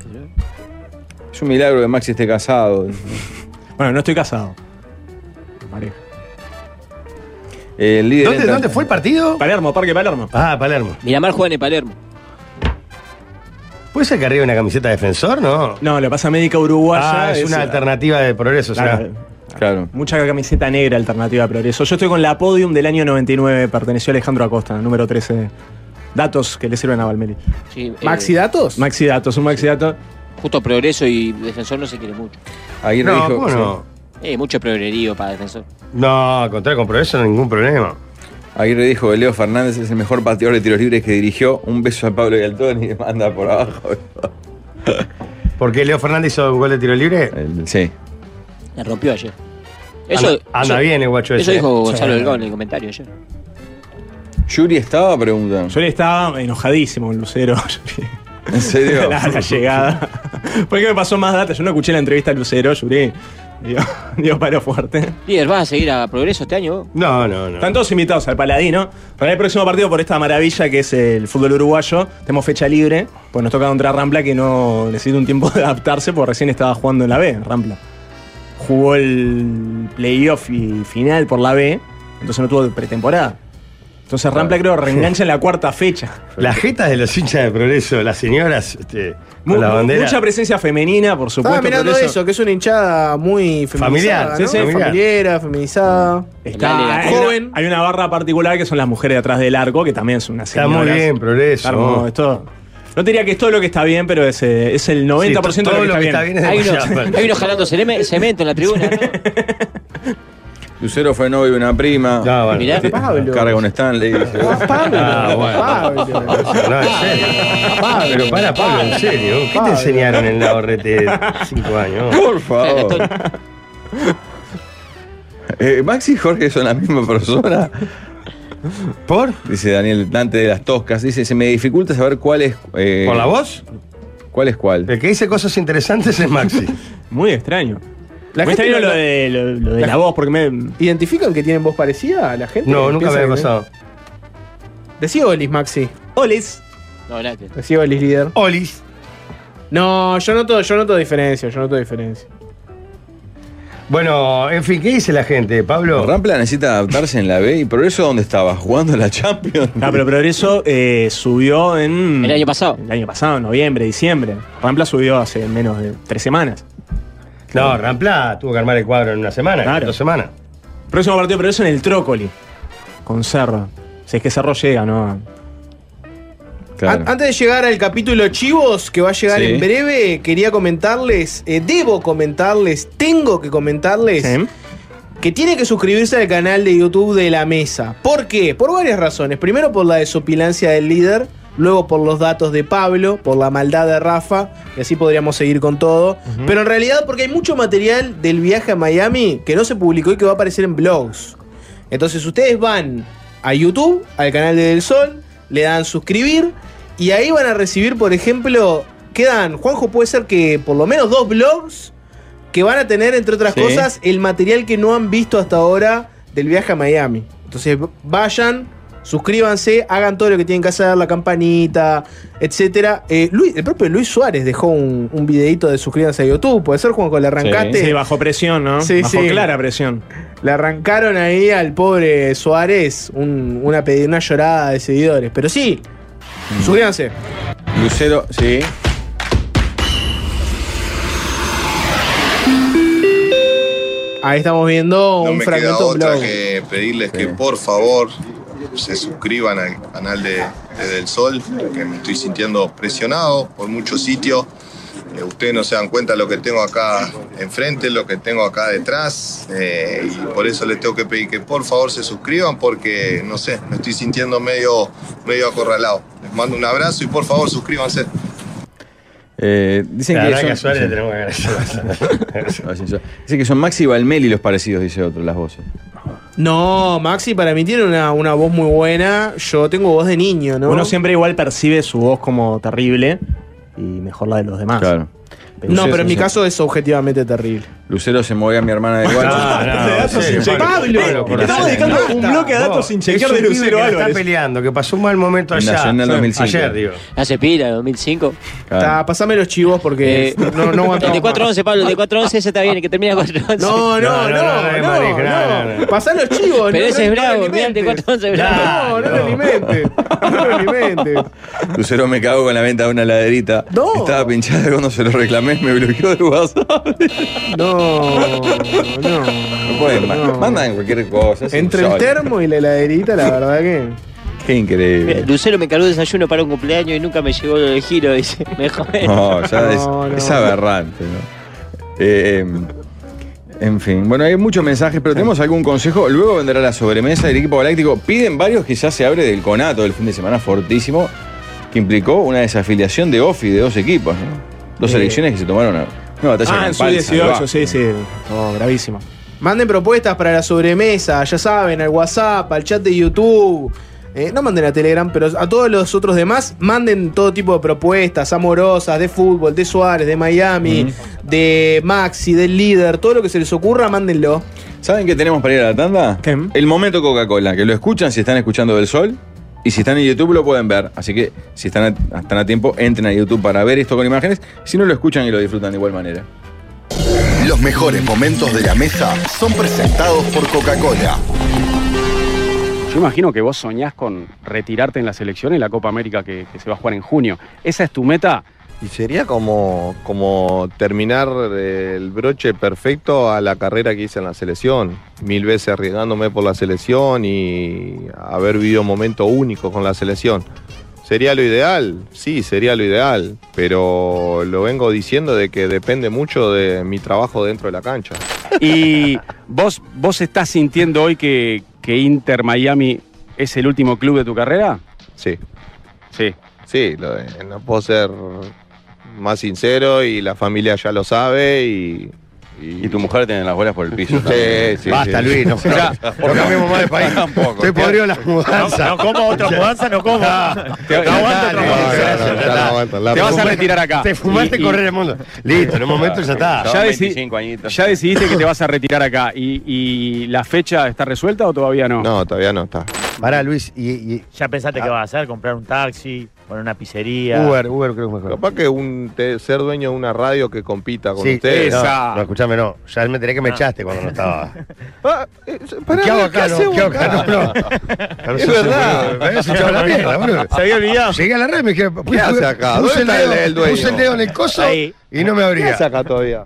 A: Es un milagro que Maxi esté casado.
E: Bueno, no estoy casado. Pareja.
A: El líder
C: ¿Dónde,
A: entra-
C: ¿Dónde fue el partido?
E: Palermo, Parque Palermo.
C: Ah, Palermo.
F: Miramar juega en el Palermo.
C: ¿Puede ser que arriba una camiseta de defensor? No.
E: No, lo pasa Médica Uruguaya.
C: Ah, es una alternativa de progreso, o sea.
E: Claro.
A: Claro.
E: Mucha camiseta negra alternativa a Progreso. Yo estoy con la podium del año 99, perteneció a Alejandro Acosta, número 13. Datos que le sirven a Valmeli.
F: Sí, eh,
B: Maxi Datos.
E: Maxi Datos, un Maxi Dato.
F: Justo Progreso y Defensor no se quiere mucho.
A: Ahí
C: No,
A: dijo,
C: ¿cómo no?
F: Eh, mucho progrerío para Defensor.
C: No, al contrario, con progreso no hay ningún problema.
A: Aguirre dijo que Leo Fernández es el mejor pateador de tiros libres que dirigió. Un beso a Pablo Galtón y le manda por abajo.
C: Porque Leo Fernández hizo un gol de tiro libre.
A: El- sí.
F: La rompió ayer.
C: anda anda
F: eso-
C: bien el guacho
F: Eso
C: ese.
F: dijo Gonzalo
E: Sí.
F: Delgado en el comentario ayer.
A: ¿Yuri estaba? Preguntan.
E: Yo le estaba enojadísimo con Lucero. Yuri.
A: ¿En serio?
E: la, la llegada. ¿Por qué me pasó más data? Yo no escuché la entrevista a Lucero, Yuri. Digo, digo, palo fuerte.
F: Líder, ¿vas a seguir a Progreso este año vos?
C: No, no, no.
E: Están todos invitados al Paladino. Para el próximo partido, por esta maravilla que es el fútbol uruguayo, tenemos fecha libre. Pues nos toca contra Rampla, que no necesita un tiempo de adaptarse, porque recién estaba jugando en la B, Rampla. Jugó el playoff y final por la B, entonces no tuvo pretemporada. Entonces Rampla creo reengancha en la cuarta fecha.
C: Las jetas de los hinchas de progreso, las señoras este,
E: Mu-
C: con la bandera.
E: Mucha presencia femenina, por
B: Estaba
E: supuesto.
B: mirando
E: por
B: eso. que es una hinchada muy feminizada,
C: Familiar, sí,
B: ¿no?
C: sí, familiar.
B: familiera, feminizada.
E: Está
F: Dale,
E: hay una-
B: joven.
E: hay una barra particular que son las mujeres de atrás del arco, que también son una
C: Está muy bien, progreso.
E: Está hermoso, es todo. No te diría que es todo lo que está bien, pero es, eh, es el 90%
C: Sí,
E: de lo que,
C: todo
E: está, bien.
C: es de
F: Hay unos,
C: Guayaba.
F: hay unos jalando cele- cemento en la tribuna, ¿no?
A: Lucero fue novio de una prima.
C: No, bueno.
F: Mirá.
A: Te-
B: Pablo.
A: Carga un Stanley.
B: Ah, Pablo,
C: Ah, bueno.
B: Pablo.
C: No, en serio.
B: Pablo.
C: Pero para, Pablo, en serio. ¿Qué te
B: Pablo.
C: enseñaron en la ORT de 5 años?
A: Por favor. Eh, Maxi y Jorge son la misma persona. ¿Por? Dice Daniel Dante de las Toscas. Dice, se me dificulta saber cuál es. eh,
C: ¿Por la voz?
A: ¿Cuál es cuál?
C: El que dice cosas interesantes es Maxi.
E: Muy extraño.
B: La
E: Muy
B: gente
E: extraño lo
B: no-
E: de, lo, lo de la,
B: la-
E: voz, porque me.
B: ¿Identifican que tienen voz parecida a la gente?
C: No, nunca me
B: Piensa
C: había
B: que-
C: pasado.
B: Decí Olis, Maxi.
E: Oles.
F: No, nada que-
B: Decí Olis, líder.
C: Olis.
B: No, yo noto, yo noto diferencia, yo noto diferencia.
C: Bueno, en fin, ¿qué dice la gente, Pablo?
A: Rampla necesita adaptarse en la B y por eso dónde estaba, jugando la Champions.
B: Ah,
E: No, pero Progreso eh, subió en.
F: El año pasado.
E: El año pasado, en noviembre, diciembre. Rampla subió hace menos de tres semanas.
C: No, Rampla tuvo que armar el cuadro en una semana,
E: Claro.
C: dos semanas.
E: Próximo partido de Progreso en el Trócoli. Con Cerro. Si es que Cerro llega, ¿no?
A: Claro.
B: An- Antes de llegar al capítulo Chivos, que va a llegar
A: Sí.
B: en breve, quería comentarles, eh, debo comentarles, tengo que comentarles
E: Sí.
B: que tiene que suscribirse al canal de YouTube de La Mesa. ¿Por qué? Por varias razones. Primero por la desopilancia del líder, luego por los datos de Pablo, por la maldad de Rafa, y así podríamos seguir con todo. Pero en realidad porque hay mucho material del viaje a Miami que no se publicó y que va a aparecer en blogs. Entonces ustedes van a YouTube, al canal de Del Sol, le dan suscribir y ahí van a recibir, por ejemplo, quedan, Juanjo puede ser que por lo menos dos blogs que van a tener, entre otras
A: Sí.
B: cosas, el material que no han visto hasta ahora del viaje a Miami. Entonces vayan, suscríbanse, hagan todo lo que tienen que hacer, la campanita, etc. el propio Luis Suárez dejó un, un videito de suscríbanse a YouTube. Puede ser, Juanjo, le arrancaste.
E: Sí, bajo presión, ¿no?
B: Sí,
E: bajo
B: sí.
E: clara presión.
B: Le arrancaron ahí al pobre Suárez un- una, pedi- una llorada de seguidores. Pero sí,
E: Mm.
B: suscríbanse.
A: Lucero, sí.
B: Ahí estamos viendo
J: No
B: un
J: me queda
B: fragmento
J: otra
B: blog.
J: que pedirles que por favor se suscriban al canal de, de Del Sol, que me estoy sintiendo presionado por muchos sitios. Eh, ustedes no se dan cuenta lo que tengo acá enfrente, lo que tengo acá detrás, eh, y por eso les tengo que pedir que por favor se suscriban porque, no sé, me estoy sintiendo medio, medio acorralado. Les mando un abrazo y por favor suscríbanse.
A: Eh, dicen
C: La
A: que
C: verdad
A: son,
C: que a Suárez le
A: dicen-
C: tenemos que agradecer.
A: Ah, sí, yo- dicen que son Maxi y Valmeli los parecidos, dice otro, las voces.
B: No, Maxi para mí tiene una, una voz muy buena. Yo tengo voz de niño, ¿no?
E: Uno siempre igual percibe su voz como terrible y mejor la de los demás.
A: Claro.
B: no,
A: Sí,
B: pero en
A: sí,
B: mi
A: sí.
B: caso es objetivamente terrible.
A: Lucero se mueve a mi hermana
C: Ah,
A: de guacho.
C: en serio,
B: Pablo,
C: por
E: le estamos
C: hacer-
E: dedicando
C: Basta.
E: un bloque a datos
C: Vos,
E: sin chequear
C: es un
E: de Lucero
C: pibe que la
E: Álvarez.
C: Está peleando, que pasó un mal momento
A: En
C: allá.
A: Nacional
C: Sí,
A: 2005.
C: Ayer, digo.
F: Hace pila, 2005.
A: Claro.
B: Ta, pasame los chivos porque
F: Eh,
B: no, no
F: El
B: aguantamos
F: de
B: más.
F: 411, Pablo, el de 411, ese está bien, el que termina 411.
B: No, no,
C: No,
B: no,
C: no, no, no,
B: no,
C: no,
B: no,
C: Maric, no, no, no.
B: Pasá los chivos,
F: Pero
B: no,
F: ese
B: no,
F: es
B: no
F: bravo,
B: lo
F: mirá el de
B: alimentes.
F: 411 es bravo.
B: No, no lo
C: No.
B: alimentes. No lo alimentes.
A: Lucero me cago con la venta de una laderita.
B: No.
A: Estaba pinchada cuando se lo reclamé, me bloqueó de WhatsApp.
B: No, no.
A: No pueden, ma-
B: No.
A: mandan cualquier cosa. es
B: Entre el
A: insólito.
B: termo y la heladerita, la verdad que.
A: Qué increíble.
F: Lucero me cargó desayuno para un cumpleaños y nunca me llegó el giro, dice. Me jodé.
A: No, ya
B: No,
A: es,
B: no.
A: es aberrante. ¿no? Eh, em, en fin, bueno, hay muchos mensajes, pero tenemos algún consejo. Luego vendrá la sobremesa del equipo galáctico. Piden varios que ya se abre del conato del fin de semana fortísimo, que implicó una desafiliación de OFI de dos equipos. ¿no? Dos
B: Eh.
A: elecciones que se tomaron a- una batalla
E: Ah, en su
A: campal
E: 18,
A: salvaje.
E: sí, sí. Oh, bravísimo.
B: Manden propuestas para la sobremesa, ya saben, al WhatsApp, al chat de YouTube. Eh, no manden a Telegram, pero a todos los otros demás, manden todo tipo de propuestas amorosas, de fútbol, de Suárez, de Miami, de Maxi, del líder, todo lo que se les ocurra, mándenlo.
A: ¿Saben qué tenemos para ir a la tanda?
E: ¿Qué?
A: El momento Coca-Cola, que lo escuchan si están escuchando del sol. Y si están en YouTube lo pueden ver. Así que si están a, están a tiempo, entren a YouTube para ver esto con imágenes. Si no lo escuchan y lo disfrutan de igual manera.
J: Los mejores momentos de la mesa son presentados por Coca-Cola.
K: Yo imagino que vos soñás con retirarte en la selección en la Copa América que, que se va a jugar en junio. ¿Esa es tu meta?
L: Y sería como, como terminar el broche perfecto a la carrera que hice en la selección. Mil veces arriesgándome por la selección y haber vivido momentos únicos con la selección. Sería lo ideal, sí, sería lo ideal, pero lo vengo diciendo de que depende mucho de mi trabajo dentro de la cancha.
K: ¿Y vos, vos estás sintiendo hoy que, que Inter Miami es el último club de tu carrera?
L: Sí.
K: Sí.
L: Sí, lo de- eh, no puedo ser más sincero y la familia ya lo sabe y... Y,
A: tu mujer tiene las bolas por el piso.
L: Sí, sí,
C: Basta,
L: sí.
C: Luis, no,
L: Ya,
C: no cambiemos más de país. Estoy podrido de las mudanzas.
M: No, no como otra mudanza, no como.
C: Te,
M: No aguanto otra mudanza.
K: Te vas a retirar acá.
C: Te fumaste
K: Y- y-
C: correr el mundo. Listo, en un momento ya está.
K: Ya, deci- ya decidiste que te vas a retirar acá. ¿Y, y la fecha está resuelta o todavía no?
L: No, todavía no está.
C: Pará, Luis, y, y- Ah.
M: Ya pensaste que vas a hacer, comprar un taxi, poner una pizzería.
C: Uber creo que mejor.
L: Capaz que un, te- ser dueño de una radio que compita con
C: Sí, Ah.
L: ustedes.
C: no, No, escuchame, no. Ya me tenés que me echaste cuando no estaba.
I: Ah,
C: ¿Qué hago acá? no? ¿Qué hago acá? No, no. Claro,
L: Es
C: sos un
L: verdad.
C: boludo. Me habías echado a la mierda, boludo.
M: Se había olvidado.
C: Llegué a la red y me dije,
L: ¿Qué hace acá?
C: Puse
L: ¿Dónde
C: el,
L: está
C: dedo,
L: el- el dueño?
C: puse el dedo en el coso
L: Ahí.
C: y no me abría.
L: ¿Qué hace acá todavía?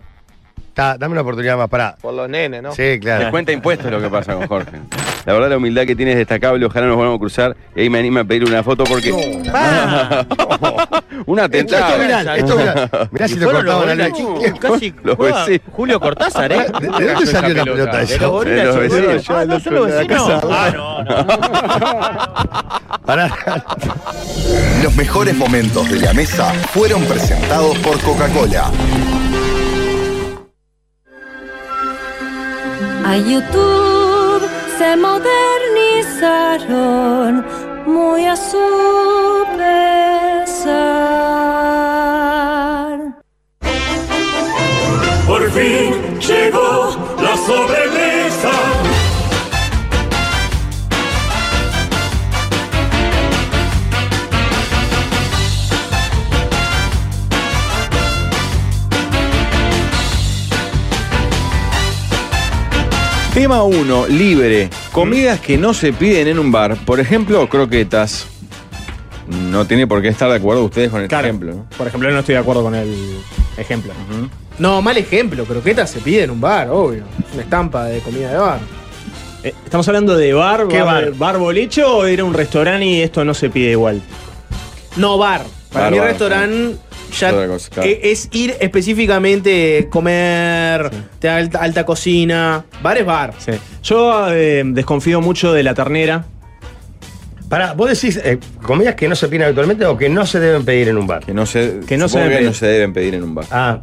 C: Está, dame una oportunidad más, pará.
L: Por los nenes, ¿no?
C: Sí, claro.
A: Les cuenta impuestos lo que pasa con Jorge. La verdad, la humildad que tiene es destacable. Ojalá nos volvamos a cruzar. Y ahí me anima a pedirle una foto porque. un atentado.
C: Esto es viral, esto es viral. Mirá si lo
M: Fueron los
C: cortaba la
M: gorilas,
C: leche.
M: chicos, casi
A: Los
M: jugaba
A: vecinos.
M: Julio Cortázar, ¿eh?
C: ¿De- de dónde salió la pelota
M: De
C: esa?
M: los
A: De los
M: gorilas, seguro.
A: vecinos,
M: Ah, no, son los vecinos. Ah, no.
N: Los mejores momentos de la mesa fueron presentados por Coca-Cola.
H: A YouTube se modernizaron muy a su pesar.
I: Por fin llegó la sobremesa.
A: Tema 1, libre. Comidas que no se piden en un bar. Por ejemplo, croquetas. No tiene por qué estar de acuerdo ustedes con el
E: Claro.
A: ejemplo. ¿no?
E: Por ejemplo, yo no estoy de acuerdo con el ejemplo.
B: No, mal ejemplo, croquetas se pide en un bar, obvio. Una estampa de comida de bar.
E: Eh, ¿Estamos hablando de bar,
B: ¿Qué
E: bar,
B: bar?
E: bar boliche o era un restaurante y esto no se pide igual?
B: No, bar. Para
E: Bar,
B: mí,
E: bar,
B: restaurante
A: Otra
B: ya
A: cosa, claro.
B: e- es ir específicamente comer, te da alta, alta cocina. Bar es bar.
E: Sí. Yo eh, desconfío mucho de la ternera.
C: Pará, vos decís eh, comidas que no se piden habitualmente o que no se deben pedir en un bar.
A: Que no se,
E: Que no se
A: supongo
E: deben
A: que no
E: pedir.
A: se deben pedir en un bar.
C: Ah,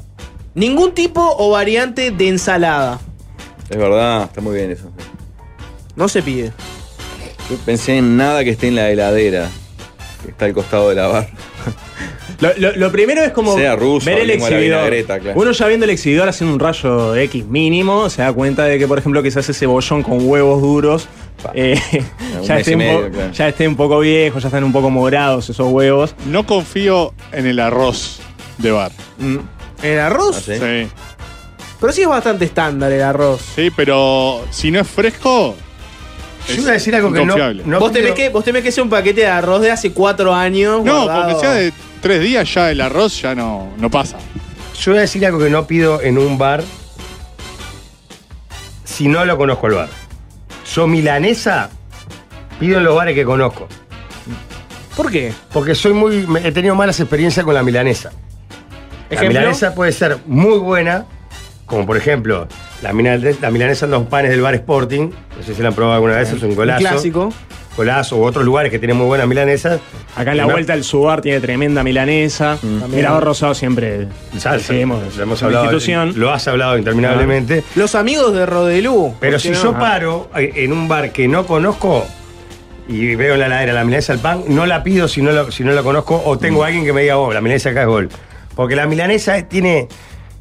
B: Ningún tipo o variante de ensalada.
A: Es verdad, está muy bien eso.
B: No se pide.
A: Yo pensé en nada que esté en la heladera. Que está al costado de la bar.
E: Lo, lo- lo primero es como
A: Sea ruso,
E: ver el
A: lengua a la
E: exhibidor.
A: vinagreta, claro.
E: Uno ya viendo el exhibidor haciendo un rayo X mínimo, se da cuenta de que, por ejemplo, quizás ese bollón con huevos duros eh,
A: un
E: ya,
A: mes
E: esté
A: y
E: un po-
A: medio, claro.
E: ya esté un poco viejo, ya están un poco morados esos huevos.
D: No confío en el arroz de bar.
C: Mm.
B: ¿El arroz?
A: ¿Ah, sí?
D: Sí.
B: Pero sí es bastante estándar el arroz.
D: Sí, pero si no es fresco.
C: yo iba a decir algo que no,
D: inconfiable.
C: no
B: vos,
C: pido-
B: temés que, vos temés que sea un paquete de arroz de hace cuatro años.
D: No,
B: guardado.
D: porque sea de tres días ya el arroz ya no, no pasa.
C: Yo voy a decir algo que no pido en un bar si no lo conozco el bar. Yo milanesa pido en los bares que conozco.
B: ¿Por qué?
C: Porque soy muy. me- he tenido malas experiencias con la milanesa. La
B: ¿Ejemplo?
C: milanesa puede ser muy buena, como por ejemplo, la, milane- la milanesa en los panes del bar Sporting. No sé si la han probado alguna vez, es un
B: Un
C: golazo.
B: clásico.
C: Golazo u otros lugares que tienen muy buenas milanesas.
E: Acá en la
C: No.
E: vuelta el subar tiene tremenda milanesa.
A: Mm.
E: Mirador Rosado siempre.
C: Ya,
E: sí, hemos-
C: lo hemos
E: la
C: hablado.
E: institución.
C: Lo has hablado interminablemente.
B: Ah. Los amigos de Rodelú.
C: Pero
B: ¿por
C: si
B: qué no? Ah.
C: yo paro eh, en un bar que no conozco y veo en la ladera la milanesa al pan, no la pido si no, lo- si no la conozco o
B: Mm.
C: tengo alguien que me diga, oh, la milanesa acá es gol. Porque la milanesa eh, tiene,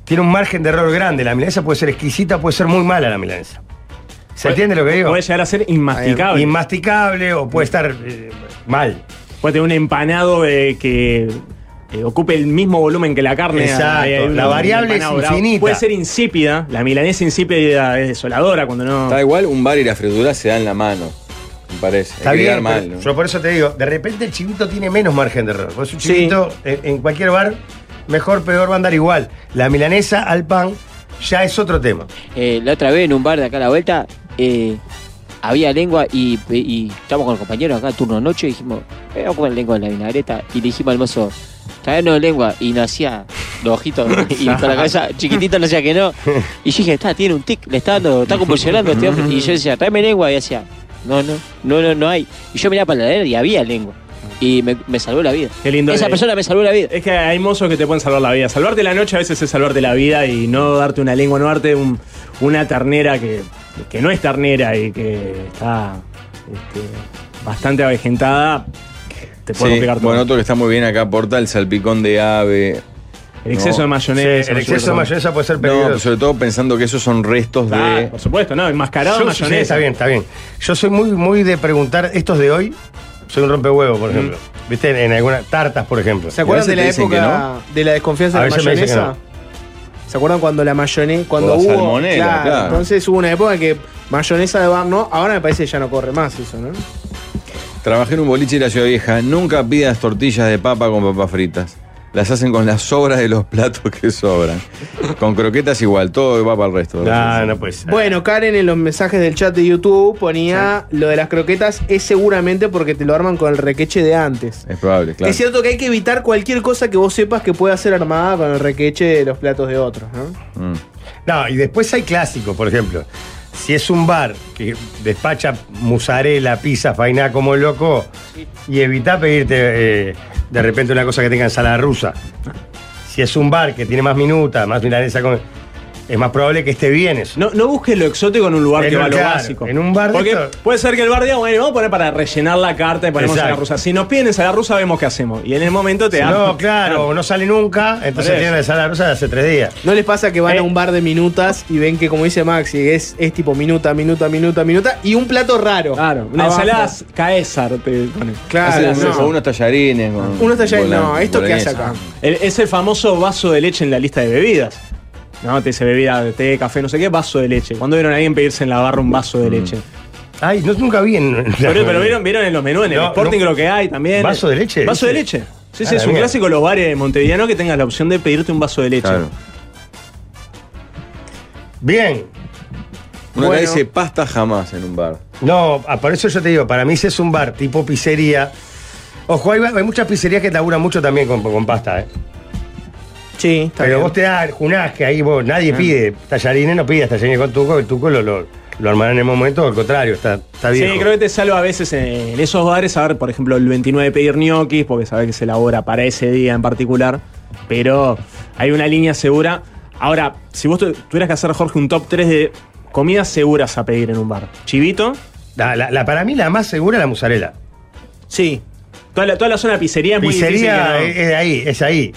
C: tiene un margen de error grande. La milanesa puede ser exquisita, puede ser muy mala la milanesa. ¿Se entiende lo que digo?
E: Puede llegar a ser inmasticable.
C: Inmasticable o
B: Mm.
C: puede estar eh, mal.
E: Puede tener un empanado eh, que eh, ocupe el mismo volumen que la carne.
C: Exacto,
E: Hay un-
C: la
E: un
C: variable es
E: empanado bravo.
C: infinita.
E: Puede ser insípida. La milanesa insípida es desoladora cuando no.
A: Está igual, un bar y la fritura se dan la mano. parece.
C: Está
A: Hay que
C: bien,
A: quedar mal,
C: pero
A: ¿no?
C: yo por eso te digo, de repente el chiquito tiene menos margen de error. Pues un chiquito en, en cualquier bar, mejor, peor va a andar igual. La milanesa al pan ya es otro tema.
F: Eh, la otra vez en un bar de acá a la vuelta eh, había lengua y, y estábamos con los compañeros acá turno noche y dijimos, "Eh, vamos a comer lengua en la vinagreta. Y le dijimos al mozo, traernos lengua. Y nos hacía los ojitos y con la cabeza chiquitita no hacía que no. Y yo dije, está, tiene un tic, le está dando, está convulsionando este hombre. Y yo decía, tráeme lengua. Y hacía, no, no, no, no, no hay. Y yo miraba para la heladera y había lengua. Y me, me salvó la vida.
E: Qué lindo.
F: Esa
E: Eh,
F: persona me salvó la vida.
E: Es que hay mozos que te pueden salvar la vida. Salvarte la noche a veces es salvarte la vida y no darte una lengua, no darte un- una ternera que, que no es ternera y que está este, bastante avejentada. Te puede
A: Sí,
E: complicar todo.
A: Bueno, otro que está muy bien acá aporta el salpicón de ave.
E: El exceso de mayonesa, Sí, el exceso de mayonesa
C: puede ser
A: No,
C: peligroso.
A: sobre todo pensando que esos son restos
E: Ah,
A: de.
E: por supuesto, no, enmascarado
C: Yo-
E: mayonesa.
C: sí, está bien, está bien. Yo soy muy, muy de preguntar, estos de hoy, soy un rompehuevo, por ejemplo. ¿Viste? En, en algunas tartas, por ejemplo.
B: ¿Se acuerdan de la época de la desconfianza
C: A
B: de la
C: veces me dicen que
B: mayonesa? ¿Se acuerdan cuando la mayonesa, cuando
C: O la
B: hubo
C: salmonela, claro.
B: entonces hubo una época que mayonesa de bar no, ahora me parece que ya no corre más eso, ¿no?
A: Trabajé en un boliche de la ciudad vieja. Nunca pidas tortillas de papa con papas fritas. Las hacen con las sobras de los platos que sobran. Con croquetas igual, todo va para el resto.
E: Ah,
C: No, no
E: pues,
C: puede
B: Bueno, Karen en los mensajes del chat de YouTube ponía lo de las croquetas es seguramente porque te lo arman con el requeche de antes.
A: Es probable, claro.
B: Es cierto que hay que evitar cualquier cosa que vos sepas que pueda ser armada con el requeche de los platos de otros, ¿no?
C: No, y después hay clásicos, por ejemplo. Si es un bar que despacha musarela, pizza, fainá como loco, y evita pedirte eh, de repente una cosa que tenga ensalada rusa. Si es un bar que tiene más minuta, más milanesa, con- es más probable que esté bien eso.
E: No, no busques lo exótico en un lugar que va a lo básico.
C: En un bar de
E: Porque
C: esto-
E: puede ser que el bar diga, bueno, vamos a poner para rellenar la carta y ponemos a la
C: Exacto.
E: rusa. Si nos piden ensalada rusa, vemos qué hacemos. Y en el momento te Ah,
C: Si
E: dan-
C: no, claro, no sale nunca, entonces
E: Por
C: tiene
E: eso.
C: la ensalada rusa de hace tres días.
B: ¿No les pasa que van
E: Eh.
B: a un bar de minutas y ven que, como dice Maxi, es, es tipo minuta, minuta, minuta, minuta y un plato raro? Claro,
E: Una ensalada Caesar te ponen.
B: Claro,
A: Hacen
B: no.
A: con unos tallarines. con-
E: Uno está ya
A: con la boloñesa.
E: El- es el famoso vaso de leche en la lista de bebidas. No, te dice bebida, té, café, no sé qué, vaso de leche. ¿Cuándo vieron a alguien pedirse en la barra un vaso
A: Mm.
E: de leche?
C: Ay, no, nunca vi en.
E: Pero, pero vieron, vieron en los menús, en el
C: No,
E: Sporting
C: no.
E: creo que hay también.
C: ¿Vaso de leche?
E: Vaso de
C: Dice.
E: leche. Sí,
C: A
E: sí,
C: la
E: es un
C: mierda.
E: clásico de los bares de Montevideo que tengas la opción de pedirte un vaso de leche.
C: Bien.
A: Uno acá
C: Bueno.
A: dice pasta jamás en un bar.
C: No, ah, por eso yo te digo, para mí si es un bar tipo pizzería. Ojo, hay, hay muchas pizzerías que laburan mucho también con, con pasta, ¿eh?
B: Sí,
C: Pero vos te das que ahí vos,
E: Ah.
C: nadie pide tallarines, no pidas tallarines con tuco, el tuco lo, lo, lo armarán en el momento, al contrario, está, está bien.
E: Sí, creo que te salva a veces en esos bares, a ver, por ejemplo, el 29 pedir ñoquis, porque sabes que se elabora para ese día en particular, pero hay una línea segura. Ahora, si vos tu- tuvieras que hacer, Jorge, un top 3 de comidas seguras a pedir en un bar. Chivito.
C: La, para mí la más segura es la musarela.
B: Sí.
E: Toda la, toda la zona de pizzería es muy difícil que
C: Pizzería
E: no-
C: es, es ahí, es ahí.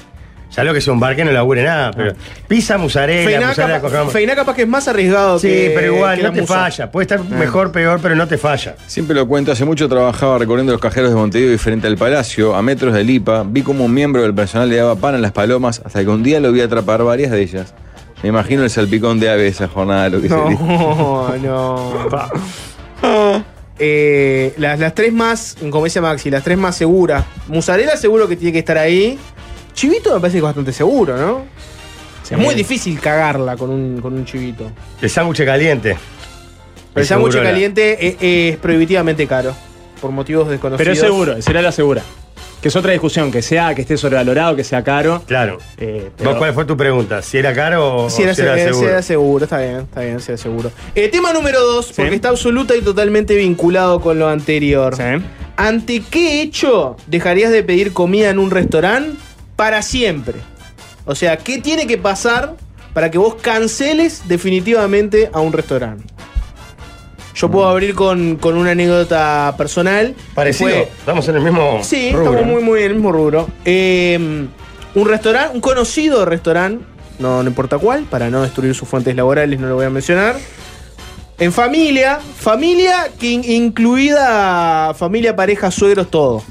C: Ya lo que es un bar que no labure nada, pero
E: Ah.
C: pizza, musarela,
B: Feiná
C: musarela con
B: capaz,
C: jamón.
B: Feiná capaz que es más arriesgado
C: Sí,
B: que-
C: pero igual,
B: que
C: no
B: la
C: te
B: musa.
C: falla. Puede estar mejor, peor, pero no te falla.
A: Siempre lo cuento, hace mucho trabajaba recorriendo los cajeros de Montevideo y frente al Palacio, a metros de Lipa, vi como un miembro del personal le daba pan a las palomas hasta que un día lo vi atrapar varias de ellas. Me imagino el salpicón de ave de esa jornada, lo que se dice.
B: No, no. Eh, las, las tres más, como dice Maxi, las tres más seguras. Musarela seguro que tiene que estar ahí. Chivito me parece que es bastante seguro, ¿no? es muy difícil cagarla con un, con un chivito.
C: El sándwich caliente.
B: El
C: Es
B: sándwich
C: seguro, la-
B: caliente es, es prohibitivamente caro. Por motivos desconocidos.
E: Pero es seguro, será la segura. Que es otra discusión, que sea, que esté sobrevalorado, que sea caro.
C: Claro.
E: pero-
C: ¿Vos cuál fue tu pregunta? ¿Si era caro o
B: Eh, Si era,
C: si era
B: eh, si
C: seguro?
B: era seguro, está bien, está bien, si era seguro. Eh, tema número dos, porque está absoluta y totalmente vinculado con lo anterior. ¿Ante qué hecho dejarías de pedir comida en un restaurante para siempre? O sea, ¿qué tiene que pasar para que vos canceles definitivamente a un restaurante? Yo puedo abrir con, con una anécdota personal.
C: Parecido.
B: Fue-
C: Estamos en el mismo.
B: Sí,
C: rubro.
B: estamos muy, muy en el mismo rubro. Eh, un restaurante, un conocido restaurante, no, no importa cuál, para no destruir sus fuentes laborales, no lo voy a mencionar. En familia, familia que in- incluida familia, pareja, suegros, todo.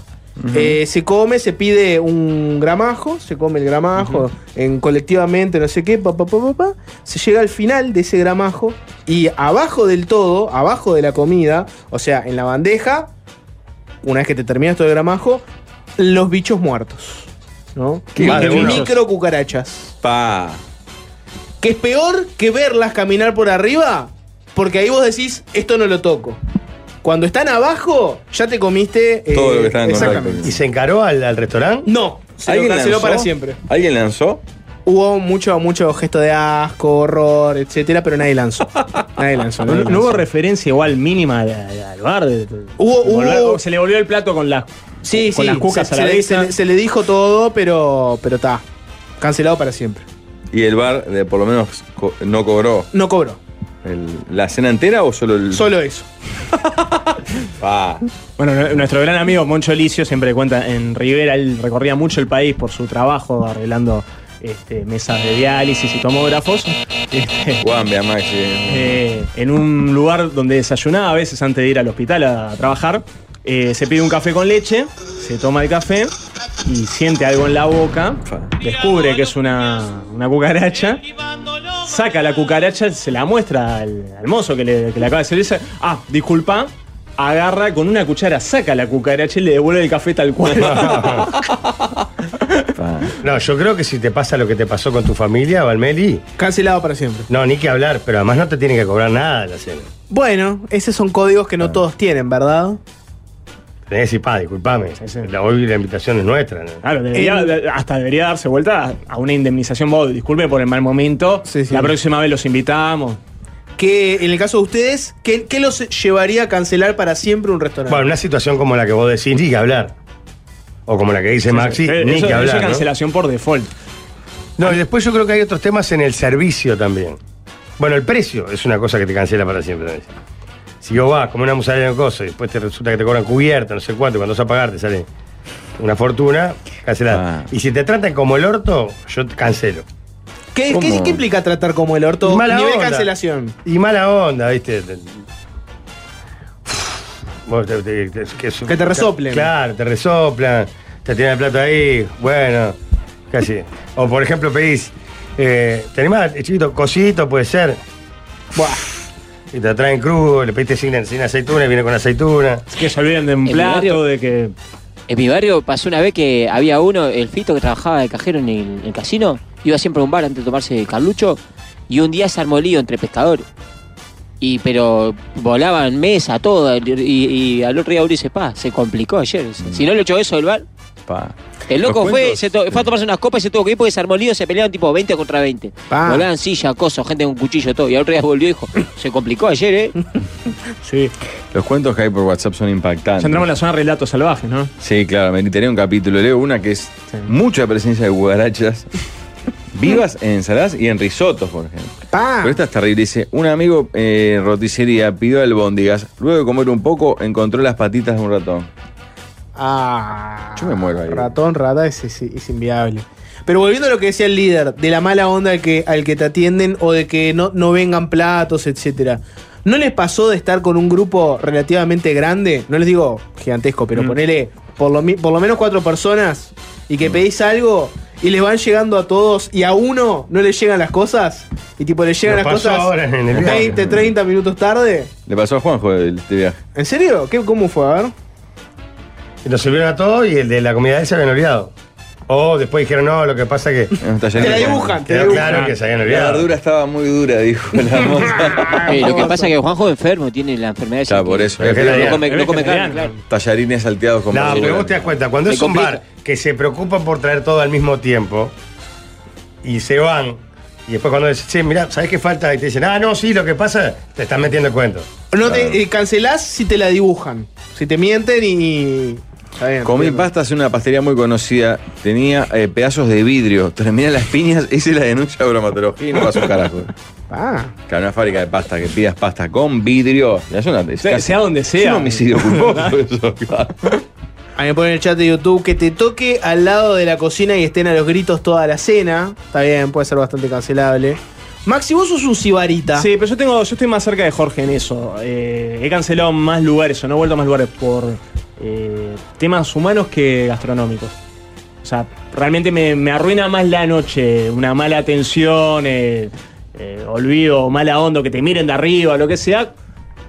B: Eh, se come, se pide un gramajo, se come el gramajo en colectivamente, no sé qué, pa, pa, pa, pa, pa. Se llega al final de ese gramajo y abajo del todo, abajo de la comida, o sea, en la bandeja, una vez que te terminas todo el gramajo, los bichos muertos. ¿No?
A: Qué
B: Más de
A: bichos.
B: uno. micro cucarachas.
A: Pa.
B: Que es peor que verlas caminar por arriba, porque ahí vos decís, esto no lo toco. Cuando están abajo, ya te comiste eh,
A: Todo lo que está en
B: exactamente.
A: contacto.
C: ¿Y se encaró al, al restaurante?
B: No, se lo canceló para siempre.
A: ¿Alguien lanzó?
B: Hubo mucho, mucho gesto de asco, horror, etcétera, pero nadie lanzó. Nadie lanzó.
E: No,
B: nadie
E: no
B: lanzó.
E: hubo referencia igual mínima al, al- al bar. de- de-
B: Hubo-
E: de volver-
B: hubo-
E: se le volvió el plato con las,
B: Sí,
E: con
B: sí,
E: las cucas
B: se,
E: a la
B: se le, se
E: vista.
B: le- se le dijo todo, pero pero está. Cancelado para siempre.
A: Y el bar, eh, por lo menos, co- no cobró.
B: No cobró.
A: el- ¿La cena entera o solo el.?
B: Solo eso.
A: Pa.
E: Bueno, n- nuestro gran amigo Moncho Licio siempre cuenta en Rivera, él recorría mucho el país por su trabajo arreglando este, mesas de diálisis y tomógrafos. Este,
A: Guambia, Maxi.
E: eh, en un lugar donde desayunaba a veces antes de ir al hospital a, a trabajar, eh, se pide un café con leche, se toma el café y siente algo en la boca, descubre que es una, una cucaracha, saca la cucaracha, se la muestra al, al mozo que le, que le acaba de servir, dice, ah, disculpa. Agarra con una cuchara, saca la cucaracha y le devuelve el café tal cual.
C: No, yo creo que si te pasa lo que te pasó con tu familia, Valmeli.
B: Cancelado para siempre.
C: No, ni que hablar, pero además no te tienen que cobrar nada de la cena.
B: Bueno, esos son códigos que no
C: Ah.
B: todos tienen, ¿verdad?
C: Tenés que decir, pa, disculpame. La, hoy la invitación es nuestra. ¿no?
E: Claro, debería- de- hasta debería darse vuelta a una indemnización. Vos, disculpe por el mal momento. La próxima vez los invitamos.
B: Que Eh, en el caso de ustedes, ¿qué, qué los llevaría a cancelar para siempre un restaurante?
C: Bueno, una situación como la que vos decís, ni que hablar. O como la que dice Maxi,
E: Eh,
C: ni que
E: eso- eso
C: hablar.
E: es
C: ¿no?
E: cancelación por default.
C: No, y después yo creo que hay otros temas en el servicio también. Bueno, el precio es una cosa que te cancela para siempre. también. Si vos vas, como una musarela en cosa, y después te resulta que te cobran cubierta, no sé cuánto, y cuando vas a pagar te sale una fortuna, cancelada. Y si te tratan como el orto, yo te cancelo.
B: ¿Qué,
C: ¿Cómo?
B: qué- qué implica tratar como el orto?
C: Mala
B: Nivel
C: onda.
B: cancelación.
C: Y mala onda, ¿viste? Te- Vos te- te- te- que, su-
B: Que te resoplen.
C: Claro, te resoplan. Te tiran el plato ahí. Bueno, casi. O por ejemplo, pedís. Eh, ¿Te animás, eh, chiquito? Cosito puede ser. Buah. Y te traen crudo, le pediste sin, sin aceituna y viene con aceituna.
E: Que se olviden de un
F: En mi barrio-
E: plato, de que.
F: En mi barrio pasó una vez que había uno, el Fito, que trabajaba de cajero en el, en el casino, iba siempre a un bar antes de tomarse carlucho, y un día se armó el lío entre pescadores. Y pero volaban mesa, todo, y, y al otro día uno dice, pa, se complicó ayer. dice. Si no le echó eso del bar,
A: Pa.
F: el loco
A: Los
F: fue,
A: cuentos-
F: se to- fue a tomarse unas copas y se tuvo que ir porque se armó el lío, se pelearon tipo 20 contra 20.
B: Pa.
F: Volaban silla, cosas, gente con cuchillo, todo. Y al otro día volvió y dijo, se complicó ayer, eh.
E: Sí.
A: Los cuentos que hay por WhatsApp son impactantes.
E: Ya entramos en la zona de relatos salvajes, ¿no?
A: Sí, claro, meritaría un capítulo. Leo una que es mucha presencia de cucarachas vivas en ensaladas y en risotos, por ejemplo. Pero esta es terrible. Dice, un amigo eh, en roticería pidió albóndigas. Luego de comer un poco, encontró las patitas de un ratón.
B: Ah,
A: Yo me muero ahí.
B: ratón, rata es, es- es inviable. Pero volviendo a lo que decía el líder, de la mala onda al que, al que te atienden o de que no, no vengan platos, etcétera. ¿No les pasó de estar con un grupo relativamente grande? No les digo gigantesco,
C: Mm.
B: pero ponele por lo, mi- por lo menos cuatro personas y
C: Mm.
B: que pedís algo y les van llegando a todos y a uno no le llegan las cosas y tipo le llegan
C: Nos
B: las
C: pasó
B: cosas
C: ahora en el viaje.
B: 20, 30 minutos tarde.
A: Le pasó a Juanjo el- este viaje.
B: ¿En serio? ¿Qué, ¿Cómo fue? A ver.
C: Y nos sirvieron a todos y el de la comida de él se habían olvidado. O después dijeron, no, lo que pasa que.
A: Te la dibujan,
C: Quedó claro que se habían olvidado.
A: La verdura estaba muy dura, dijo la moza.
F: Eh, lo que pasa es que Juanjo es enfermo, tiene la enfermedad. esa
A: Ya,
F: que-
A: por eso.
F: No
A: Eh,
F: come, no come carne, claro.
A: Tallarines salteados con
C: No,
A: basura.
C: pero vos te das cuenta, cuando
A: Me
C: es un
A: complica.
C: bar que se preocupa por traer todo al mismo tiempo y se van, y después cuando dices, che, mirá, ¿sabés qué falta? Y te dicen, ah, no, sí, lo que pasa, te están metiendo el cuento.
B: No te, eh, cancelás si te la dibujan. Si te mienten y. Está bien.
A: Comí
B: entiendo.
A: pastas en una pastelería muy conocida. Tenía eh, pedazos de vidrio. Terminé las piñas, hice la denuncia de bromatología y no pasó un carajo.
B: Ah.
A: Claro, una fábrica de pasta que pidas pasta con vidrio. Ya es una, es casi-
E: sea donde
A: Es
E: sea.
A: un homicidio culposo eso, claro.
B: A mí me ponen en el chat de YouTube que te toque al lado de la cocina y estén a los gritos toda la cena. Está bien, puede ser bastante cancelable. Maxi, vos sos un cibarita.
E: Sí, pero yo tengo, yo estoy más cerca de Jorge en eso. Eh, he cancelado más lugares, o no he vuelto a más lugares por eh, temas humanos que gastronómicos. O sea, realmente me, me arruina más la noche, una mala atención, eh, eh, olvido, mala onda, que te miren de arriba, lo que sea,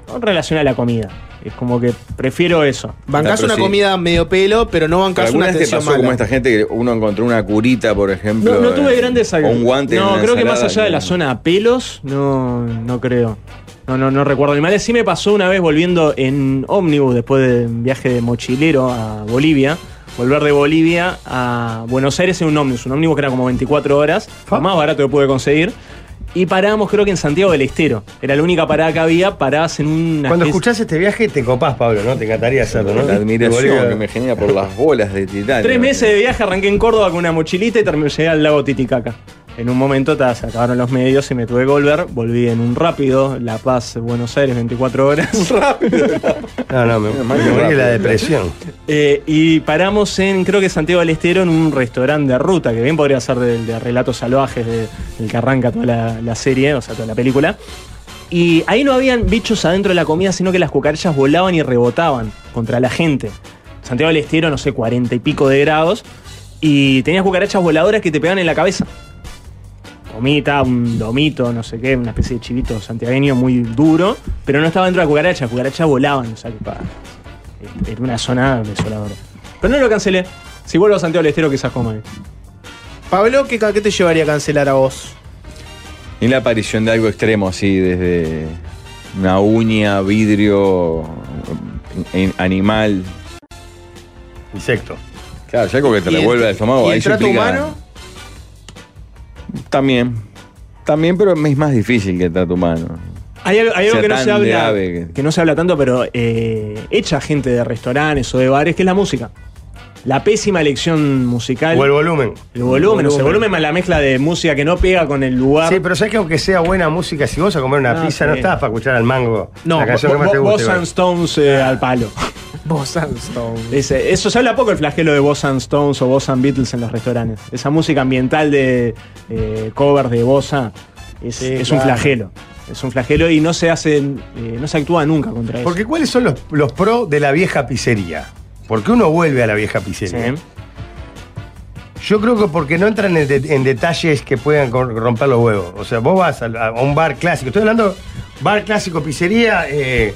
E: con relación a la comida. Es como que prefiero eso.
B: Bancás
A: Pero
B: una
A: sí.
B: comida medio pelo, pero no bancás
A: ¿Alguna
B: una
A: vez te
B: atención
A: pasó
B: mala.
A: como esta gente que uno encontró una curita, por ejemplo?
E: No, no tuve
A: eh,
E: grandes
A: o un guante. en
E: No,
A: una
E: creo que más
A: ensalada,
E: allá de
A: ¿no?
E: la zona a pelos, no, no creo. No, no, no recuerdo animales. Sí me pasó una vez volviendo en ómnibus después de un viaje de mochilero a Bolivia. Volver de Bolivia a Buenos Aires en un ómnibus. Un ómnibus que era como 24 horas. Fue más barato que pude conseguir. Y parábamos creo que en Santiago del Estero. Era la única parada que había. Parabas en una...
C: Cuando
E: especie-
C: escuchás este viaje te copás, Pablo, ¿no? Te encantaría hacerlo, ¿no?
A: La admiración
C: Te volvía-
A: que me genera por las bolas de titanio.
E: Tres meses de viaje arranqué en Córdoba con una mochilita y terminé llegué al lago Titicaca. En un momento ta, se acabaron los medios y me tuve que volver. Volví en un rápido, La Paz, Buenos Aires, 24 horas. rápido.
C: No, no, me, me morí de la depresión.
E: Eh, y paramos en, creo que Santiago del Estero, en un restaurante de ruta, que bien podría ser del de relatos salvajes, de- del que arranca toda la, la serie, o sea, toda la película. Y ahí no habían bichos adentro de la comida, sino que las cucarachas volaban y rebotaban contra la gente. Santiago del Estero, no sé, 40 y pico de grados, y tenías cucarachas voladoras que te pegaban en la cabeza. Comita, un domito, no sé qué, una especie de chivito santiagueño muy duro, pero no estaba dentro de la cucaracha, las cucarachas volaban, o sea, que pa, eh, era una zona desoladora. Pero no lo cancelé. Si vuelvo a Santiago del Estero, quizás coma. ahí.
B: Pablo, ¿qué, ¿qué te llevaría a cancelar a vos?
A: Y la aparición de algo extremo, así, desde una uña, vidrio, eh, en- animal.
C: Insecto.
A: Claro, ya algo que te
B: ¿Y el-
A: revuelve el estómago.
B: y el
A: Oh, ahí se
B: trato
A: implica-
B: humano?
A: También. También, pero es más difícil que el trato humano.
E: Hay algo, hay algo
A: Sea
E: que no
A: tan
E: se habla.
A: grave que-
E: que... no se habla tanto, pero eh, echa gente de restaurantes o de bares, que es la música. La pésima elección musical.
C: O el volumen.
E: El volumen, o sea, el volumen más la mezcla de música que no pega con el lugar.
C: Sí, pero sabes que aunque sea buena música, si vas a comer una
E: Ah,
C: pizza,
E: sí.
C: no estás para escuchar al mango.
E: No,
C: la canción que más te
E: Bo- Bo-
C: guste.
E: Boss and
C: ¿vale?
E: Stones eh, al palo.
B: Vos, Sandstone.
E: Ese- eso se habla poco el flagelo de Boss and Stones o Boss and Beatles en los restaurantes. Esa música ambiental de eh, covers de Bossa es, es un
C: claro.
E: flagelo. Es un flagelo y no se hace, eh, no se actúa nunca contra eso.
C: Porque ¿cuáles son los, los pros de la vieja pizzería? Porque uno vuelve a la vieja pizzería. Yo creo que porque no entran en, de- en detalles que puedan cor- romper los huevos. O sea, vos vas al- a, un bar clásico. Estoy hablando bar clásico, pizzería, eh,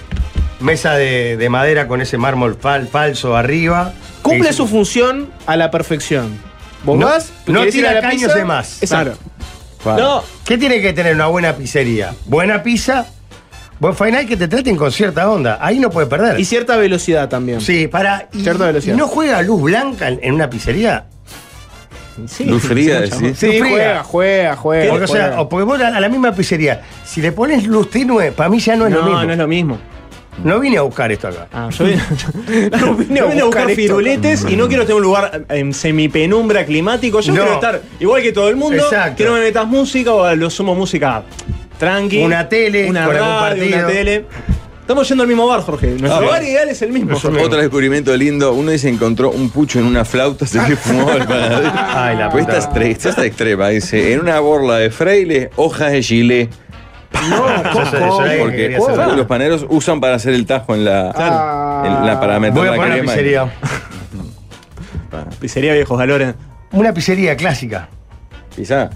C: mesa de, de madera con ese mármol fal- falso arriba.
B: Cumple
C: Eh,
B: su función a la perfección. Vos
C: No-
B: vas,
C: no
B: querés ir
C: tira
B: a la
C: caños
B: pizza,
C: de más.
B: Exacto.
C: No. ¿Qué tiene que tener una buena pizzería? Buena pizza, buen final que te traten con cierta onda. Ahí no puede perder.
B: Y cierta velocidad también.
C: Sí, para. Y,
B: Cierta velocidad.
C: y no juega luz blanca en en una pizzería.
A: Luz fría, decís.
B: Sí,
C: Luz
B: juega,
C: fría.
B: juega, juega.
C: Porque, o sea,
B: juega.
C: o porque vos a, a la misma pizzería, si le pones luz tenue, para mí ya no es lo
E: No,
C: mismo.
E: no es lo mismo.
C: No vine a buscar esto acá.
E: Ah, yo vine, yo vine a buscar,
C: esto.
E: firuletes y no quiero estar en un lugar en semipenumbra climático. Yo
C: No.
E: quiero estar igual que todo el mundo.
C: Exacto.
E: Que no me metas música o a lo sumo música tranqui.
C: Una tele,
E: una
C: con algún
E: radio, una
C: partido.
E: tele. Estamos yendo al mismo bar, Jorge. Nuestro
A: Ah,
E: bar
A: bueno.
E: ideal es el mismo.
A: Otro descubrimiento lindo. Uno dice encontró un pucho en una flauta, se le fumó el panadero.
C: Ay, la
A: Pues esta
C: puta.
A: es, tre- esta es extrema. Dice, en una borla de fraile, hojas de chile.
C: Yo soy- yo era que
A: Porque
C: quería hacer-
A: los paneros usan para hacer el tajo en la. en la para meter
C: Voy a
A: la
C: poner una
A: crema.
C: pizzería.
E: Pizzería Viejos Valores.
C: Una pizzería clásica,
A: Pizza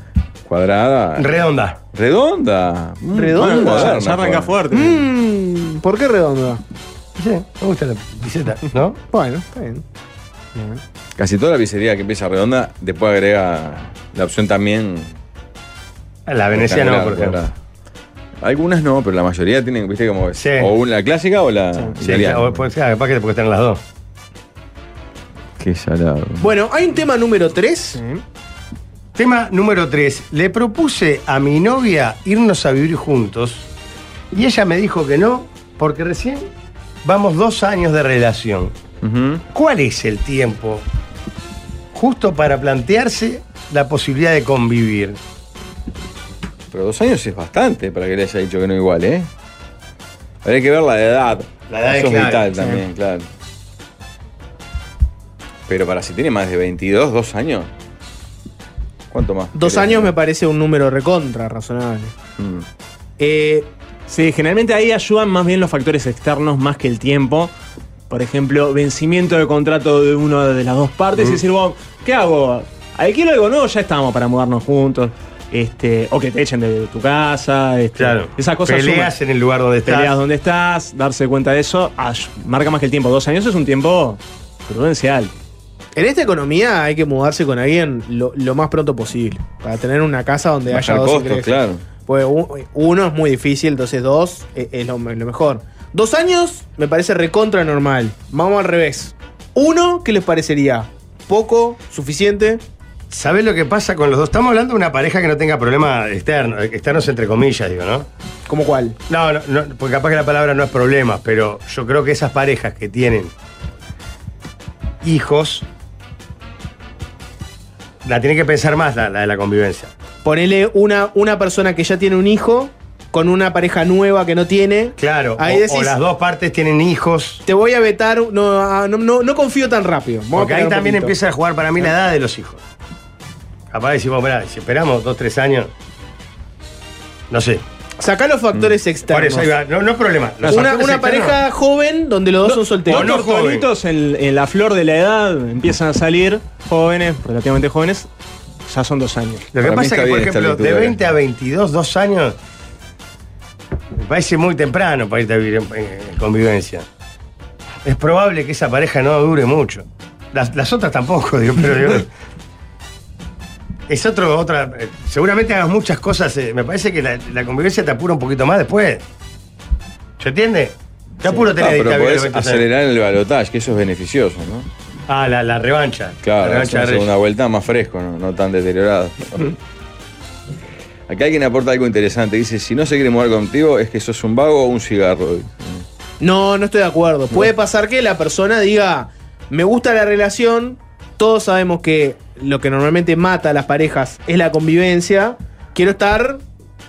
A: cuadrada.
C: redonda.
A: redonda. Mm,
B: Redonda.
A: moderna,
E: Ya
A: joder.
E: arranca fuerte.
B: Mm, ¿Por qué redonda?
C: Sí, me gusta la pizzeta, ¿no?
B: Bueno, está bien.
A: Casi toda la pizzería que empieza redonda, después agrega la opción también.
C: La veneciana,
A: rectangular,
C: por ejemplo.
A: cuadrada. Algunas no, pero la mayoría tienen, viste, como.
C: Sí.
A: O una la clásica o la
C: Sí,
A: italiana.
C: claro, pues, claro, capaz que porque están las dos.
A: Qué salado.
B: Bueno, hay un tema número 3.
C: Tema número 3. Le propuse a mi novia irnos a vivir juntos y ella me dijo que no porque recién vamos dos años de relación. ¿Cuál es el tiempo justo para plantearse la posibilidad de convivir?
A: Pero dos años es bastante para que le haya dicho que no igual, ¿eh? Habría que ver la edad.
C: La edad
A: Eso
C: es clave,
A: vital
C: sí.
A: también, claro. Pero para si tiene más de 22, dos años. ¿Cuánto más?
B: Dos
A: querés?
B: años me parece un número recontra razonable.
A: Mm.
E: Eh, sí, generalmente ahí ayudan más bien los factores externos más que el tiempo. por ejemplo, vencimiento de contrato de una de las dos partes y decir, bueno, ¿qué hago? ¿Alquilo algo? No, ya estamos para mudarnos juntos. Este, o que te echen de tu casa. Este,
C: Claro.
E: Esas cosas
C: Peleas en
E: suman.
C: el lugar donde estás.
E: Peleas donde estás, darse cuenta de eso. ah, marca más que el tiempo. Dos años es un tiempo prudencial.
B: En esta economía hay que mudarse con alguien lo, lo más pronto posible. Para tener una casa donde haya
A: Bajar
B: dos
A: costos,
B: ingresos.
A: claro.
B: Pues u- uno es muy difícil, entonces dos e- es, lo, lo mejor. Dos años me parece recontra normal. Vamos al revés. Uno, ¿qué les parecería? ¿Poco? ¿Suficiente?
C: ¿Sabés lo que pasa con los dos? Estamos hablando de una pareja que no tenga problemas externos, externos entre comillas, digo, ¿no?
B: ¿Cómo cuál?
C: No, no, no, porque capaz que la palabra no es problemas, pero yo creo que esas parejas que tienen hijos la tienen que pensar más la, la de la convivencia.
B: Ponele una, una persona que ya tiene un hijo con una pareja nueva que no tiene.
C: Claro,
B: Ahí
C: o-
B: decís,
C: o las dos partes tienen hijos.
B: te voy a vetar. No, ah, no, no- no confío tan rápido. Vamos a
C: Porque ahí
B: esperar un
C: también
B: poquito.
C: empieza a jugar para mí la edad de los hijos. Capaz decimos, mirá, si esperamos dos, tres años. No sé. Mm.
B: Sacá los factores
C: Por
B: externos.
C: eso ahí va. No, no es problema. Los
B: una
C: factores
B: una
C: externos-
B: pareja joven donde los dos son solteros.
E: Dos tortolitos en, en la flor de la edad empiezan a salir jóvenes, relativamente jóvenes. Ya son dos años.
C: Lo que pasa es que, por ejemplo, de 20 a 22, dos años, me parece muy temprano para irte a vivir en, en convivencia. Es probable que esa pareja no dure mucho. Las, las otras tampoco, digo, pero digo, es otro, otra. eh, seguramente hagas muchas cosas. eh, me parece que la, la convivencia te apura un poquito más después. ¿Se entiende? Te apuro
A: Ah,
C: tener
A: pero
C: esta vida de
A: podés
C: 26.
A: acelerar el balotaje, que eso es beneficioso, ¿no?
C: Ah, la, la revancha. la
A: Claro, es
C: revancha
A: una
C: de Reyes.
A: segunda vuelta más fresco, no, no tan deteriorado. Acá alguien aporta algo interesante. Dice, si no se quiere mudar contigo, es que sos un vago o un cigarro.
B: No, no estoy de acuerdo. Puede pasar que la persona diga, me gusta la relación, todos sabemos que lo que normalmente mata a las parejas es la convivencia, quiero estar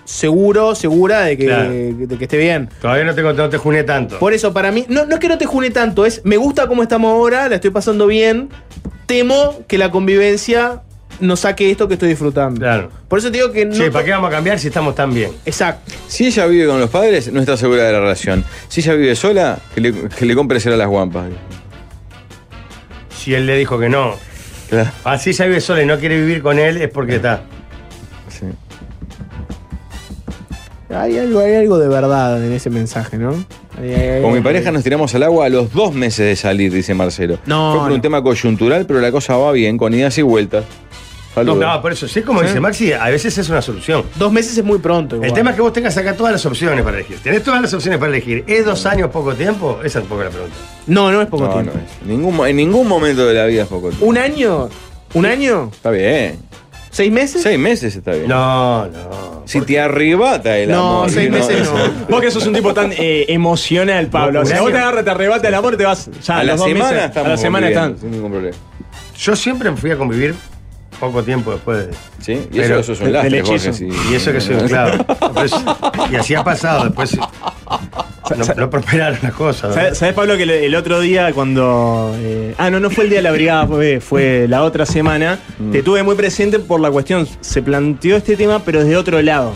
B: seguro, segura de que,
C: Claro.
B: de que esté bien.
C: Todavía no te, no te juné tanto.
B: Por eso, para mí, no, no es que no te june tanto, es, me gusta cómo estamos ahora, la estoy pasando bien, temo que la convivencia nos saque esto que estoy disfrutando.
C: Claro.
B: Por eso te digo que no...
C: Che, ¿para qué vamos a cambiar si estamos tan bien?
B: Exacto.
A: Si ella vive con los padres, no está segura de la relación. Si ella vive sola, que le, que le compre cera a las guampas.
C: Si él le dijo que no. Así ya vive sola y no quiere vivir con él es porque
A: Ah,
C: está.
B: Hay algo, hay algo de verdad en ese mensaje, ¿no? Hay- hay-
A: Con mi
B: hay-
A: pareja nos tiramos al agua a los dos meses de salir, dice Marcelo.
B: No,
A: Fue por un
B: no.
A: tema coyuntural, pero la cosa va bien, con idas y vueltas.
C: No,
A: Saludos.
C: no, por eso, sí, como dice Maxi, a veces es una solución.
B: Dos meses es muy pronto.
C: El tema es que vos tengas acá todas las opciones para elegir. Tenés todas las opciones para elegir. ¿Es dos años poco tiempo? Esa es un poco la pregunta.
B: No, no es poco
A: No,
B: tiempo.
A: no es. Ningún mo- en ningún momento de la vida es poco tiempo.
B: ¿Un año? ¿Un año?
A: Está bien.
B: ¿Seis meses?
A: Seis meses está bien.
C: No, no.
A: Si te arrebata el
E: No,
A: amor.
E: seis meses no. Vos que sos un tipo tan eh, emocional, Pablo. O sea,
A: Un
E: vos
A: año.
E: te agarras, te arrebata el amor y te vas. Ya,
A: a
E: los
A: la
E: dos
A: semana
E: meses,
A: estamos
E: A la semana
A: conviviendo,
E: están.
A: Sin ningún problema.
C: Yo siempre fui a convivir poco tiempo después de.
A: Sí, y eso- eso es un lastre, Jorge, sí.
C: Y eso que soy un clavo. Después- y así ha pasado. Después no, no prosperaron las cosas. ¿no?
E: ¿Sabes, sabes, Pablo, que el, el otro día cuando... eh, ah, no, no fue el día de la brigada, fue, fue la otra semana. Te tuve muy presente por la cuestión. Se planteó este tema, pero desde otro lado.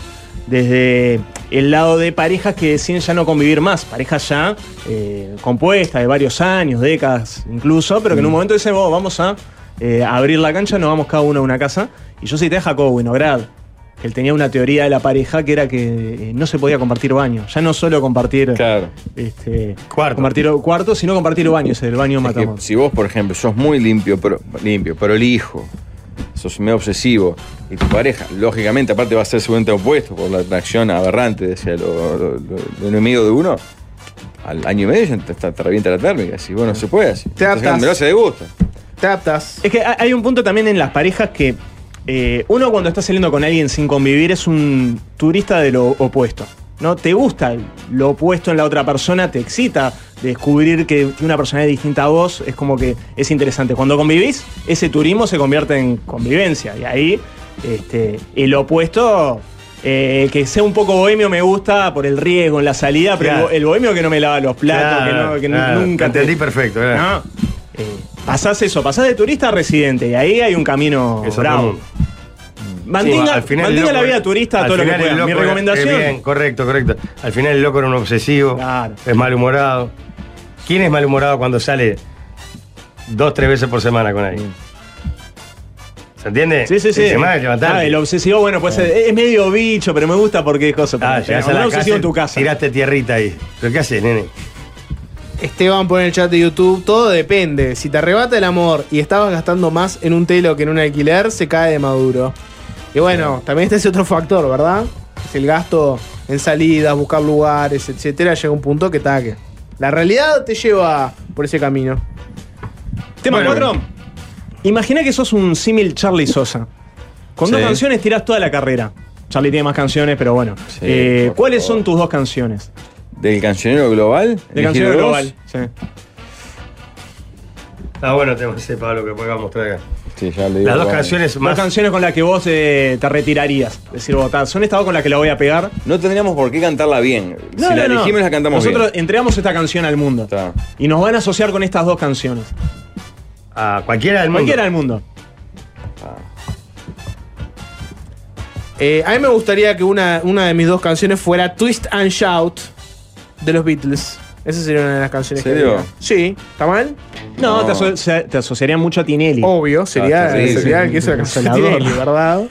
E: Desde el lado de parejas que deciden ya no convivir más. Parejas ya eh, compuestas de varios años, décadas incluso, pero que en un momento dicen, "Vos, vamos a eh, abrir la cancha, nos vamos cada uno a una casa. Y yo cité a Jacobo Winograd que él tenía una teoría de la pareja que era que eh, no se podía compartir baño. Ya no solo compartir este, cuarto. compartir cuarto, sino compartir baños. El baño
A: Es que
E: matamos.
A: si vos, por ejemplo, sos muy limpio, pero, limpio, prolijo, sos medio obsesivo, y tu pareja, lógicamente, aparte va a ser su ente opuesto por la atracción aberrante, decía lo, lo- lo- lo enemigo de uno, al año y medio ya te, te- te revienta la térmica. Si vos no se puede así. Entonces,
E: adaptás.
A: Me lo hace de gusto.
B: Te adaptas.
E: Es que ha- hay un punto también en las parejas que eh, uno cuando está saliendo con alguien sin convivir es un turista de lo opuesto. ¿no? Te gusta lo opuesto en la otra persona, te excita descubrir que tiene una persona distinta a vos, es como que es interesante. Cuando convivís, ese turismo se convierte en convivencia y ahí este, el opuesto... eh, que sea un poco bohemio me gusta por el riesgo en la salida, pero el
C: Claro.
E: bo- el bohemio que no me lava los platos, que
C: Claro,
E: no- que,
C: claro.
E: nunca te-
C: Entendí perfecto. claro.
E: No, Pasás eso, pasás de turista a residente y ahí hay un camino
C: Eso
E: bravo.
C: también.
E: Mantenga,
C: Sí, al final el loco
E: mantenga la vida
C: era-
E: turista
C: al
E: todo lo que
C: final el
E: pueda.
C: loco
E: Mi
C: era-
E: recomendación.
C: eh, bien, correcto, correcto. Al final el loco era un obsesivo, es malhumorado. ¿Quién es malhumorado cuando sale dos, tres veces por semana con alguien? ¿Se entiende?
E: Sí, sí, sí.
C: Dice, "Madre, levantarte".
E: Ah, el obsesivo, bueno, pues es, es medio bicho, pero me gusta porque es cosa.
C: Ah,
E: pero
C: llegás a
E: un
C: la casa,
E: obsesivo en tu casa.
C: Tiraste tierrita ahí. ¿Pero qué haces, nene?
B: Esteban pone en el chat de YouTube, todo depende. Si te arrebata el amor y estabas gastando más en un telo que en un alquiler, se cae de maduro. Y bueno, también está ese otro factor, ¿verdad? Es el gasto en salidas, buscar lugares, etcétera, llega un punto que taque. La realidad te lleva por ese camino.
E: Tema 4. Imagina que sos un símil Charlie Sosa. Con dos
B: Sí.
E: canciones tirás toda la carrera. Charlie tiene más canciones, pero bueno. Eh,
A: por
E: ¿Cuáles son tus dos canciones?
A: ¿Del cancionero global?
E: De
A: ¿Elegir
E: canciones
A: dos?
E: global. sí.
C: Ah, bueno, tenemos ese Pablo que podemos mostrar acá.
A: Sí, ya le digo.
C: Las dos
A: Pablo.
C: canciones
E: Dos
C: más.
E: canciones con las que vos eh, te retirarías. Es decir, vos, ta, son estas dos con las que la voy a pegar.
A: No tendríamos por qué cantarla bien. si la elegimos, la cantamos
E: Nosotros entregamos esta canción al mundo. Y nos van a asociar con estas dos canciones.
C: A cualquiera del mundo.
E: Cualquiera del mundo.
B: Eh, a mí me gustaría que una, una de mis dos canciones fuera Twist and Shout de los Beatles. Esa sería una de las canciones que
E: ¿Serio?
B: haría. Sí, ¿está mal?
E: No, Ah, Te, aso- te asociarían mucho a Tinelli.
B: Obvio, sería, sería el que hizo la canción de Tinelli, ¿verdad?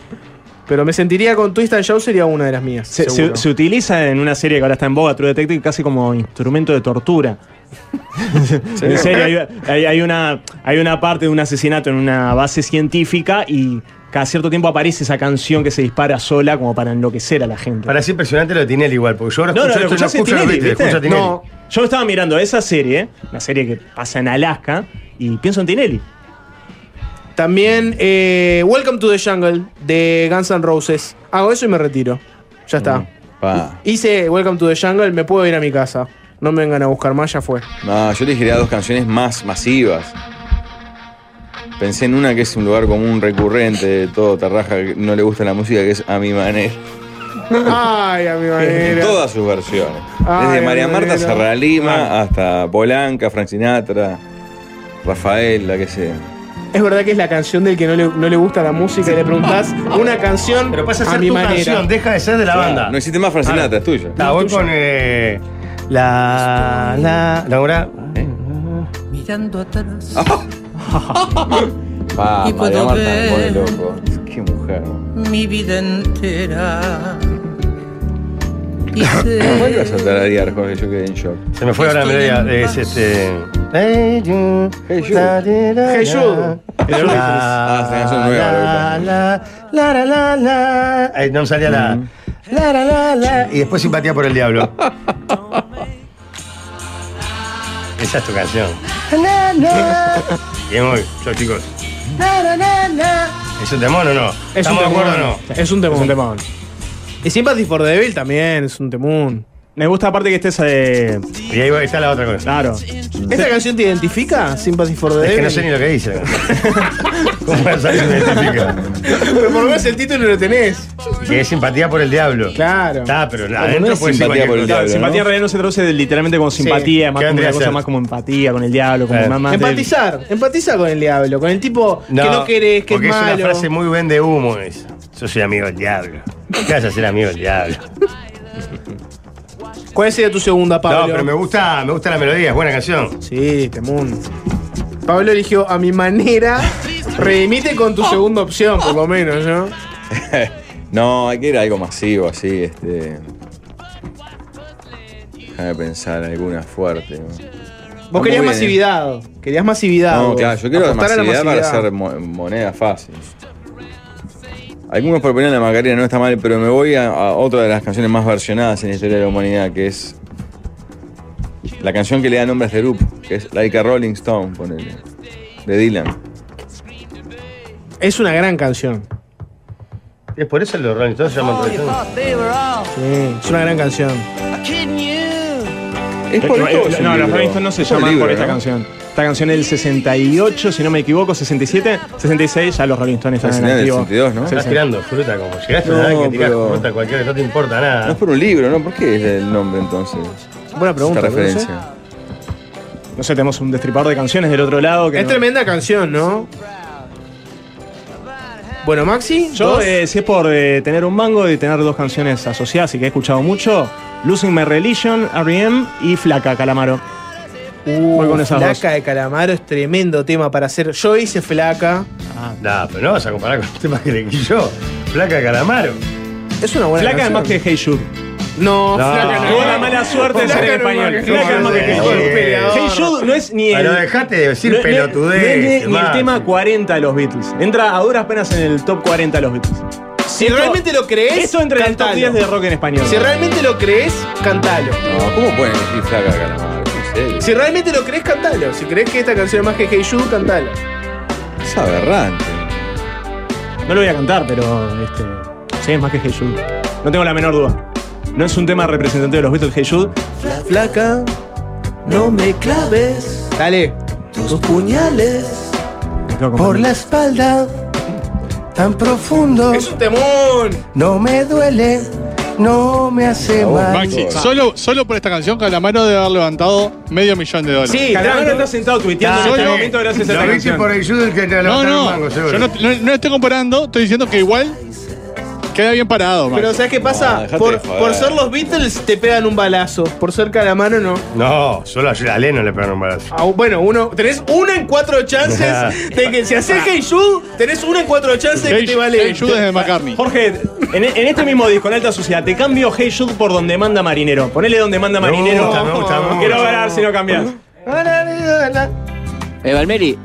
B: Pero me sentiría con Twist and Shout sería una de las mías.
E: Se, se-
B: seguro.
E: se utiliza en una serie que ahora está en boga, True Detective, casi como instrumento de tortura. en serio, hay, hay- hay una, hay una parte de un asesinato en una base científica y cada cierto tiempo aparece esa canción que se dispara sola como para enloquecer a la gente.
C: Para ser impresionante lo de Tinelli igual, porque yo ahora
E: No, no,
C: escucho esto
E: lo
C: y no
E: escuchás en
C: escucho los
E: Tinelli,
C: Beatles,
E: ¿viste?
C: escucho a Tinelli.
E: No, yo estaba mirando esa serie, una serie que pasa en Alaska, y pienso en Tinelli.
B: También eh, Welcome to the Jungle de Guns N' Roses. Hago eso y me retiro. Ya está.
E: Mm.
A: Pa.
B: Hice Welcome to the Jungle, me puedo ir a mi casa. No me vengan a buscar más, ya fue.
A: No, yo elegiría dos canciones más masivas. Pensé en una que es un lugar común recurrente de todo Tarraja que no le gusta la música, que es A mi manera.
B: Ay, a mi
A: En
B: manera.
A: todas sus versiones.
B: Ay,
A: Desde María Marta
B: Manera.
A: Serra Lima hasta Polanca, Frank Sinatra, Rafael, la que sea.
B: Es verdad que es la canción del que no le, no le gusta la música y le preguntás una canción
C: Pero pasa a
B: a
C: ser
B: mi
C: tu
B: manera.
C: canción, deja de ser de la
A: Claro,
C: banda.
A: No existe más Frank Sinatra, es tuyo.
C: La voy con eh, la la la hora.
O: Mirando atrás.
A: Ah. Pa,
O: Y
A: María
O: puedo
A: Marta, me
O: ver.
A: pone loco. Qué mujer.
O: mi vida entera. Y
I: Eh.
A: ¿Cómo ibas
O: sé
A: a tararear, Jorge? Yo quedé en shock.
C: Se me fue ahora la melodía. Es este. Hey you. Hey
A: you. Hey you. Ah, esta canción es nueva,
C: La, la, la, la, la, la. Ahí no me salía la. La, la, la, la. Y después simpatía por el diablo. Esa es tu canción.
O: Na, na,
C: Bien, hoy, yo chicos.
O: na, na, na.
C: ¿Es un temón o no?
B: Es un
C: ¿Estamos de
B: temón.
C: acuerdo o no?
B: Es un temón.
E: Es un temón.
B: Y Sympathy for the Devil también es un temón.
E: Me gusta aparte que estés de.
C: Y ahí está la otra cosa.
E: Claro.
B: ¿Esta canción te identifica? Sympathy for the
C: Es
B: Devil.
C: que no sé ni lo que dice. ¿Cómo vas a salir
B: Pero por lo menos el título lo tenés.
C: Que es simpatía por el diablo.
B: Claro.
C: Está, pero
E: Como
C: adentro
E: no es
C: puede ser
E: simpatía
C: cualquier
E: por el
C: cosa.
E: diablo, simpatía en realidad no se traduce literalmente como simpatía, es más
C: ¿Qué
E: como
C: vendría
E: una
C: a
E: cosa
C: ser?
E: más como empatía con el diablo, como
C: Claro.
E: más- más del-
B: empatizar, empatizar con el diablo, con el tipo que no querés, que es
C: porque
B: malo.
C: es una frase muy vende humo esa. Yo soy amigo del diablo. ¿Qué vas a ser amigo del diablo?
B: ¿Cuál sería tu segunda,
C: No,
B: Pablo?
C: pero me gusta, Ah, me gusta la melodía, es buena canción.
B: Sí, temún. Pablo eligió a mi manera. Redimite con tu segunda opción, por lo menos, ¿no?
A: no, hay que ir a algo masivo, así, este. Déjame pensar alguna fuerte. ¿no?
B: Vos
A: Está
B: querías
A: muy bien, ¿eh?
B: masividad. Querías masividad.
A: No,
B: vos.
A: claro, yo quiero
B: Apostar a la
A: masividad para
B: masividad.
A: hacer mo- moneda fácil. Algunos proponían la Macarena, no está mal, pero me voy a, a otra de las canciones más versionadas en la historia de la humanidad, que es la canción que le da nombre a este grupo, que es Like a Rolling Stone, ponele, de Dylan.
B: Es una gran canción.
C: Es por eso los Rolling Stones se
I: Oh,
C: llaman Rolling Stones.
B: Sí, es una gran canción.
A: Es por
E: No,
A: todo, es
E: no,
A: un
E: no,
A: libro.
E: los Rolling Stones no se
A: Es un
E: llaman
A: libro,
E: por esta
A: ¿no?
E: canción. Esta canción es del 68, si no me equivoco, 67, 66, ya los Rolling Stones están en activo. Sí,
C: Estás
E: sí.
C: tirando fruta como llegaste a
A: No,
C: una edad que tirás
A: pero-
C: fruta cualquiera, no te importa nada.
A: No es por un libro, ¿no? ¿Por qué es el nombre entonces?
B: Buena pregunta,
A: Esta
B: pero no sé.
A: referencia.
E: No sé, tenemos un destripador de canciones del otro lado. Que
B: Es
E: no-
B: tremenda canción, ¿no? Bueno, Maxi,
E: Yo,
B: ¿dos?
E: eh, si es por eh, tener un mango y tener dos canciones E asociadas y que he escuchado mucho, Losing My Religion, R.E.M. y Flaca, Calamaro.
B: Voy
E: con esas
B: flaca
E: dos.
B: de Calamaro es tremendo tema para hacer. Yo hice flaca.
C: Nah, pero no vas a comparar con el tema que elegí yo. Flaca de Calamaro.
B: Es una buena
E: Flaca es
B: canción.
E: más que Hey Jude.
B: No,
E: Flaca no. Tuvo la mala suerte de ser en español. Flaca es más que Hey Jude. Hey Jude no es ni el.
C: Pero dejate de decir
E: no- no-
C: pelotudez,
E: no es ni- ni, el
C: Martín.
E: tema 40 de los Beatles. Entra a duras penas en el top 40 de los Beatles.
B: Si realmente lo crees,
E: Eso entra en el top
B: cantalo.
E: 10 de rock en español.
B: Si realmente lo crees, cantalo.
A: No, ¿cómo pueden decir flaca de calamar?
B: Si realmente lo crees, cantalo. Si crees que esta canción es más que Hey Jude, cantalo.
A: Es aberrante.
E: No lo voy a cantar, pero este, sí, es más que Hey Jude. No tengo la menor duda. No es un tema representante de los Beatles, Hey Jude.
B: Flaca, no me claves. Dale. Tus puñales
O: por la espalda, tan profundo.
B: Es un temón.
O: No me duele, no me hace mal.
D: Maxi, solo, solo por esta canción Calamaro debe haber levantado medio millón de dólares.
E: Sí, Calamaro está sentado tuiteando en este momento gracias a esta canción.
C: el que te
D: No,
E: levantaron
D: no,
E: el mango, seguro.
D: yo no, no- no estoy comparando, estoy diciendo que igual queda bien parado, Maxi.
B: Pero ¿sabes qué pasa? por, por ser los Beatles te pegan un balazo. Por ser Calamaro no.
C: No, solo a a Leno le pegaron un balazo.
B: Ah, bueno, uno, tenés una en cuatro chances de que si haces Hey Jude, tenés una en cuatro chances de que te vale.
D: McCartney.
E: Jorge, en, en este mismo disco, en Alta Sociedad, te cambio Hey Jude por donde manda Marinero. Ponele donde manda
C: Me
E: Marinero.
C: gusta, me gusta, me
E: Quiero
C: gusta.
E: ganar si no cambias.
F: Eh, Valmeri,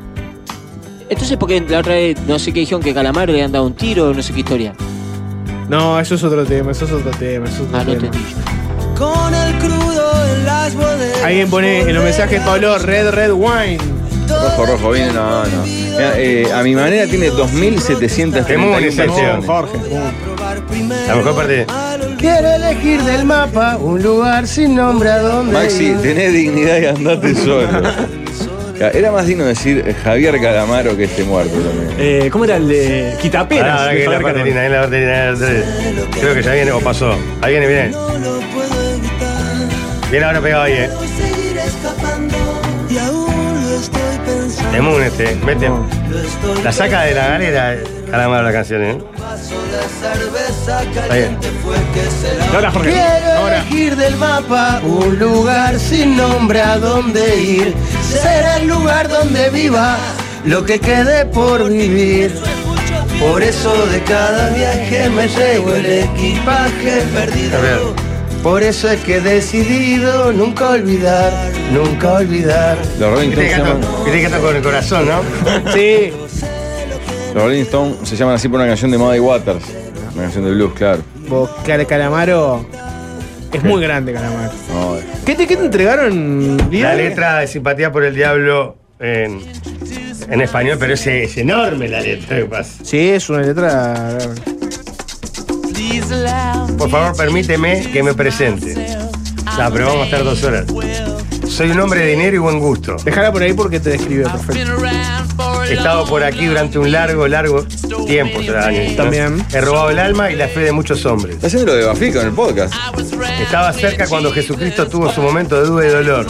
F: entonces porque la otra vez no sé qué dijeron que Calamaro le han dado un tiro, no sé qué historia.
B: No, eso es otro tema, eso es otro tema, eso es otro tema.
O: Con el crudo en las bodegas.
B: Alguien pone en los mensajes Pablo Red Red Wine.
A: Rojo, rojo, viene, no, no. Mirá, eh, a mi manera tiene 2.731
C: Temón es
A: canciones.
C: este. La mejor parte.
O: Quiero elegir del mapa un lugar sin nombre a donde
A: Maxi,
O: ir.
A: tenés dignidad y andate solo. Era más digno decir eh, Javier Calamaro que este muerto también.
E: Eh, ¿Cómo era el de
C: Pará,
E: Quitapenas?
C: pará,
E: de
C: que la
E: Faber Castell?
C: baterina, ahí la baterina, ahí la baterina. Creo que ya viene o pasó. Ahí viene, viene. Viene ahora pegado ahí, eh.
O: Seguir escapando y aún lo estoy pensando.
C: Temún este, mete. La saca de la galera, eh, calamar la canción, eh.
O: La cerveza
C: Está bien.
E: Ahora, Jorge.
O: Quiero
E: Ahora.
O: elegir del mapa un lugar sin nombre a donde ir. Será el lugar donde viva lo que quede por vivir. Por eso de cada viaje me llevo el equipaje perdido. Por eso es que he decidido nunca olvidar, nunca olvidar.
A: Los Rolling
C: Viste
A: Stones se
C: que cantan-
A: llaman,
C: viste que cantan con el corazón, ¿no?
B: Sí.
A: los Rolling Stones se llaman así por una canción de Muddy Waters. Una canción de blues, claro.
B: Vos, Cal- Calamaro. Es muy grande, Calamaro.
A: No, eh.
B: ¿Qué te, qué te entregaron,
C: La
B: Vidal?
C: letra de Simpatía por el Diablo en, en español, pero es, es enorme la letra que pasa.
B: Sí, es una letra.
C: Por favor, permíteme que me presente. Ah, pero vamos a estar dos horas. Soy un hombre de dinero y buen gusto.
B: Dejala por ahí porque te describió perfecto.
C: He estado por aquí durante un largo, largo tiempo, tres años, ¿no?
B: También.
C: He robado el alma y la fe de muchos hombres.
A: Está haciendo lo de Bafico en el podcast.
C: Estaba cerca cuando Jesucristo tuvo su momento de duda y dolor.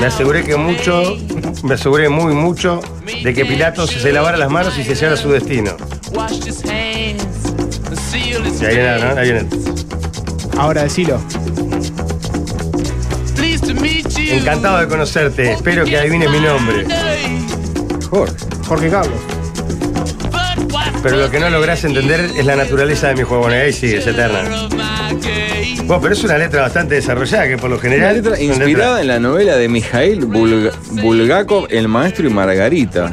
C: Me aseguré que mucho, me aseguré muy mucho de que Pilatos se lavara las manos y sellara su destino. Y ahí viene, ¿no? Ahí viene.
B: Ahora decilo.
C: Encantado de conocerte, espero que adivines mi nombre.
A: Jorge.
B: Jorge Carlos.
C: Pero lo que no lográs entender es la naturaleza de mi juego. Bueno, y ahí sigue, es eterna. Bueno, pero es una letra bastante desarrollada que por lo
A: Una
C: general.
A: letra
C: son
A: inspirada en la novela de Mijail Bulga- Bulgakov, El Maestro y Margarita.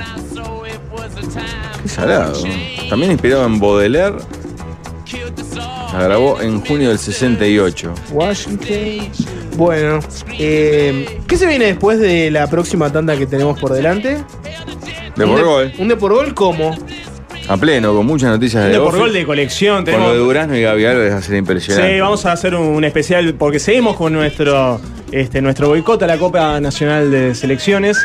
A: Qué salado. También inspirado en Baudelaire. La grabó en junio del 68.
B: Washington. Bueno, eh, ¿qué se viene después de la próxima tanda que tenemos por delante?
A: De
B: Un
A: por gol.
B: ¿Un de por gol cómo?
A: A pleno, con muchas noticias de
E: De por
A: Bofe.
E: gol de colección.
A: Con lo de
E: Tenemos,
A: Durazno y Gavial va a ser impresionante.
E: sí, vamos a hacer un, un especial porque seguimos con nuestro, este, nuestro boicot a la Copa Nacional de Selecciones.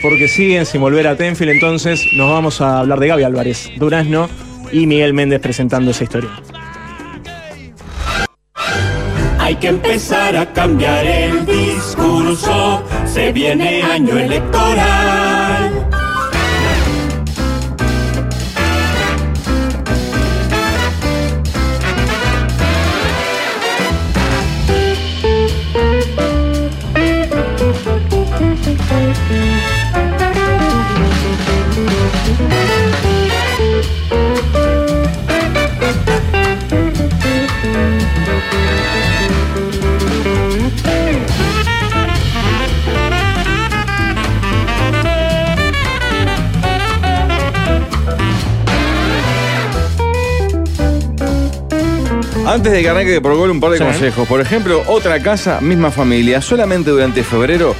E: Porque siguen sin volver a Tenfield. Entonces nos vamos a hablar de Gaby Álvarez, Durazno y Miguel Méndez presentando esa historia.
I: Hay que empezar a cambiar el discurso. Se viene año electoral.
A: Antes de que arranque por gol, un par de
P: Sí.
A: consejos. Por ejemplo, otra casa, misma familia. Solamente durante febrero,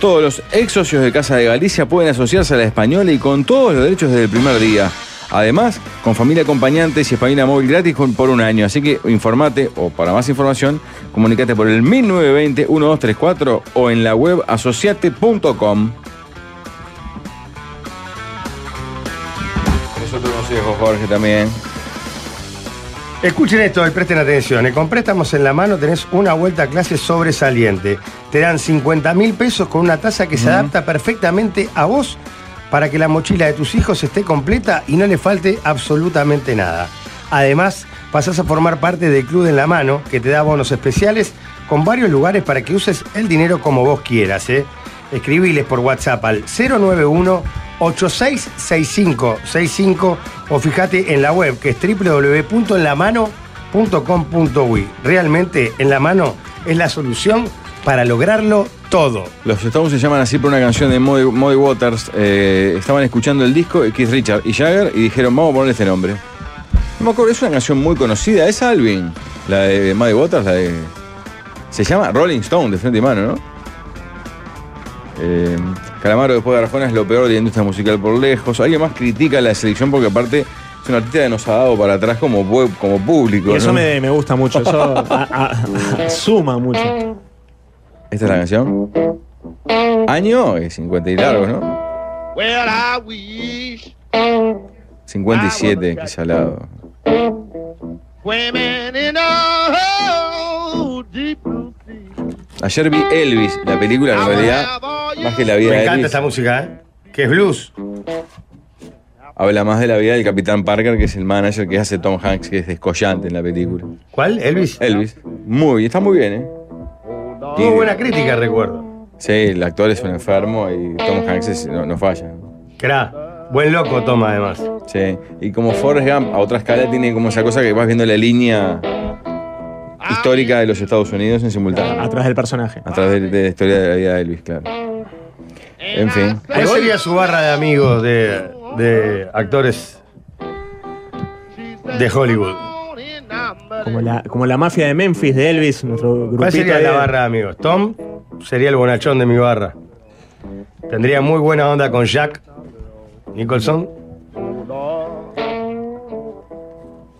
A: todos los ex socios de Casa de Galicia pueden asociarse a la española y con todos los derechos desde el primer día. Además, con familia acompañante y española móvil gratis con- por un año. Así que informate o para más información, comunicate por el 1920-1234 o en la web asociate.com. Es otro consejo, Jorge, también.
C: Escuchen esto y presten atención. eh. Con préstamos en la mano tenés una vuelta a clase sobresaliente. Te dan 50 mil pesos con una tasa que se adapta perfectamente a vos para que la mochila de tus hijos esté completa y no le falte absolutamente nada. Además, pasás a formar parte del Club en la Mano, que te da bonos especiales con varios lugares para que uses el dinero como vos quieras. eh. Escribiles por WhatsApp al 091-866565 o fíjate en la web que es www.enlamano.com.uy. Realmente, en la mano es la solución para lograrlo todo.
A: Los Stones se llaman así por una canción de Muddy Muddy Waters. eh, estaban escuchando el disco de Keith Richard y Jagger y dijeron, vamos a ponerle este nombre. No me acuerdo, es una canción muy conocida, es Alvin. La de Muddy Waters, la de... Se llama Rolling Stone, de frente y mano, ¿no? Eh, Calamaro después de Arjona es lo peor de la industria musical por lejos. Alguien más critica la selección porque aparte es una artista que nos ha dado para atrás como, pue- como público.
E: Y eso
A: ¿no?
E: me, me gusta mucho, eso a- a- suma mucho.
A: Esta es la canción. Año eh, 50 y largo, ¿no? 57, quizá al lado. Ayer vi Elvis, la película en realidad, más que la vida
C: Me
A: de
C: encanta
A: Elvis,
C: esta música, ¿eh? Que es blues.
A: habla más de la vida del Capitán Parker, que es el manager que hace Tom Hanks, que es descollante en la película.
C: ¿Cuál? ¿Elvis?
A: Elvis. Muy, está muy bien, ¿eh?
C: Tuvo buena crítica, recuerdo.
A: Sí, el actor es un enfermo y Tom Hanks es- no, no falla.
C: Cra, buen loco toma además.
A: Sí, y como Forrest Gump a otra escala tiene como esa cosa que vas viendo la línea histórica de los Estados Unidos en simultáneo.
E: Atrás del personaje.
A: A través de, de la historia de la vida de Elvis, claro. En fin.
C: ¿Cuál sería su barra de amigos de, de actores de Hollywood?
E: Como la, como la mafia de Memphis de Elvis, nuestro grupito.
C: ¿Cuál sería
E: ahí
C: la
E: de-
C: barra de amigos? Tom sería el bonachón de mi barra. Tendría muy buena onda con Jack Nicholson.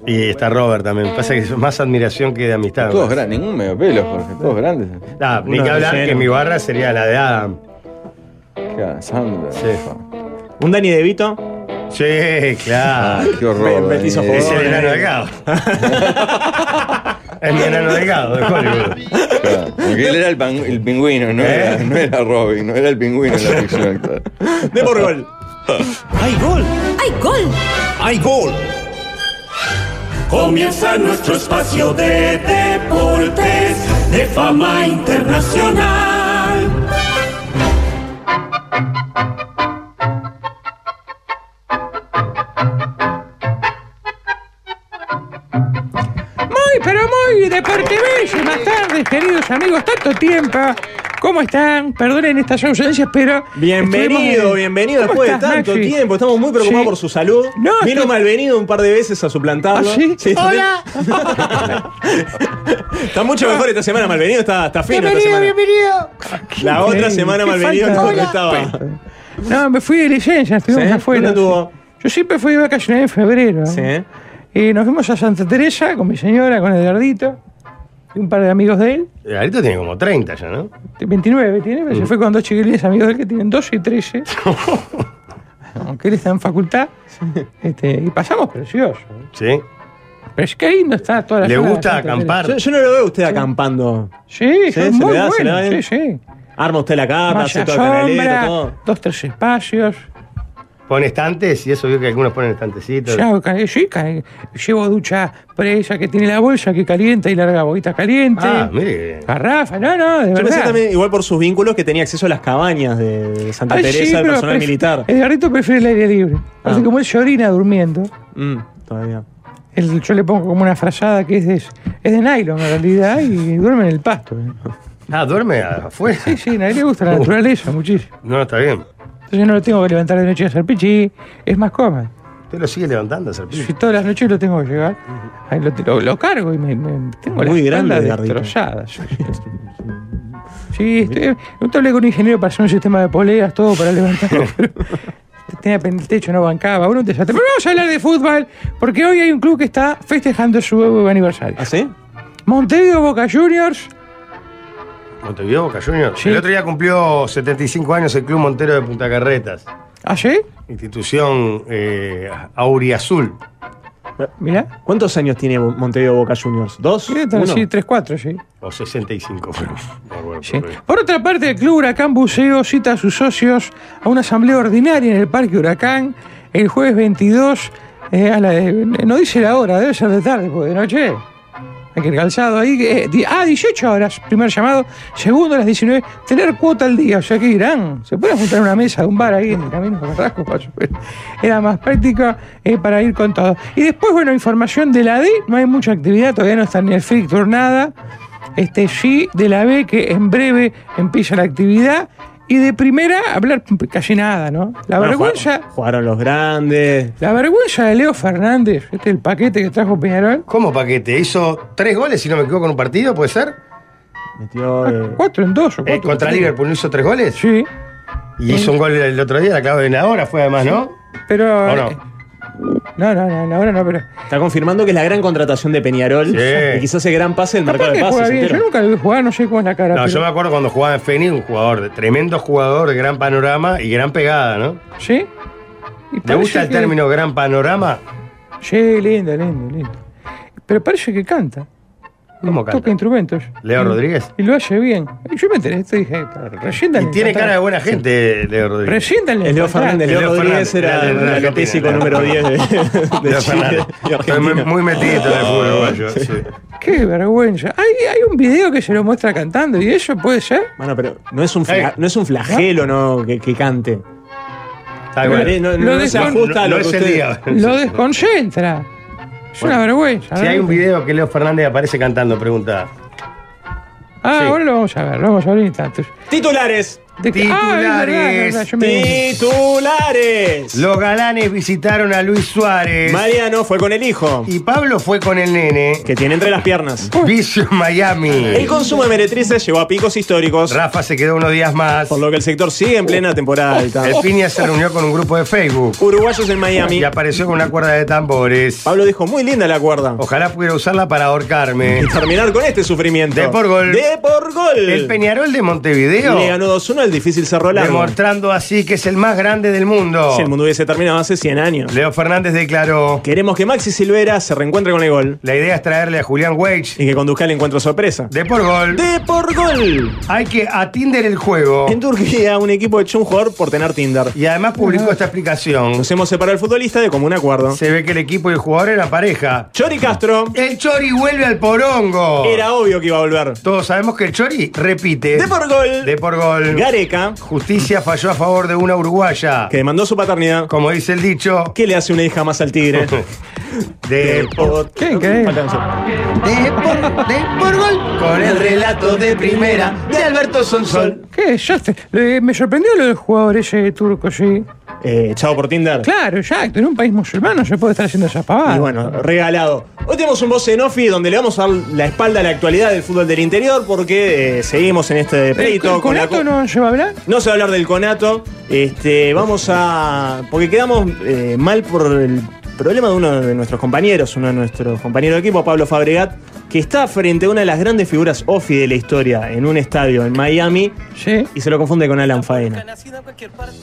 C: Y está Robert también. Pasa que es más admiración que de amistad.
A: Todos grandes, ningún medio pelo, Jorge, todos grandes.
C: Ah, ni
A: Uno
C: que
A: de
C: hablar
A: lleno.
C: que mi barra sería la de Adam.
A: Claro, Sandra.
E: ¿Un Danny DeVito?
C: Sí,
A: Ah,
C: claro.
A: qué horror.
C: Pe- petiso
A: Dani.
C: Es el enano delgado. es mi enano delgado de Hollywood. ¿Eh?
A: Claro, porque él era el, pan- el pingüino, no, era, no era Robin, no era el pingüino en la ficción. claro.
E: De por gol.
I: ¡Hay gol! ¡Hay gol! ¡Hay gol! Comienza nuestro espacio de deportes de fama internacional.
Q: Muy, pero muy deportivísimo. Buenas tardes, queridos amigos. Tanto tiempo. ¿Cómo están? Perdonen estas ausencias, pero.
E: Bienvenido,
Q: estuvimos-
E: bienvenido
Q: ¿Cómo
E: después de
Q: estás,
E: tanto
Q: Maxi?
E: tiempo. Estamos muy preocupados
Q: Sí.
E: por su salud.
Q: No,
E: Vino
Q: estoy-
E: malvenido un par de veces a suplantarlo.
Q: ¿Ah, sí?
E: también-
Q: Hola. Ah.
E: Está mucho mejor esta semana, malvenido. Está, está fino esta semana.
Q: bienvenido.
E: La otra semana,
Q: Qué
E: malvenido
Q: falta.
E: no, no
Q: Hola.
E: estaba.
Q: No, me fui de licencia, estuvimos
E: ¿Sí?
Q: afuera.
E: ¿Dónde estuvo?
Q: Yo siempre fui de vacaciones en febrero.
E: Sí.
Q: Y nos fuimos a Santa Teresa con mi señora, con Edgardito y un par de amigos de él.
C: El Arito tiene como 30 ya, ¿no?
Q: 29 tiene, pero se fue con dos chiquilines amigos de él que tienen 12 y 13. Aunque él está en facultad. Este, y pasamos precioso.
C: Sí.
Q: Pero es que ahí no está toda la zona de Santa
E: Yo,
Q: Teresa.
E: yo no lo veo a usted acampando.
Q: Sí,
E: Sí,
Q: son
E: se
Q: muy
E: le da, se le da
Q: buenos,
E: bien.
Q: sí, sí.
E: Arma usted la carta, hace
Q: Malla
E: todo el canalero,
Q: sombra,
E: todo.
Q: dos, tres espacios.
C: Pone estantes y eso vio que algunos ponen estantecitos.
Q: Ya, ca- sí, ca- llevo ducha presa que tiene la bolsa que calienta y larga boquita caliente.
E: Ah,
C: mire.
Q: Garrafa, no, no, de
E: Yo pensé
Q: verdad.
E: también, igual por sus vínculos, que tenía acceso a las cabañas de de Santa
Q: Ay, sí,
E: Teresa, del
Q: pero
E: personal
Q: pref-
E: militar.
Q: El garrito prefiere el aire libre. Así como él se orina durmiendo,
E: Mm, todavía.
Q: él- yo le pongo como una frazada que es de, es de nylon en realidad y duerme en el pasto.
C: Ah, duerme afuera. Uh,
Q: Sí, sí, a él le gusta la naturaleza muchísimo.
C: No, está bien.
Q: Entonces yo no lo tengo que levantar de noche a hacer pichi, es más cómodo.
C: Usted lo sigue levantando,
Q: Si todas las noches lo tengo que llegar, ahí lo, lo- lo cargo y me, me- tengo la
C: Muy
Q: espalda
C: grande, Gardito.
Q: destrozada. Yo- Sí, este, estoy, no te hablé con un ingeniero para hacer un sistema de poleas, todo para levantarlo. pero tenía pen- el techo, no bancaba, bueno, un desastre. Pero vamos a hablar de fútbol, porque hoy hay un club que está festejando su aniversario. ¿Ah, sí? Montevideo Boca Juniors.
C: Montevideo Boca Juniors. El otro día cumplió 75 años el Club Montero de Punta Carretas.
Q: ¿Ah, sí?
C: Institución eh, auriazul.
Q: Mirá.
E: Ah, ¿Cuántos años tiene Bo- Montevideo Boca Juniors? ¿Dos? ¿Uno?
Q: Sí, 3-4, sí.
C: O 65 fueron. No recuerdo.
Q: Por otra parte, el Club Huracán Buceo cita a sus socios a una asamblea ordinaria en el Parque Huracán el jueves 22 eh, a la de- No dice la hora, debe ser de tarde, porque de noche. Aquel calzado ahí. eh, di- ah, 18 horas, primer llamado. Segundo, a las 19. Tener cuota al día, o sea que irán. Se puede juntar en una mesa de un bar ahí en el camino de Carrasco. para subir. Era más práctica eh, para ir con todo. Y después, bueno, información de la D. No hay mucha actividad, todavía no está ni el Frick Tour, nada este sí de la B que en breve empieza la actividad y de primera hablar casi nada, ¿no? La
E: Bueno,
Q: vergüenza,
E: jugaron- Jugaron los grandes.
Q: la vergüenza de Leo Fernández, este el paquete que trajo Peñarol.
C: ¿Cómo paquete? ¿Hizo tres goles, si no me equivoco, en un partido? ¿Puede ser?
E: Metió.
Q: Ah, Cuatro en dos o
C: Eh,
Q: cuatro.
C: ¿Contra
Q: en tres.
C: Liverpool no hizo tres goles?
Q: Sí.
C: Y hizo un gol el otro día, la clave de Nahora fue además, ¿no?
Q: Pero. eh,
C: ¿O no?
Q: No, no, no, ahora no, pero.
E: Está confirmando que es la gran contratación de Peñarol. Y quizás ese gran pase el mercado
Q: Aparte
E: de
Q: juega
E: pases.
Q: bien, yo
E: entero.
Q: nunca lo vi jugar, no sé cómo es la cara.
C: No,
Q: pero-
C: yo me acuerdo cuando jugaba en Fénix, un jugador, de, tremendo jugador, de gran panorama y gran pegada, ¿no?
Q: ¿Sí?
C: ¿Te gusta el
Q: que-
C: término gran panorama?
Q: Sí, lindo, lindo, lindo. Pero parece que canta.
C: ¿Cómo
Q: Toca
C: canta?
Q: instrumentos.
C: ¿Leo
Q: Y-
C: Rodríguez?
Q: Y lo hace bien. Y Yo me enteré, eh, esto y dije, recién
C: Y tiene cara de buena gente, Leo Rodríguez.
Q: Preséntale.
E: Es Leo Fernández. Leo, Rodríguez era
C: Fernández,
E: el
C: Leo Fernández,
E: catésico
C: Leo
E: número 10 de, de
C: Leo
E: Chile.
C: Fernández. Estoy muy, muy metido en el fútbol uruguayo, sí.
Q: Qué vergüenza. Hay, hay un video que se lo muestra cantando y eso puede ser.
E: Bueno, pero no es un, fla- no es un flagelo no, que, que cante. Eh,
C: Tal cual.
E: No, no, no se
C: descon-
E: ajusta a lo
C: no
E: que
C: es el
E: usted-
C: día.
Q: Lo desconcentra. Es
C: Bueno,
Q: una vergüenza.
C: Si
Q: ¿no?
C: hay un video que Leo Fernández aparece cantando, pregunta.
Q: Ah,
C: sí.
Q: ahora lo vamos a ver, lo vamos a ver en instantes.
E: Titulares.
Q: De que- Ah, es verdad, es verdad, yo me-
E: Titulares.
C: Los galanes visitaron a Luis Suárez.
E: Mariano fue con el hijo.
C: Y Pablo fue con el nene.
E: Que tiene entre las piernas.
C: Vicio Miami.
E: El consumo de meretrices llegó a picos históricos.
C: Rafa se quedó unos días más. Oh.
E: Por lo que el sector sigue en plena temporada alta.
C: El Piña se reunió con un grupo de Facebook.
E: Uruguayos en Miami.
C: Y apareció con una cuerda de tambores.
E: Pablo dijo, muy linda la cuerda.
C: Ojalá pudiera usarla para ahorcarme.
E: Y terminar con este sufrimiento.
C: De por gol.
E: De por gol.
C: El Peñarol de Montevideo.
E: Le ganó 2-1 al difícil Cerro Largo.
C: Demostrando así que es el más grande del mundo.
E: Si el mundo hubiese terminado hace 100 años.
C: Leo Fernández declaró:
E: Queremos que Maxi Silvera se reencuentre con el gol
C: La idea es traerle a Julián Wage
E: y que conduzca el encuentro sorpresa.
C: de por gol.
E: De por gol.
C: Hay que atinder el juego.
E: En Turquía, un equipo echó un jugador por tener Tinder.
C: Y además publicó esta explicación.
E: Nos hemos separado el futbolista de común acuerdo.
C: Se ve que el equipo y el jugador eran pareja.
E: Chori Castro.
C: El Chori vuelve al porongo.
E: Era obvio que iba a volver.
C: Todos sabemos que el Chori repite.
E: De por gol.
C: De por gol.
E: Gareca,
C: Justicia falló a favor de una uruguaya.
E: que demandó su paternidad.
C: Como dice el dicho,
E: ¿Qué le hace una hija más al tigre?
C: de por,
Q: Qué increíble.
O: De por, de por gol. Con el relato de primera de Alberto Sonsol.
Q: Qué desastre. Le- me sorprendió lo del jugador ese turco, sí.
E: Eh, Echado por Tinder.
Q: Claro, exacto. En un país musulmán no se puede estar haciendo Eh, esas pavadas.
E: Y bueno, regalado. Hoy tenemos un voz en offi donde le vamos a dar la espalda a la actualidad del fútbol del interior porque eh, seguimos en este
Q: ¿El,
E: pleito.
Q: el
E: con la
Q: conato
E: co-
Q: no se va a hablar?
E: No se va a hablar del conato. Este, vamos a. Porque quedamos eh, mal por el problema de uno de nuestros compañeros, uno de nuestros compañeros de equipo, Pablo Fabregat, que está frente a una de las grandes figuras ofi de la historia en un estadio en Miami
Q: Sí.
E: y se lo confunde con Alan Faena.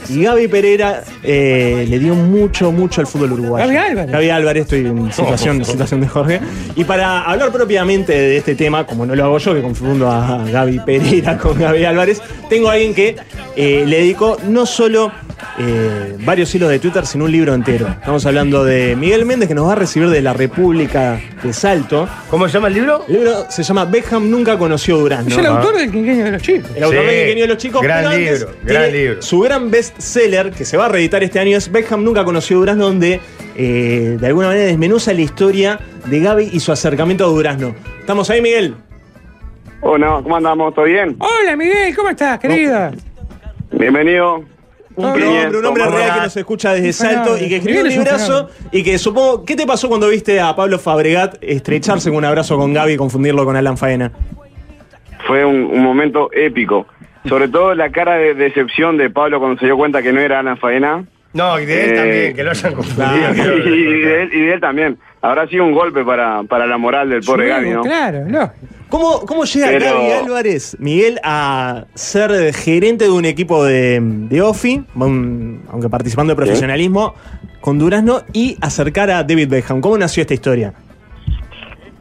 E: Y Gaby Pereira eh, le dio mucho, mucho al fútbol uruguayo.
Q: Gaby Álvarez.
E: Gaby Álvarez, estoy en situación, situación de Jorge. Y para hablar propiamente de este tema, como no lo hago yo, que confundo a Gaby Pereira con Gaby Álvarez, tengo a alguien que eh, le dedicó no solo eh, varios hilos de Twitter, sino un libro entero. Estamos hablando de Miguel Méndez, que nos va a recibir de la República de Salto.
C: ¿Cómo se llama el libro?
E: El libro se llama Beckham nunca conoció a Durán.
Q: es
E: Ah, ¿no?
Q: el autor del quinqueño de los chicos.
E: El autor
C: Sí,
E: del Ingenio de los chicos.
C: gran
E: pero antes
C: libro, gran
E: tiene
C: libro.
E: Su gran bestseller que se va a reeditar este año es Beckham nunca conoció a Durazno, donde eh, de alguna manera desmenuza la historia de Gaby y su acercamiento a Durazno. ¿Estamos ahí, Miguel?
P: Hola, ¿cómo andamos? ¿Todo bien?
Q: Hola, Miguel, ¿cómo estás, querida?
P: Bienvenido.
E: un hombre, un hombre real que nos escucha desde
B: Un fenómeno.
E: Salto y que escribió un
B: Miguel es un
E: librazo y que supongo. ¿Qué te pasó cuando viste a Pablo Fabregat estrecharse con un abrazo con Gaby y confundirlo con Alan Faena?
P: Fue un, un momento épico. Sobre todo la cara de decepción de Pablo cuando se dio cuenta que no era Ana Faena.
C: No, y de él
P: Eh,
C: también, que lo hayan confundido.
P: y, y de él, y de él también. Habrá sido un golpe para, para la moral del pobre Gaby, ¿no?
Q: Claro, no.
E: ¿Cómo, cómo llega
P: Pero-
E: Gaby Álvarez, Miguel, a ser eh, gerente de un equipo de, de OFI, un- aunque participando de profesionalismo, con Durazno y acercar a David Beckham? ¿Cómo nació esta historia?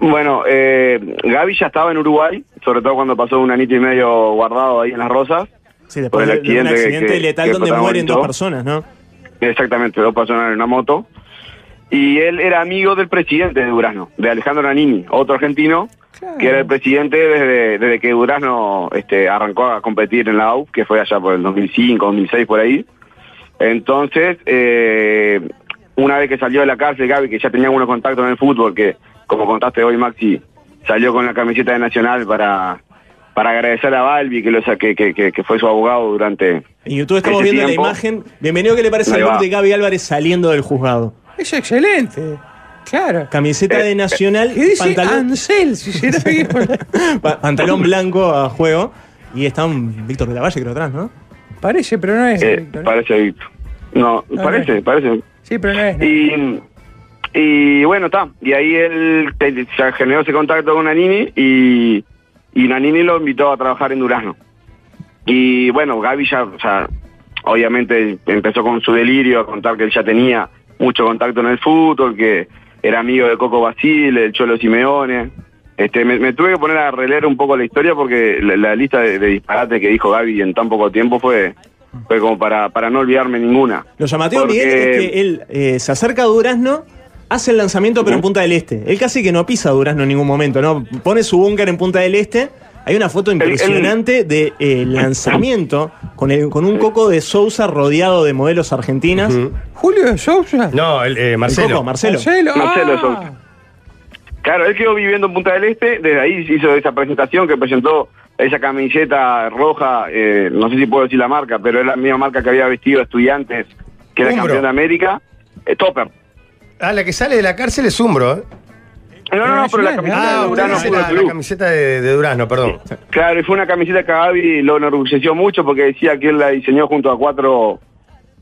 P: Bueno, eh, Gaby ya estaba en Uruguay, sobre todo cuando pasó un anito y medio guardado ahí en Las Rosas.
E: Sí, después
P: Por el
E: de, de un
P: accidente que-
E: accidente
P: que-
E: letal
P: que
E: donde mueren
P: protagonizó.
E: dos personas, ¿no?
P: Exactamente, dos personas en una moto. Y él era amigo del presidente de Durazno, de Alejandro Nanini, otro argentino, que era el presidente desde, desde que Durazno este, arrancó a competir en la AUF, que fue allá por el 2005, 2006, por ahí. Entonces, eh, una vez que salió de la cárcel, Gaby, que ya tenía algunos contactos en el fútbol, que como contaste hoy, Maxi, salió con la camiseta de Nacional para, para agradecer a Balbi, que, lo, sa- que, que, que- que fue su abogado durante...
E: En YouTube estamos
P: Ese
E: viendo
P: tiempo.
E: la imagen. Bienvenido, ¿qué le parece
P: Ahí
E: el gol
P: va.
E: de Gaby Álvarez saliendo del juzgado?
Q: Es excelente. Claro.
E: Camiseta de Nacional,
Q: ¿Qué dice
E: pantalón,
Q: Ansel? Si será que-
E: pa- pantalón blanco a juego. Y está un Víctor de la Valle, creo, atrás, ¿no?
Q: Parece, pero no es.
P: Eh,
Q: Víctor.
P: parece Víctor. No,
Q: Ok.
P: parece, parece.
Q: Sí, pero no es.
P: Y, y bueno, está. Y ahí él te- se generó ese contacto con Nanini y, y Nanini lo invitó a trabajar en Durazno. Y bueno, Gaby ya, o sea, obviamente empezó con su delirio a contar que él ya tenía mucho contacto en el fútbol, que era amigo de Coco Basile, del Cholo Simeone. Este, me, me tuve que poner a releer un poco la historia porque la, la lista de, de disparates que dijo Gaby en tan poco tiempo fue, fue como para, para no olvidarme ninguna.
E: Lo llamativo,
P: Porque-
E: Miguel, es que él eh, se acerca a Durazno, hace el lanzamiento, pero en Punta del Este. Él casi que no pisa a Durazno en ningún momento, ¿no? Pone su búnker en Punta del Este. Hay una foto impresionante de eh, lanzamiento con, el- con un coco de Sousa rodeado de modelos argentinas.
Q: ¿Julio de Sousa?
C: No, el, eh, Marcelo.
E: El coco, Marcelo.
Q: Marcelo,
P: Marcelo Sousa. Claro, él quedó viviendo en Punta del Este, desde ahí hizo esa presentación que presentó esa camiseta roja, eh, no sé si puedo decir la marca, pero es la misma marca que había vestido estudiantes, que era
C: Umbro.
P: campeón de América, eh, Topper.
C: Ah, la que sale de la cárcel es Umbro, ¿eh?
P: No, no, no, pero la camiseta
C: Ah,
P: de Durano
C: usted dice
P: Fútbol
C: la, la
P: Club.
C: camiseta de, de Durazno, perdón.
P: Claro, y fue una camiseta que a Gaby lo enorgulleció mucho porque decía que él la diseñó junto a cuatro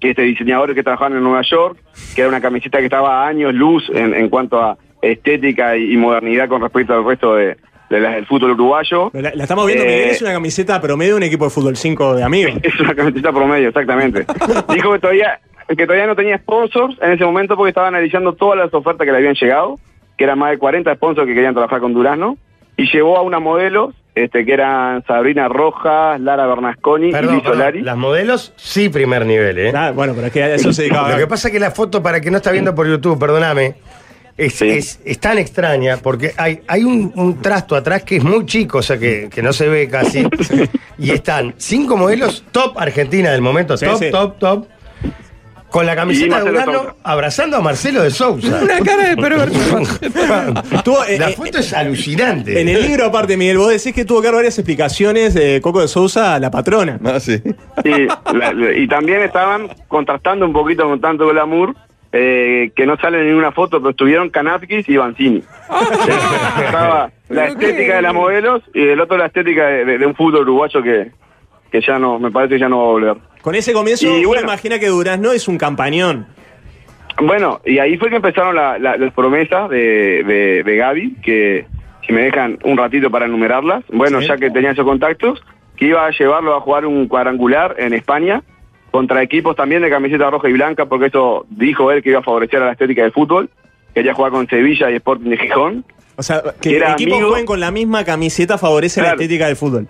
P: este, diseñadores que trabajaban en Nueva York, que era una camiseta que estaba a años luz en, en cuanto a estética y, y modernidad con respecto al resto de, de las del fútbol uruguayo.
E: La, la estamos viendo,
P: Eh,
E: Miguel, es una camiseta promedio de un equipo de fútbol 5 de amigos.
C: Eh,
P: es una camiseta promedio, exactamente. Dijo que todavía, que todavía no tenía sponsors en ese momento porque estaba analizando todas las ofertas que le habían llegado, que eran más de 40 sponsors que querían trabajar con Durazno, y llevó a unas modelos, este, que eran Sabrina Rojas, Lara Bernasconi y
C: Perdón,
P: Luis
C: perdón.
P: Solari.
C: Las modelos, sí, primer nivel, ¿eh?
E: Ah, bueno, pero es que a eso se dedicaba.
C: Lo que pasa es que la foto, para que no está viendo por YouTube, perdóname, es, es- es tan extraña porque hay, hay un, un trasto atrás que es muy chico, o sea que, que no se ve casi. Y están cinco modelos top Argentina del momento,
E: Sí,
C: top,
E: sí.
C: top, top. Con la
E: Y
C: camiseta de
E: Marcelo
C: Durano
E: Sousa.
C: abrazando a Marcelo de eh, Sousa.
Q: Una cara de perverso.
C: la foto es alucinante.
E: eh, En el libro, aparte, Miguel, vos decís que tuvo que dar varias explicaciones de Coco de Sousa a la patrona.
L: Ah, sí.
P: Sí, la- la- y también estaban contrastando un poquito con tanto glamour eh, que no salen en una foto, pero estuvieron Kanapkis y Banzini. Estaba la estética de las modelos y el otro la estética de, de- de un fútbol uruguayo que, que ya no, me parece que ya no va a volver.
E: Con ese comienzo,
P: Y
E: uno
P: bueno.
E: imagina que Durazno es un campañón.
P: Bueno, y ahí fue que empezaron la- la- las promesas de, de, de Gaby, que si me dejan un ratito para enumerarlas, bueno,
E: Sí.
P: ya que tenía esos contactos, que iba a llevarlo a jugar un cuadrangular en España contra equipos también de camiseta roja y blanca, porque eso dijo él que iba a favorecer a la estética del fútbol. Quería jugar con Sevilla y Sporting de Gijón.
E: O sea, que
P: Era
E: equipos
P: amigo. Eh,
E: jueguen con la misma camiseta favorece la estética del fútbol.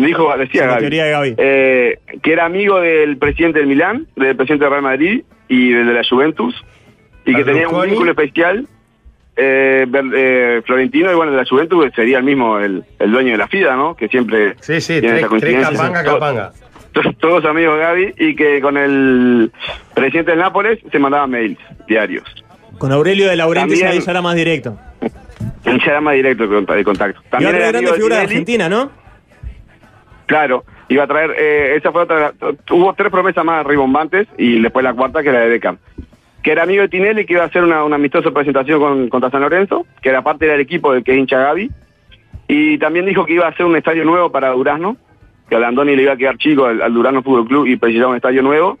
P: Dijo, decía
E: Es la
P: Gaby,
E: teoría de Gaby.
P: eh, que era amigo del presidente del Milán, del presidente del Real Madrid y del de la Juventus, y que tenía un
C: Berlusconi.
P: vínculo especial. eh, Ber- eh, Florentino, y bueno, de la Juventus sería el mismo, el, el dueño de la FIDA, ¿no? Que siempre
C: Sí,
P: tiene
C: sí, tres,
P: esa
C: tres
P: coincidencia.
C: capanga,
P: To-
C: capanga.
P: to- Todos amigos de Gaby y que con el presidente del Nápoles se mandaban mails diarios.
E: Con Aurelio de Laurentiis
P: También-
E: ahí ya era más directo.
P: Él se llama directo el cont- el contacto.
E: y otra
P: era
E: grande
P: amigo de
E: figura de
P: Tinelli.
E: Argentina, ¿no?
P: Claro. iba a traer, eh, esa fue otra, hubo tres promesas más ribombantes y después la cuarta que era de Beckham. Que era amigo de Tinelli, que iba a hacer una, una amistosa presentación con, contra San Lorenzo, que era parte del equipo del que es hincha Gaby. Y también dijo que iba a hacer un estadio nuevo para Durazno, que a Landoni le iba a quedar chico al, al Durazno Fútbol Club y precisaba un estadio nuevo.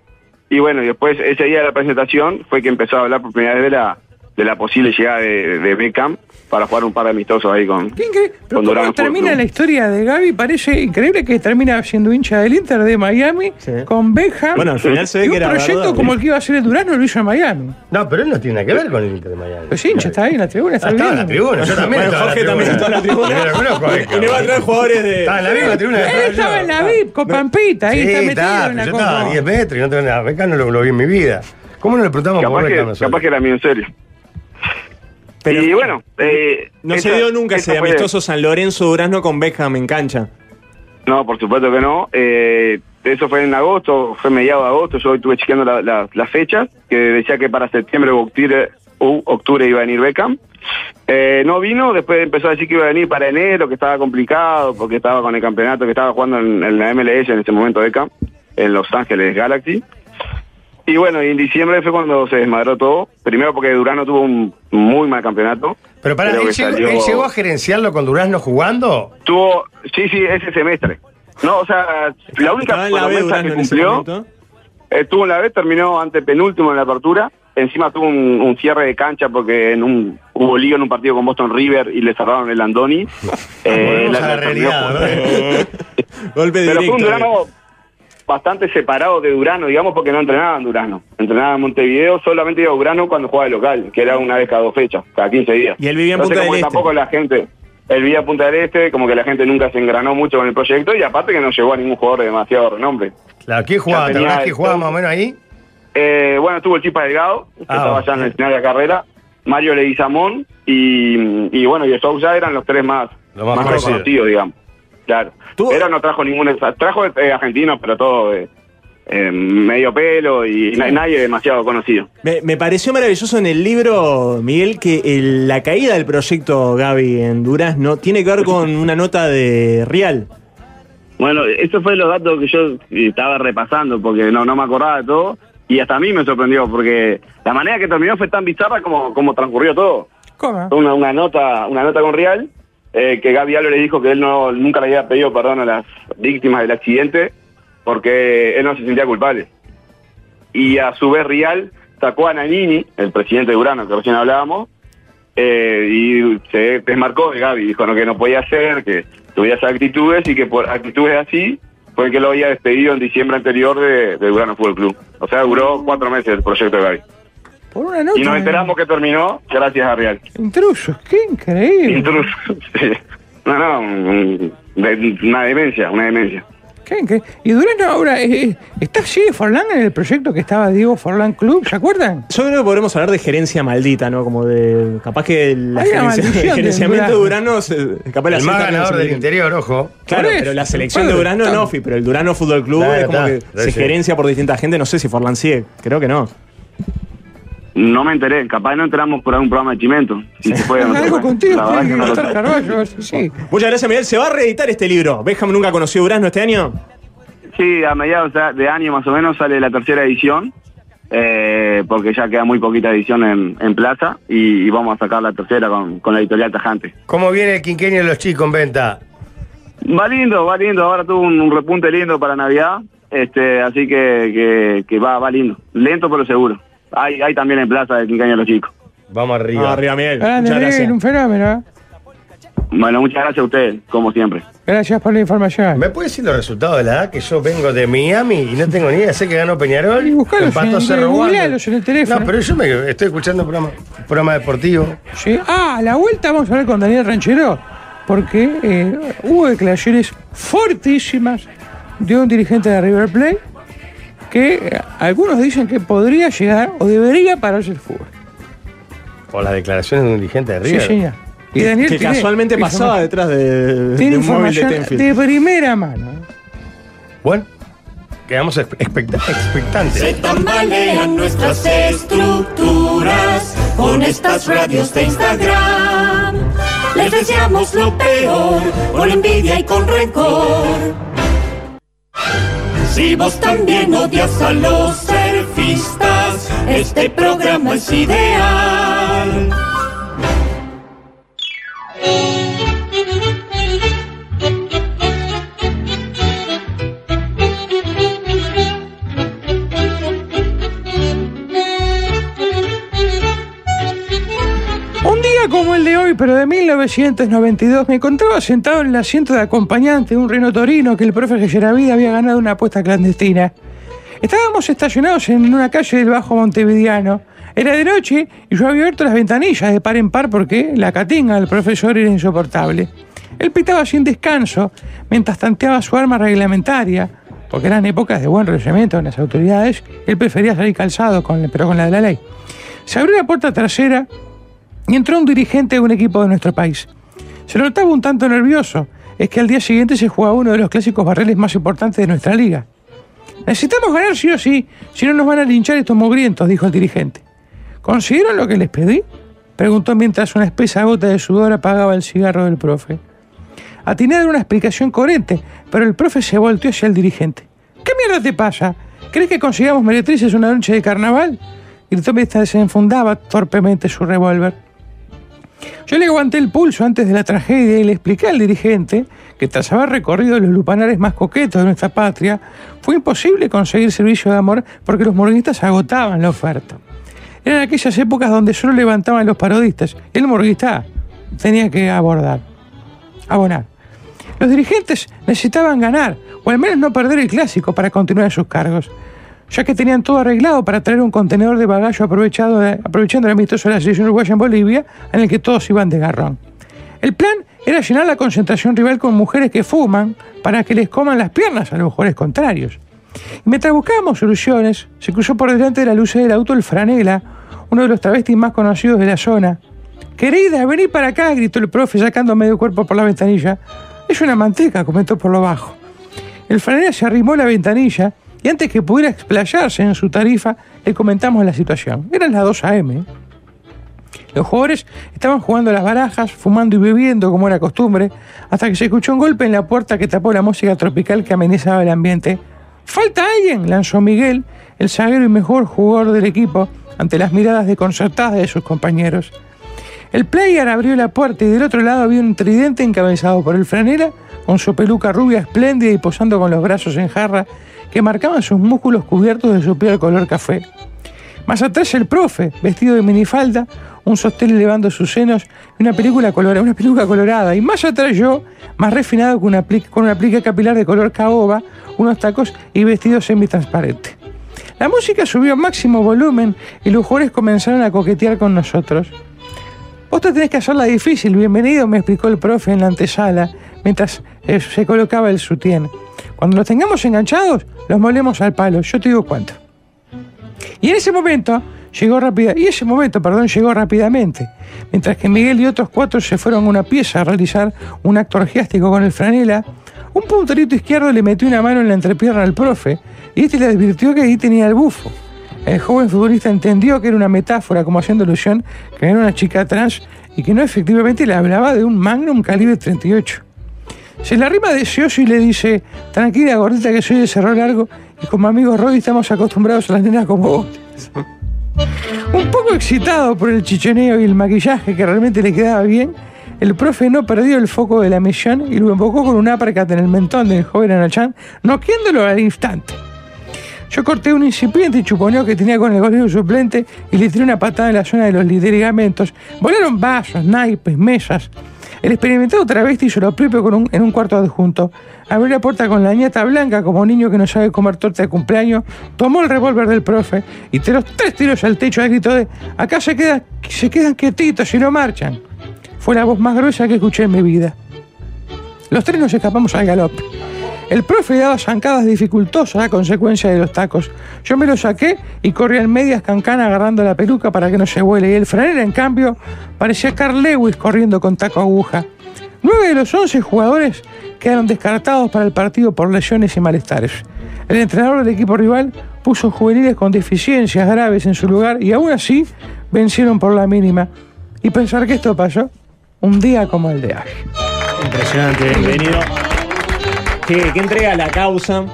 P: Y bueno, y después ese día de la presentación fue que empezó a hablar por primera vez de la, de la posible llegada de, de Beckham para jugar un par de amistosos ahí con,
Q: Pero
P: con
Q: cómo
P: Durazno Fútbol
Q: termina
P: Club.
Q: la historia de Gaby, parece increíble que termina siendo hincha del Inter de Miami con Beckham.
E: Bueno, al final se
Q: y
E: ve que
Q: un
E: era
Q: proyecto
E: verdad.
Q: como el que iba a hacer el Durano lo hizo en Miami.
C: No, pero él no tiene nada que ver con el Inter de Miami.
Q: Pues hincha, está ahí en la tribuna, está
C: Ah, estaba en
Q: viendo.
C: la tribuna, yo también
E: Bueno,
C: estaba
E: Jorge
C: en la
E: también
C: tribuna.
E: estaba en la
C: Yo lo
E: tribuna.
C: conozco,
E: Y le va a traer jugadores de-
C: Estaba en la misma tribuna que
Q: Él estaba en la VIP con Pampita, ahí
C: Sí,
Q: está metido
C: está,
Q: en
C: pero
Q: la
C: yo
Q: cosa.
C: estaba a 10 metros y no tengo nada. Beckham no lo, lo vi en mi vida. ¿Cómo no le preguntamos
P: Capaz
C: por
P: que,
C: Beckham nosotros?
P: capaz que era mío en serio. y bueno, eh,
E: No se
P: esa-
E: dio nunca
P: esa
E: ese
P: fue-
E: amistoso San Lorenzo Durazno con Beckham en cancha.
P: No, por supuesto que no. Eh, eso fue en agosto, fue mediados de agosto. Yo estuve chequeando la- la- las fechas, que decía que para septiembre o octubre, u- octubre iba a venir Beckham. Eh, no vino, después empezó a decir que iba a venir para enero, que estaba complicado, porque estaba con el campeonato que estaba jugando en, en la MLS en ese momento Beckham, en Los Ángeles Galaxy. Y bueno, y en diciembre fue cuando se desmadró todo. Primero porque Durano tuvo un muy mal campeonato.
C: Pero para,
P: Creo
C: él,
P: que
C: llegó,
P: salió-
C: él llegó a gerenciarlo con Durazno jugando.
P: Tuvo, sí, sí, ese semestre. No, o sea, la única
C: Estaba en la B
P: promesa
C: Durazno
P: que
C: en ese
P: cumplió
C: momento.
P: estuvo en la B, terminó antepenúltimo en la apertura. Encima tuvo un, un cierre de cancha porque en un, hubo lío en un partido con Boston River y le cerraron el Andoni. Eh,
C: Volvemos a la
P: terminó
C: realidad,
P: jugando.
E: Golpe
P: Pero fue un
E: directo.
P: Durano bastante separado de Durano, digamos, porque no entrenaba en Durano. Entrenaba en Montevideo, solamente iba a Durano cuando jugaba de local, que era una vez cada dos fechas, cada 15 días.
E: Y él vivía en
P: Entonces,
E: Punta
P: como
E: del
P: que
E: Este.
P: tampoco la gente, él vivía en Punta del Este, como que la gente nunca se engranó mucho con el proyecto y aparte que no llegó a ningún jugador de demasiado renombre.
C: Claro, ¿quién
P: Ya
C: jugaba? ¿Te acordás
P: tenía
C: que
P: el
C: jugaba
P: todo.
C: más o menos ahí?
P: Eh, bueno, estuvo el Chipa Delgado, que
C: Ah,
P: estaba
C: bueno.
P: ya en el final de la carrera, Mario Leguizamón y, y bueno, y el Sousa eran los tres más,
C: Los más
P: más
C: conocidos.
P: reconocidos, digamos. Claro. Era no trajo ningún, trajo eh, argentinos, pero todo eh, eh, medio pelo y na- nadie demasiado conocido.
E: Me, me pareció maravilloso en el libro, Miguel, que el- la caída del proyecto Gaby en Durazno tiene que ver con una nota de Real.
P: Bueno, esos fueron los datos que yo estaba repasando porque no, no me acordaba de todo y hasta a mí me sorprendió porque la manera que terminó fue tan bizarra como, como transcurrió todo.
Q: ¿Cómo?
P: Una, una nota una nota con Real eh, que Gaby Álvarez dijo que él no nunca le había pedido perdón a las víctimas del accidente porque él no se sentía culpable. Y a su vez Real sacó a Nanini, el presidente de Urano que recién hablábamos, eh, y se desmarcó de Gaby, dijo no, que no podía hacer, que tuviera esas actitudes y que por actitudes así fue que lo había despedido en diciembre anterior de, de Urano Fútbol Club. O sea, duró cuatro meses el proyecto de Gaby.
Q: Por una nota.
P: Y nos enteramos que terminó gracias a Real.
Q: Intrusos, qué increíble.
P: Intruso. Sí. No, no, un- de- una demencia, una demencia.
Q: Qué increíble. Y Durano ahora, eh, eh, ¿está sigue Forlán en el proyecto que estaba Diego Forlán Club? ¿Se acuerdan?
E: Yo creo que podremos hablar de gerencia maldita, ¿no? Como de. Capaz que la
Q: Hay una
E: gerencia-
Q: maldición
E: el
Q: del
E: gerenciamiento de
Q: Durazno.
E: Durano. se- capaz la
C: el más
E: selección
C: ganador
E: también
C: del
E: se-
C: interior, ojo.
E: Claro,
C: Por eso.
E: pero la selección de
C: Bueno,
E: Durano
C: está.
E: no, Fi, pero el Durano Fútbol Club
C: Claro,
E: es como
C: está,
E: que
C: está,
E: se
C: sí.
E: gerencia por distinta gente. No sé si Forlán sigue, creo que no.
P: No me enteré, capaz no entramos por algún programa de Chimento. Si se puede, no se
Q: Algo
P: puede.
Q: contigo, pues.
P: La verdad que no lo sé.
Q: sí.
E: Muchas gracias, Miguel. ¿Se va a reeditar este libro? Beckham nunca conoció Durano este año.
P: Sí, a mediados de- de año más o menos sale la tercera edición, eh, porque ya queda muy poquita edición en, en plaza y, y vamos a sacar la tercera con, con la editorial Tajante.
C: ¿Cómo viene el quinquenio de los chicos en venta?
P: Va lindo, va lindo, ahora tuvo un, un repunte lindo para Navidad, este, así que, que- que va, va lindo, lento pero seguro. Hay, hay también en plaza de quincaña los chicos.
C: Vamos arriba.
E: Vamos arriba, Miguel.
Q: Grande,
E: Muchas
Q: Miguel,
E: gracias.
Q: un fenómeno. ¿eh?
P: Bueno, muchas gracias a ustedes, como siempre.
Q: Gracias por la información.
C: ¿Me puede decir los resultados de la edad? Que yo vengo de Miami y no tengo ni idea. Sé que ganó Peñarol.
Q: buscalos
C: empató
Q: en-
C: Cerro Guardo.
Q: googlealos en el teléfono.
C: No, pero yo me estoy escuchando programa, programa deportivo.
Q: Sí. Ah, a la vuelta vamos a hablar con Daniel Ranchero, porque eh, hubo declaraciones fortísimas de un dirigente de River Plate que eh, algunos dicen que podría llegar o debería pararse el fútbol.
C: Por las declaraciones de un dirigente de
Q: Sí,
C: River.
Q: señor. Y Daniel
E: que
Q: tiene
E: casualmente pasaba
Q: información.
E: detrás de,
Q: Tiene
E: de un móvil de
Q: información
E: Tenfield.
Q: de primera mano.
C: Bueno, quedamos expe- expecta- expectantes.
I: Se tambalean nuestras estructuras con estas radios de Instagram. Les deseamos lo peor, con envidia y con rencor. Si vos también odias a los surfistas, este programa es ideal.
Q: Un día como el de hoy, pero de 1992, me encontraba sentado en el asiento de acompañante de un Renault Torino que el profe Geravida había ganado una apuesta clandestina. Estábamos estacionados en una calle del Bajo Montevideano. Era de noche y yo había abierto las ventanillas de par en par porque la catinga del profesor era insoportable. Él pitaba sin descanso mientras tanteaba su arma reglamentaria, porque eran épocas de buen reglamento en las autoridades. Él prefería salir calzado, con, pero con la de la ley. Se abrió la puerta trasera y entró un dirigente de un equipo de nuestro país. Se lo notaba un tanto nervioso, es que al día siguiente se jugaba uno de los clásicos barriles más importantes de nuestra liga. Necesitamos ganar sí o sí, si no nos van a linchar estos mugrientos, dijo el dirigente. ¿Consiguieron lo que les pedí? Preguntó mientras una espesa gota de sudor apagaba el cigarro del profe. Atiné a dar una explicación coherente, pero el profe se volteó hacia el dirigente. ¿Qué mierda te pasa? ¿Crees que consigamos meretrices una noche de carnaval? Gritó mientras desenfundaba torpemente su revólver. Yo le aguanté el pulso antes de la tragedia y le expliqué al dirigente que tras haber recorrido los lupanares más coquetos de nuestra patria, fue imposible conseguir servicio de amor porque los morguistas agotaban la oferta. Eran aquellas épocas donde solo levantaban los parodistas. El morguista tenía que abordar, abonar. Los dirigentes necesitaban ganar, o al menos no perder el clásico para continuar en sus cargos, ya que tenían todo arreglado para traer un contenedor de bagallo aprovechado aprovechando el amistoso de la selección uruguaya en Bolivia, en el que todos iban de garrón. El plan era llenar la concentración rival con mujeres que fuman para que les coman las piernas a los jugadores contrarios. Y mientras buscábamos soluciones, se cruzó por delante de la luz del auto el Franela, uno de los travestis más conocidos de la zona. Querida, vení para acá, gritó el profe sacando medio cuerpo por la ventanilla. Es una manteca, comentó por lo bajo. El franela se arrimó a la ventanilla y antes que pudiera explayarse en su tarifa, le comentamos la situación. Eran las 2 a.m. Los jugadores estaban jugando a las barajas, fumando y bebiendo como era costumbre, hasta que se escuchó un golpe en la puerta que tapó la música tropical que amenazaba el ambiente. ¡Falta alguien! lanzó Miguel, el zaguero y mejor jugador del equipo, ante las miradas desconcertadas de sus compañeros. El player abrió la puerta y del otro lado había un tridente encabezado por el franela, con su peluca rubia espléndida y posando con los brazos en jarra, que marcaban sus músculos cubiertos de su piel color café. Más atrás el profe, vestido de minifalda, un sostén elevando sus senos y una película colorada, una peluca colorada. Y más atrás yo, más refinado con una, pli- con una plica capilar de color caoba, unos tacos y vestido semitransparente. La música subió a máximo volumen y los jugadores comenzaron a coquetear con nosotros. Vos te tenés que hacerla difícil, bienvenido, me explicó el profe en la antesala, mientras eh, se colocaba el sutién. Cuando los tengamos enganchados, los molemos al palo, yo te digo cuánto. Y en ese momento llegó rápida, y ese momento, perdón, llegó rápidamente, mientras que Miguel y otros cuatro se fueron a una pieza a realizar un acto orgiástico con el franela, un punterito izquierdo le metió una mano en la entrepierna al profe, y este le advirtió que ahí tenía el bufo. El joven futbolista entendió que era una metáfora, como haciendo alusión que era una chica trans y que no efectivamente le hablaba de un Magnum calibre 38. Se la rima deseoso y le dice, tranquila gordita que soy de Cerro Largo y como amigos Roddy estamos acostumbrados a las nenas como vos. Un poco excitado por el chichoneo y el maquillaje que realmente le quedaba bien, el profe no perdió el foco de la misión y lo embocó con un uppercut en el mentón del joven Anachan, noqueándolo al instante. Yo corté un incipiente chuponeo que tenía con el golero suplente y le tiré una patada en la zona de los ligamentos. Volaron vasos, naipes, mesas. El experimentado travesti hizo lo propio con un- en un cuarto adjunto. Abrió la puerta con la ñata blanca como niño que no sabe comer torta de cumpleaños, tomó el revólver del profe y tiró tres tiros al techo al grito de «Acá se quedan, se quedan quietitos y no marchan». Fue la voz más gruesa que escuché en mi vida. Los tres nos escapamos al galope. El profe daba zancadas dificultosas a consecuencia de los tacos. Yo me los saqué y corrí en medias cancana agarrando la peluca para que no se vuele. Y el franel, en cambio, parecía Carl Lewis corriendo con taco aguja. Nueve de los once jugadores quedaron descartados para el partido por lesiones y malestares. El entrenador del equipo rival puso juveniles con deficiencias graves en su lugar y aún así vencieron por la mínima. Y pensar que esto pasó un día como el de hoy.
E: Impresionante, bienvenido. ¿Qué, qué entrega a la causa?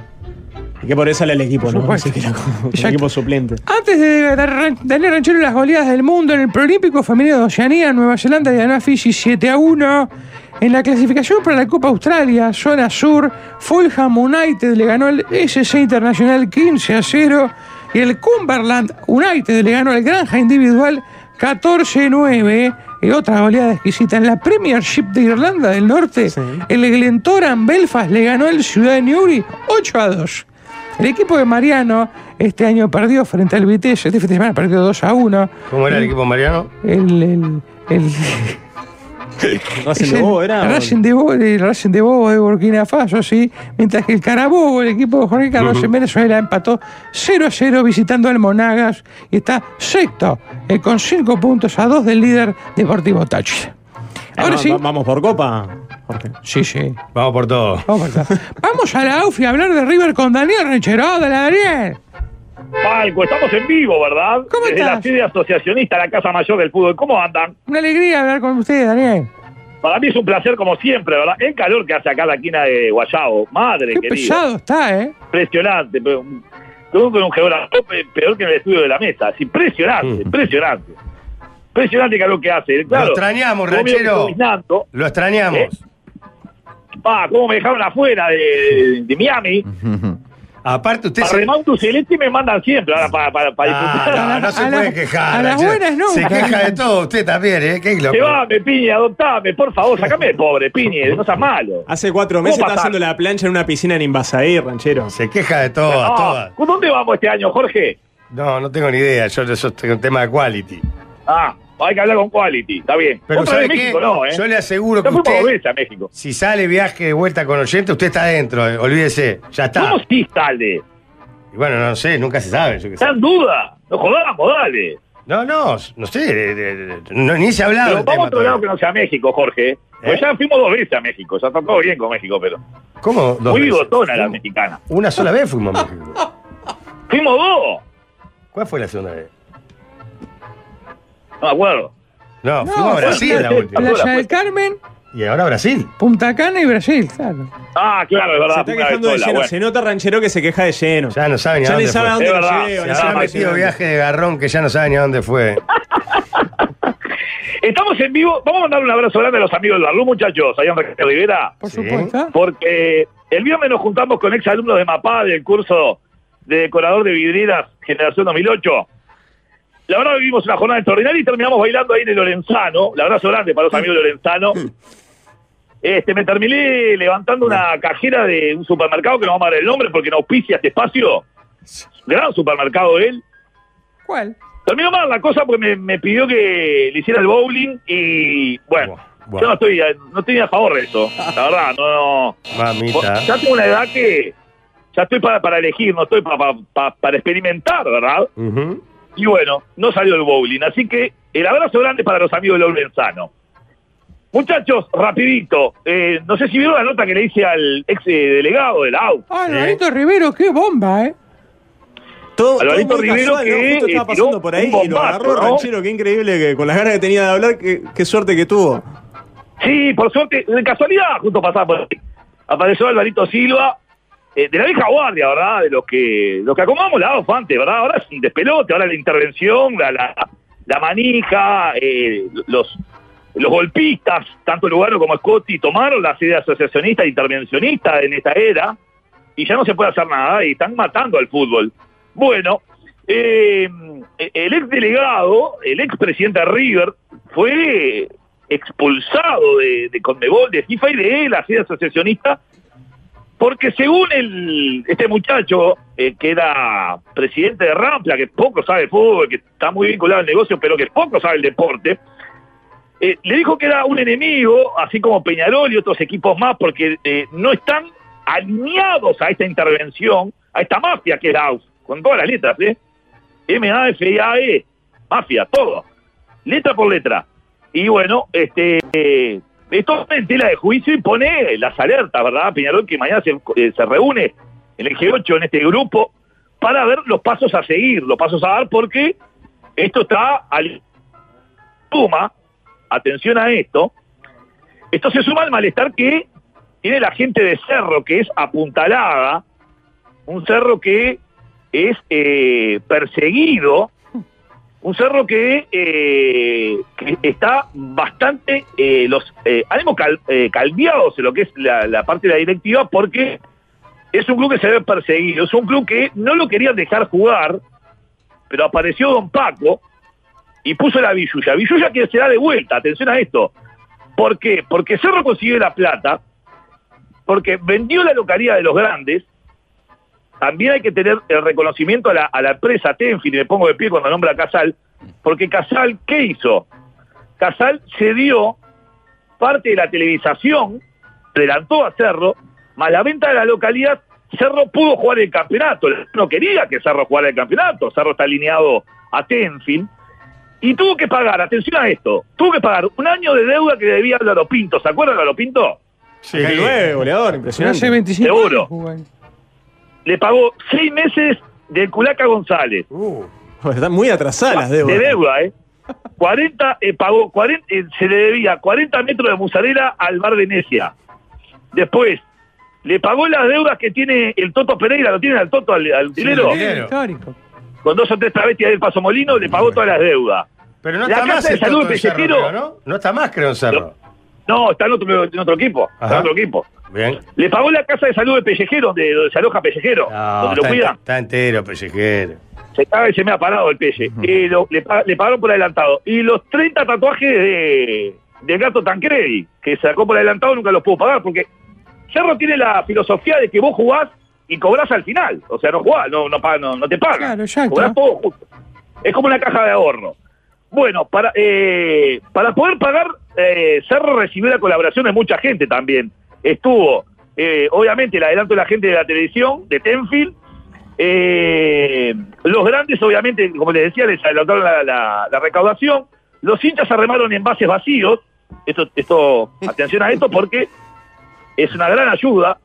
E: Que por eso era el equipo, ¿no? Así que era como un equipo suplente.
Q: Antes de dar ran- Daniel Ranchero las goleadas del mundo en el preolímpico femenino de Oceanía, Nueva Zelanda le ganó a Fiji 7 a 1. En la clasificación para la Copa Australia, zona sur, Fulham United le ganó al SC Internacional 15 a 0 y el Cumberland United le ganó al Granja Individual 14 a 9. Y otra goleada exquisita. En la Premiership de Irlanda del Norte, el Glentoran Belfast le ganó al Ciudad de Newry 8 a 2. El equipo de Mariano este año perdió frente al Vitesse, este fin de semana perdió 2 a 1.
C: ¿Cómo era el equipo Mariano?
Q: El, el, el,
E: Racing
Q: es
E: de
Q: el
E: Bobo era.
Q: Racing de Bobo, el Racing de Bobo de Burkina Faso, sí. Mientras que el Carabobo, el equipo de Jorge Carlos en Venezuela, empató 0 a 0 visitando al Monagas y está sexto, eh, con 5 puntos a 2 del líder Deportivo Táchira. Ahora
E: Ah,
Q: sí.
E: va- Vamos por Copa.
Q: Sí, sí.
C: Vamos por todo.
Q: Vamos, a- vamos a la UFI a hablar de River con Daniel Rencheró, de la Daniel.
R: Palco, estamos en vivo, ¿verdad? ¿Cómo Desde la
Q: estás?
R: sede asociacionista, la Casa Mayor del Fútbol. ¿Cómo andan?
Q: Una alegría hablar con ustedes, Daniel.
R: Para mí es un placer, como siempre, ¿verdad? El calor que hace acá en la esquina de Guayabo. Madre
Q: Qué
R: querida.
Q: pesado está, ¿eh?
R: Impresionante. pero, mm, Todo con un geográfico pe- peor que en el estudio de la mesa. Es impresionante, impresionante. Impresionante el calor que hace. ¿eh? Claro,
C: Mm. Lo extrañamos,
R: comió
C: Ranchero.
R: comiznando.
C: Lo extrañamos.
R: ¿Eh? Pa, cómo me dejaron afuera de, de- de Miami.
C: Aparte, usted
R: Para
C: se-
R: Remauto Celeste me mandan siempre ahora para, para, para disfrutar.
C: Ah, no, no se puede quejar. Ranchero. Se queja de todo usted también, ¿eh? Qué loco.
R: Llevame, Piñe, adoptame, por favor, sacame de pobre, Piñe, no seas malo.
C: Ah,
E: Hace cuatro meses está haciendo la plancha en una piscina en Invasaí, ranchero.
C: Se queja de todo,
R: Ah,
C: todas.
R: ¿con ¿Dónde vamos este año, Jorge?
C: No, no tengo ni idea. Yo, yo tengo un tema de quality.
R: Ah, hay que hablar con Quality, está bien.
C: Pero
R: Otra vez
C: ¿sabe qué?
R: México, no, ¿eh?
C: Yo le aseguro
R: Ya
C: que
R: fuimos
C: usted-
R: dos veces a México.
C: Si sale viaje de vuelta con oyente, usted está adentro, eh, olvídese. Ya está.
R: ¿Cómo sí sale?
C: Y bueno, no sé, nunca se sabe. Yo qué sé.
R: Está en duda, no jodamos, dale.
C: No, no, no sé. de- de- de- no, ni se ha hablado.
R: Pero
C: del
R: vamos a
C: tema
R: otro lado que
C: todavía.
R: no sea México, Jorge. ¿eh? Pues ya fuimos dos veces a México, ya está todo bien con México, pero.
C: ¿Cómo? Dos
R: Muy
C: veces?
R: gozona la mexicana.
C: Una sola vez fuimos a México.
R: Fuimos dos,
C: ¿Cuál fue la segunda vez?
R: no me acuerdo.
C: No,
Q: No,
C: fuimos a
Q: fue
C: Brasil la última.
Q: Playa del Carmen,
C: Y ahora Brasil.
Q: Punta Cana y Brasil, claro.
R: Ah, claro, es verdad.
E: Se está
R: primera
E: quejando de
R: vez sola,
E: lleno.
R: bueno.
E: Se nota ranchero que se queja de lleno.
C: Ya no sabe ni a
E: Ya
C: dónde
E: ni sabe
C: fue.
E: a dónde
R: Es
E: lo
R: verdad,
E: lleva,
R: se
E: ni
R: habrá
E: sabe
C: Ha
E: dónde
C: metido
E: lo
C: viaje de garrón que ya no sabe ni a dónde fue.
R: Estamos en vivo. Vamos a mandar un abrazo grande a los amigos del Barlú, muchachos. Ahí en Raquel Rivera.
Q: Por supuesto.
R: Porque el viernes nos juntamos con ex alumnos de MAPA del curso de decorador de vidrieras Generación 2008. La verdad vivimos una jornada extraordinaria y terminamos bailando ahí en el Lorenzano. La abrazo grande para los amigos de Lorenzano. Este, me terminé levantando una cajera de un supermercado que no vamos a dar el nombre porque no auspicia este espacio. Gran supermercado él.
Q: ¿Cuál?
R: Terminó mal la cosa porque me, me pidió que le hiciera el bowling y bueno,
C: Buah,
R: yo no estoy, a- no estoy a favor de eso, la verdad, no, no.
C: Mamita.
R: Ya tengo una edad que ya estoy para, para elegir, no estoy para, para, para- para experimentar, ¿verdad?
C: Ujú.
R: Y bueno, no salió el bowling, así que el abrazo grande para los amigos del Lorenzano. Muchachos, rapidito, eh, no sé si vieron la nota que le hice al ex eh, delegado del AU.
Q: Ah, Alvarito Rivero, qué bomba, ¿eh?
E: Todo,
R: Alvarito
E: todo muy
R: Rivero
E: casual, ¿no?
R: que,
E: Justo
R: eh,
E: estaba
R: tiró
E: pasando por ahí
R: un
E: y lo
R: bombazo,
E: agarró
R: ¿no?
E: ranchero. Qué increíble que con las ganas que tenía de hablar, qué, qué suerte que tuvo.
R: Sí, por suerte, de casualidad, justo pasaba por ahí. Apareció Alvarito Silva, eh, de la vieja guardia, ¿verdad? De los que, los que acomodamos la AUF antes, ¿verdad? Ahora es un despelote, ahora la intervención, la, la, la manija, eh, los, los golpistas, tanto Lugano como Scotti, tomaron la sede asociacionista e intervencionista en esta era y ya no se puede hacer nada y están matando al fútbol. Bueno, eh, el ex delegado, el ex presidente de River, fue expulsado de, de Conmebol, de FIFA y de la sede asociacionista, porque según el, este muchacho, eh, que era presidente de Rampla, que poco sabe de fútbol, que está muy vinculado al negocio, pero que poco sabe el deporte, eh, le dijo que era un enemigo, así como Peñarol y otros equipos más, porque eh, no están alineados a esta intervención, a esta mafia que es la AUF, con todas las letras, ¿eh? M-A-F-I-A-E, E, mafia, todo, letra por letra. Y bueno, este eh, esto es en tela de juicio y pone las alertas, ¿verdad? Peñarol que mañana se, eh, se reúne en el G8, en este grupo, para ver los pasos a seguir, los pasos a dar, porque esto está al suma, atención a esto, esto se suma al malestar que tiene la gente de Cerro, que es apuntalada un cerro que es eh, perseguido, un cerro que, eh, que está bastante eh, los eh, ánimos cal- eh, caldeados en lo que es la, la parte de la directiva porque es un club que se ve perseguido, es un club que no lo querían dejar jugar, pero apareció Don Paco y puso la Villuya. Villuya que se da de vuelta, atención a esto. ¿Por qué? Porque Cerro consiguió la plata, porque vendió la localidad de los grandes, también hay que tener el reconocimiento a la, a la empresa Tenfin, y me pongo de pie cuando nombra a Casal, porque Casal, ¿qué hizo? Casal cedió parte de la televisación, adelantó a Cerro, más la venta de la localidad, Cerro pudo jugar el campeonato, no quería que Cerro jugara el campeonato, Cerro está alineado a Tenfin, y tuvo que pagar, atención a esto, tuvo que pagar un año de deuda que le debía a Lalo Pinto, ¿se acuerdan de Lalo Pinto?
E: Sí. Acá hay nueve, goleador, impresionante.
Q: Hace 25
R: Seguro
Q: años juega.
R: le pagó seis meses del Culaca González.
C: Uh.
E: Están muy atrasadas las deudas.
R: De deuda, ¿eh? 40, eh, pagó 40, eh, se le debía 40 metros de musarela al bar Venecia. Después, le pagó las deudas que tiene el Toto Pereira, lo tiene al Toto, al, al utilero,
Q: Histórico.
R: con dos o tres travestis del Paso Molino, le pagó todas las deudas.
C: Pero no
R: La
C: está
R: Casa
C: más
R: de
C: el
R: Salud
C: Toto
R: de
C: en Cerro,
R: Yetiro.
C: creo, ¿no? No está más, creo, en Cerro.
R: No, está en otro, en otro equipo, está en
C: Ajá.
R: otro equipo.
C: Bien.
R: Le pagó la casa de salud de Pellejero, donde, donde se aloja Pellejero,
C: No,
R: donde lo
C: Ah, está,
R: cuidan.
C: está entero, pellejero.
R: Se caga y se me ha parado el pelle. Eh, lo- le, pa- le pagaron por adelantado. Y los 30 tatuajes de, del gato Tancredi, que sacó por adelantado, nunca los pudo pagar, porque Cerro tiene la filosofía de que vos jugás y cobrás al final. O sea, no jugás, no, no, pa- no, no te pagan.
Q: Claro, ya está.
R: Cobrás todo justo. Es como una caja de ahorro. Bueno, para, eh, para poder pagar, eh, Cerro recibió la colaboración de mucha gente también. Estuvo, eh, obviamente, el adelanto de la gente de la televisión, de Tenfield, eh, los grandes, obviamente, como les decía, les adelantaron la, la- la recaudación. Los hinchas arremaron envases vacíos. Esto, esto, atención a esto porque es una gran ayuda.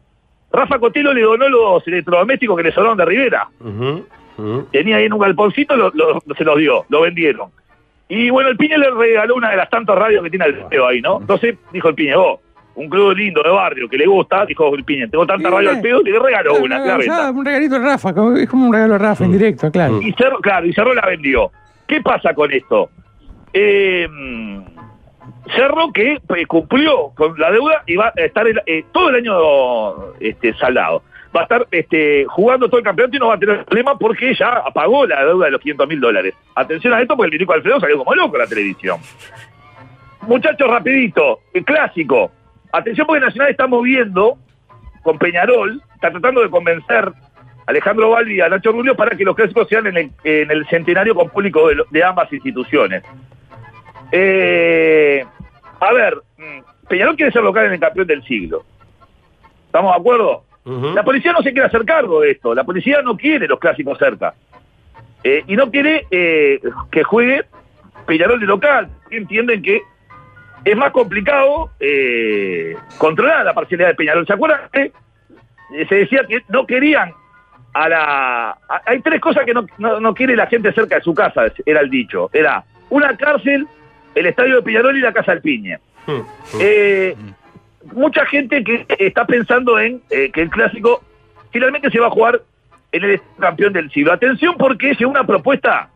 R: Rafa Cotelo le donó los electrodomésticos que le sobraron de Rivera. Tenía ahí en un galponcito, lo- lo- se los dio, lo vendieron. Y bueno, el Piña le regaló una de las tantas radios que tiene el Peo ahí, ¿no? Entonces dijo el Piña, vos, un club lindo de barrio que le gusta, dijo el Piña, tengo tanta radio al pedo, le regaló una, la
Q: Ya,
R: venta. Mm.
Q: un regalito de Rafa, como- es como un regalo de Rafa, indirecto, claro.
R: Y Cerro, claro, y Cerro la vendió. ¿Qué pasa con esto? Eh, Cerro que pues, cumplió con la deuda y va a estar el- eh, todo el año este, saldado. Va a estar este, jugando todo el campeonato y no va a tener problema porque ya pagó la deuda de los 500 mil dólares. Atención a esto porque el Tirico Alfredo salió como loco en la televisión. Muchachos, rapidito, el clásico. Atención porque Nacional está moviendo con Peñarol, está tratando de convencer Alejandro Balbi y a Nacho Rubio para que los clásicos sean en el, en el centenario con público de, lo- de ambas instituciones. Eh, a ver, mm, Peñarol quiere ser local en el campeón del siglo. ¿Estamos de acuerdo? La policía no se quiere hacer cargo de esto. La policía no quiere los clásicos cerca. Eh, y no quiere eh, que juegue Peñarol de local. Entienden que es más complicado eh, controlar la parcialidad de Peñarol. ¿Se acuerdan que eh, se decía que no querían a la... a- hay tres cosas que no, no- no quiere la gente cerca de su casa, era el dicho. Era una cárcel, el estadio de Peñarol y la casa del Piñe. Eh, mucha gente que está pensando en eh, que el clásico finalmente se va a jugar en el campeón del siglo. Atención porque es una propuesta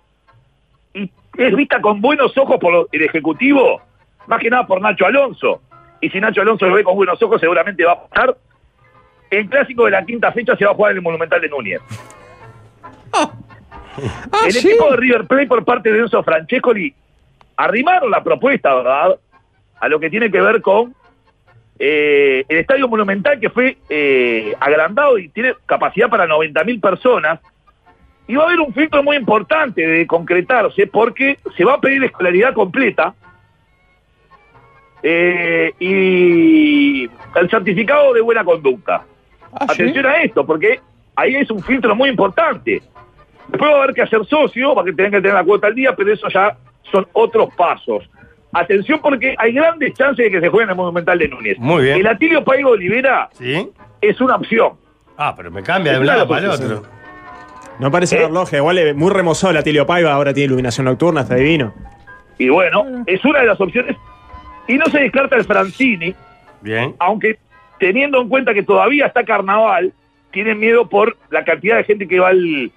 R: y es vista con buenos ojos por lo- el Ejecutivo, más que nada por Nacho Alonso. Y si Nacho Alonso lo ve con buenos ojos, seguramente va a pasar. El clásico de la quinta fecha se va a jugar en el Monumental de Núñez. el
Q: ¿sí?
R: equipo de River Plate por parte de Enzo Francescoli arrimaron la propuesta, ¿verdad? A lo que tiene que ver con eh, el Estadio Monumental que fue eh, agrandado y tiene capacidad para 90.000 personas. Y va a haber un filtro muy importante de concretarse porque se va a pedir escolaridad completa eh, y el certificado de buena conducta. Atención a esto, porque ahí es un filtro muy importante. Después va a haber que hacer socio, para que tengan que tener la cuota al día, pero eso ya son otros pasos. Atención porque hay grandes chances de que se juegue en el Monumental de Núñez.
C: Muy bien.
R: El Atilio Paigo Olivera es una opción.
C: Ah, pero me cambia de un
R: Está
C: lado
R: la
C: para el
R: posición.
C: otro.
E: No parece
R: ¿eh?
E: el reloj, igual es muy remozado la Tilio Paiva, ahora tiene iluminación nocturna, está divino.
R: Y bueno, es una de las opciones. Y no se descarta el Francini,
C: Bien.
R: aunque teniendo en cuenta que todavía está Carnaval, tienen miedo por la cantidad de gente que va al,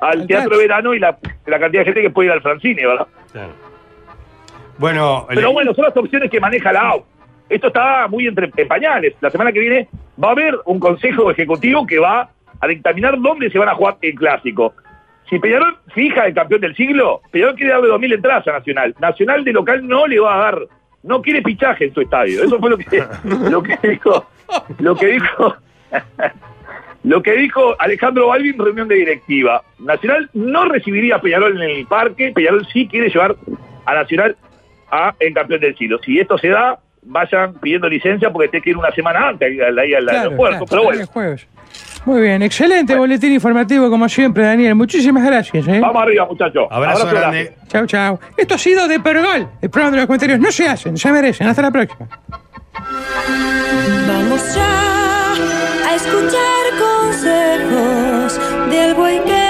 R: al teatro de verano y la, la cantidad de gente que puede ir al Francine, ¿verdad?
C: Bueno,
R: Pero
C: le-
R: bueno, son las opciones que maneja la AU. Esto está muy entre en pañales. La semana que viene va a haber un consejo ejecutivo que va a dictaminar dónde se van a jugar el clásico. Si Peñarol fija el campeón del siglo, Peñarol quiere darle 2.000 entradas a Nacional. Nacional de local no le va a dar, no quiere pichaje en su estadio. Eso fue lo que, lo que dijo, lo que dijo, lo que dijo Alejandro Balvin, reunión de directiva. Nacional no recibiría a Peñarol en el parque, Peñarol sí quiere llevar a Nacional a el campeón del siglo. Si esto se da, vayan pidiendo licencia porque tiene que ir una semana antes ahí al, ahí al
Q: Claro,
R: aeropuerto.
Q: claro,
R: Pero bueno,
Q: el jueves. Muy bien, excelente boletín informativo como siempre, Daniel. Muchísimas gracias. ¿eh?
R: vamos arriba, muchachos.
Q: Abrazo grande. Chau, chau. Esto ha sido de Pergol. El programa de los comentarios no se hacen, se merecen. Hasta la próxima.
H: Vamos ya a escuchar consejos del buen que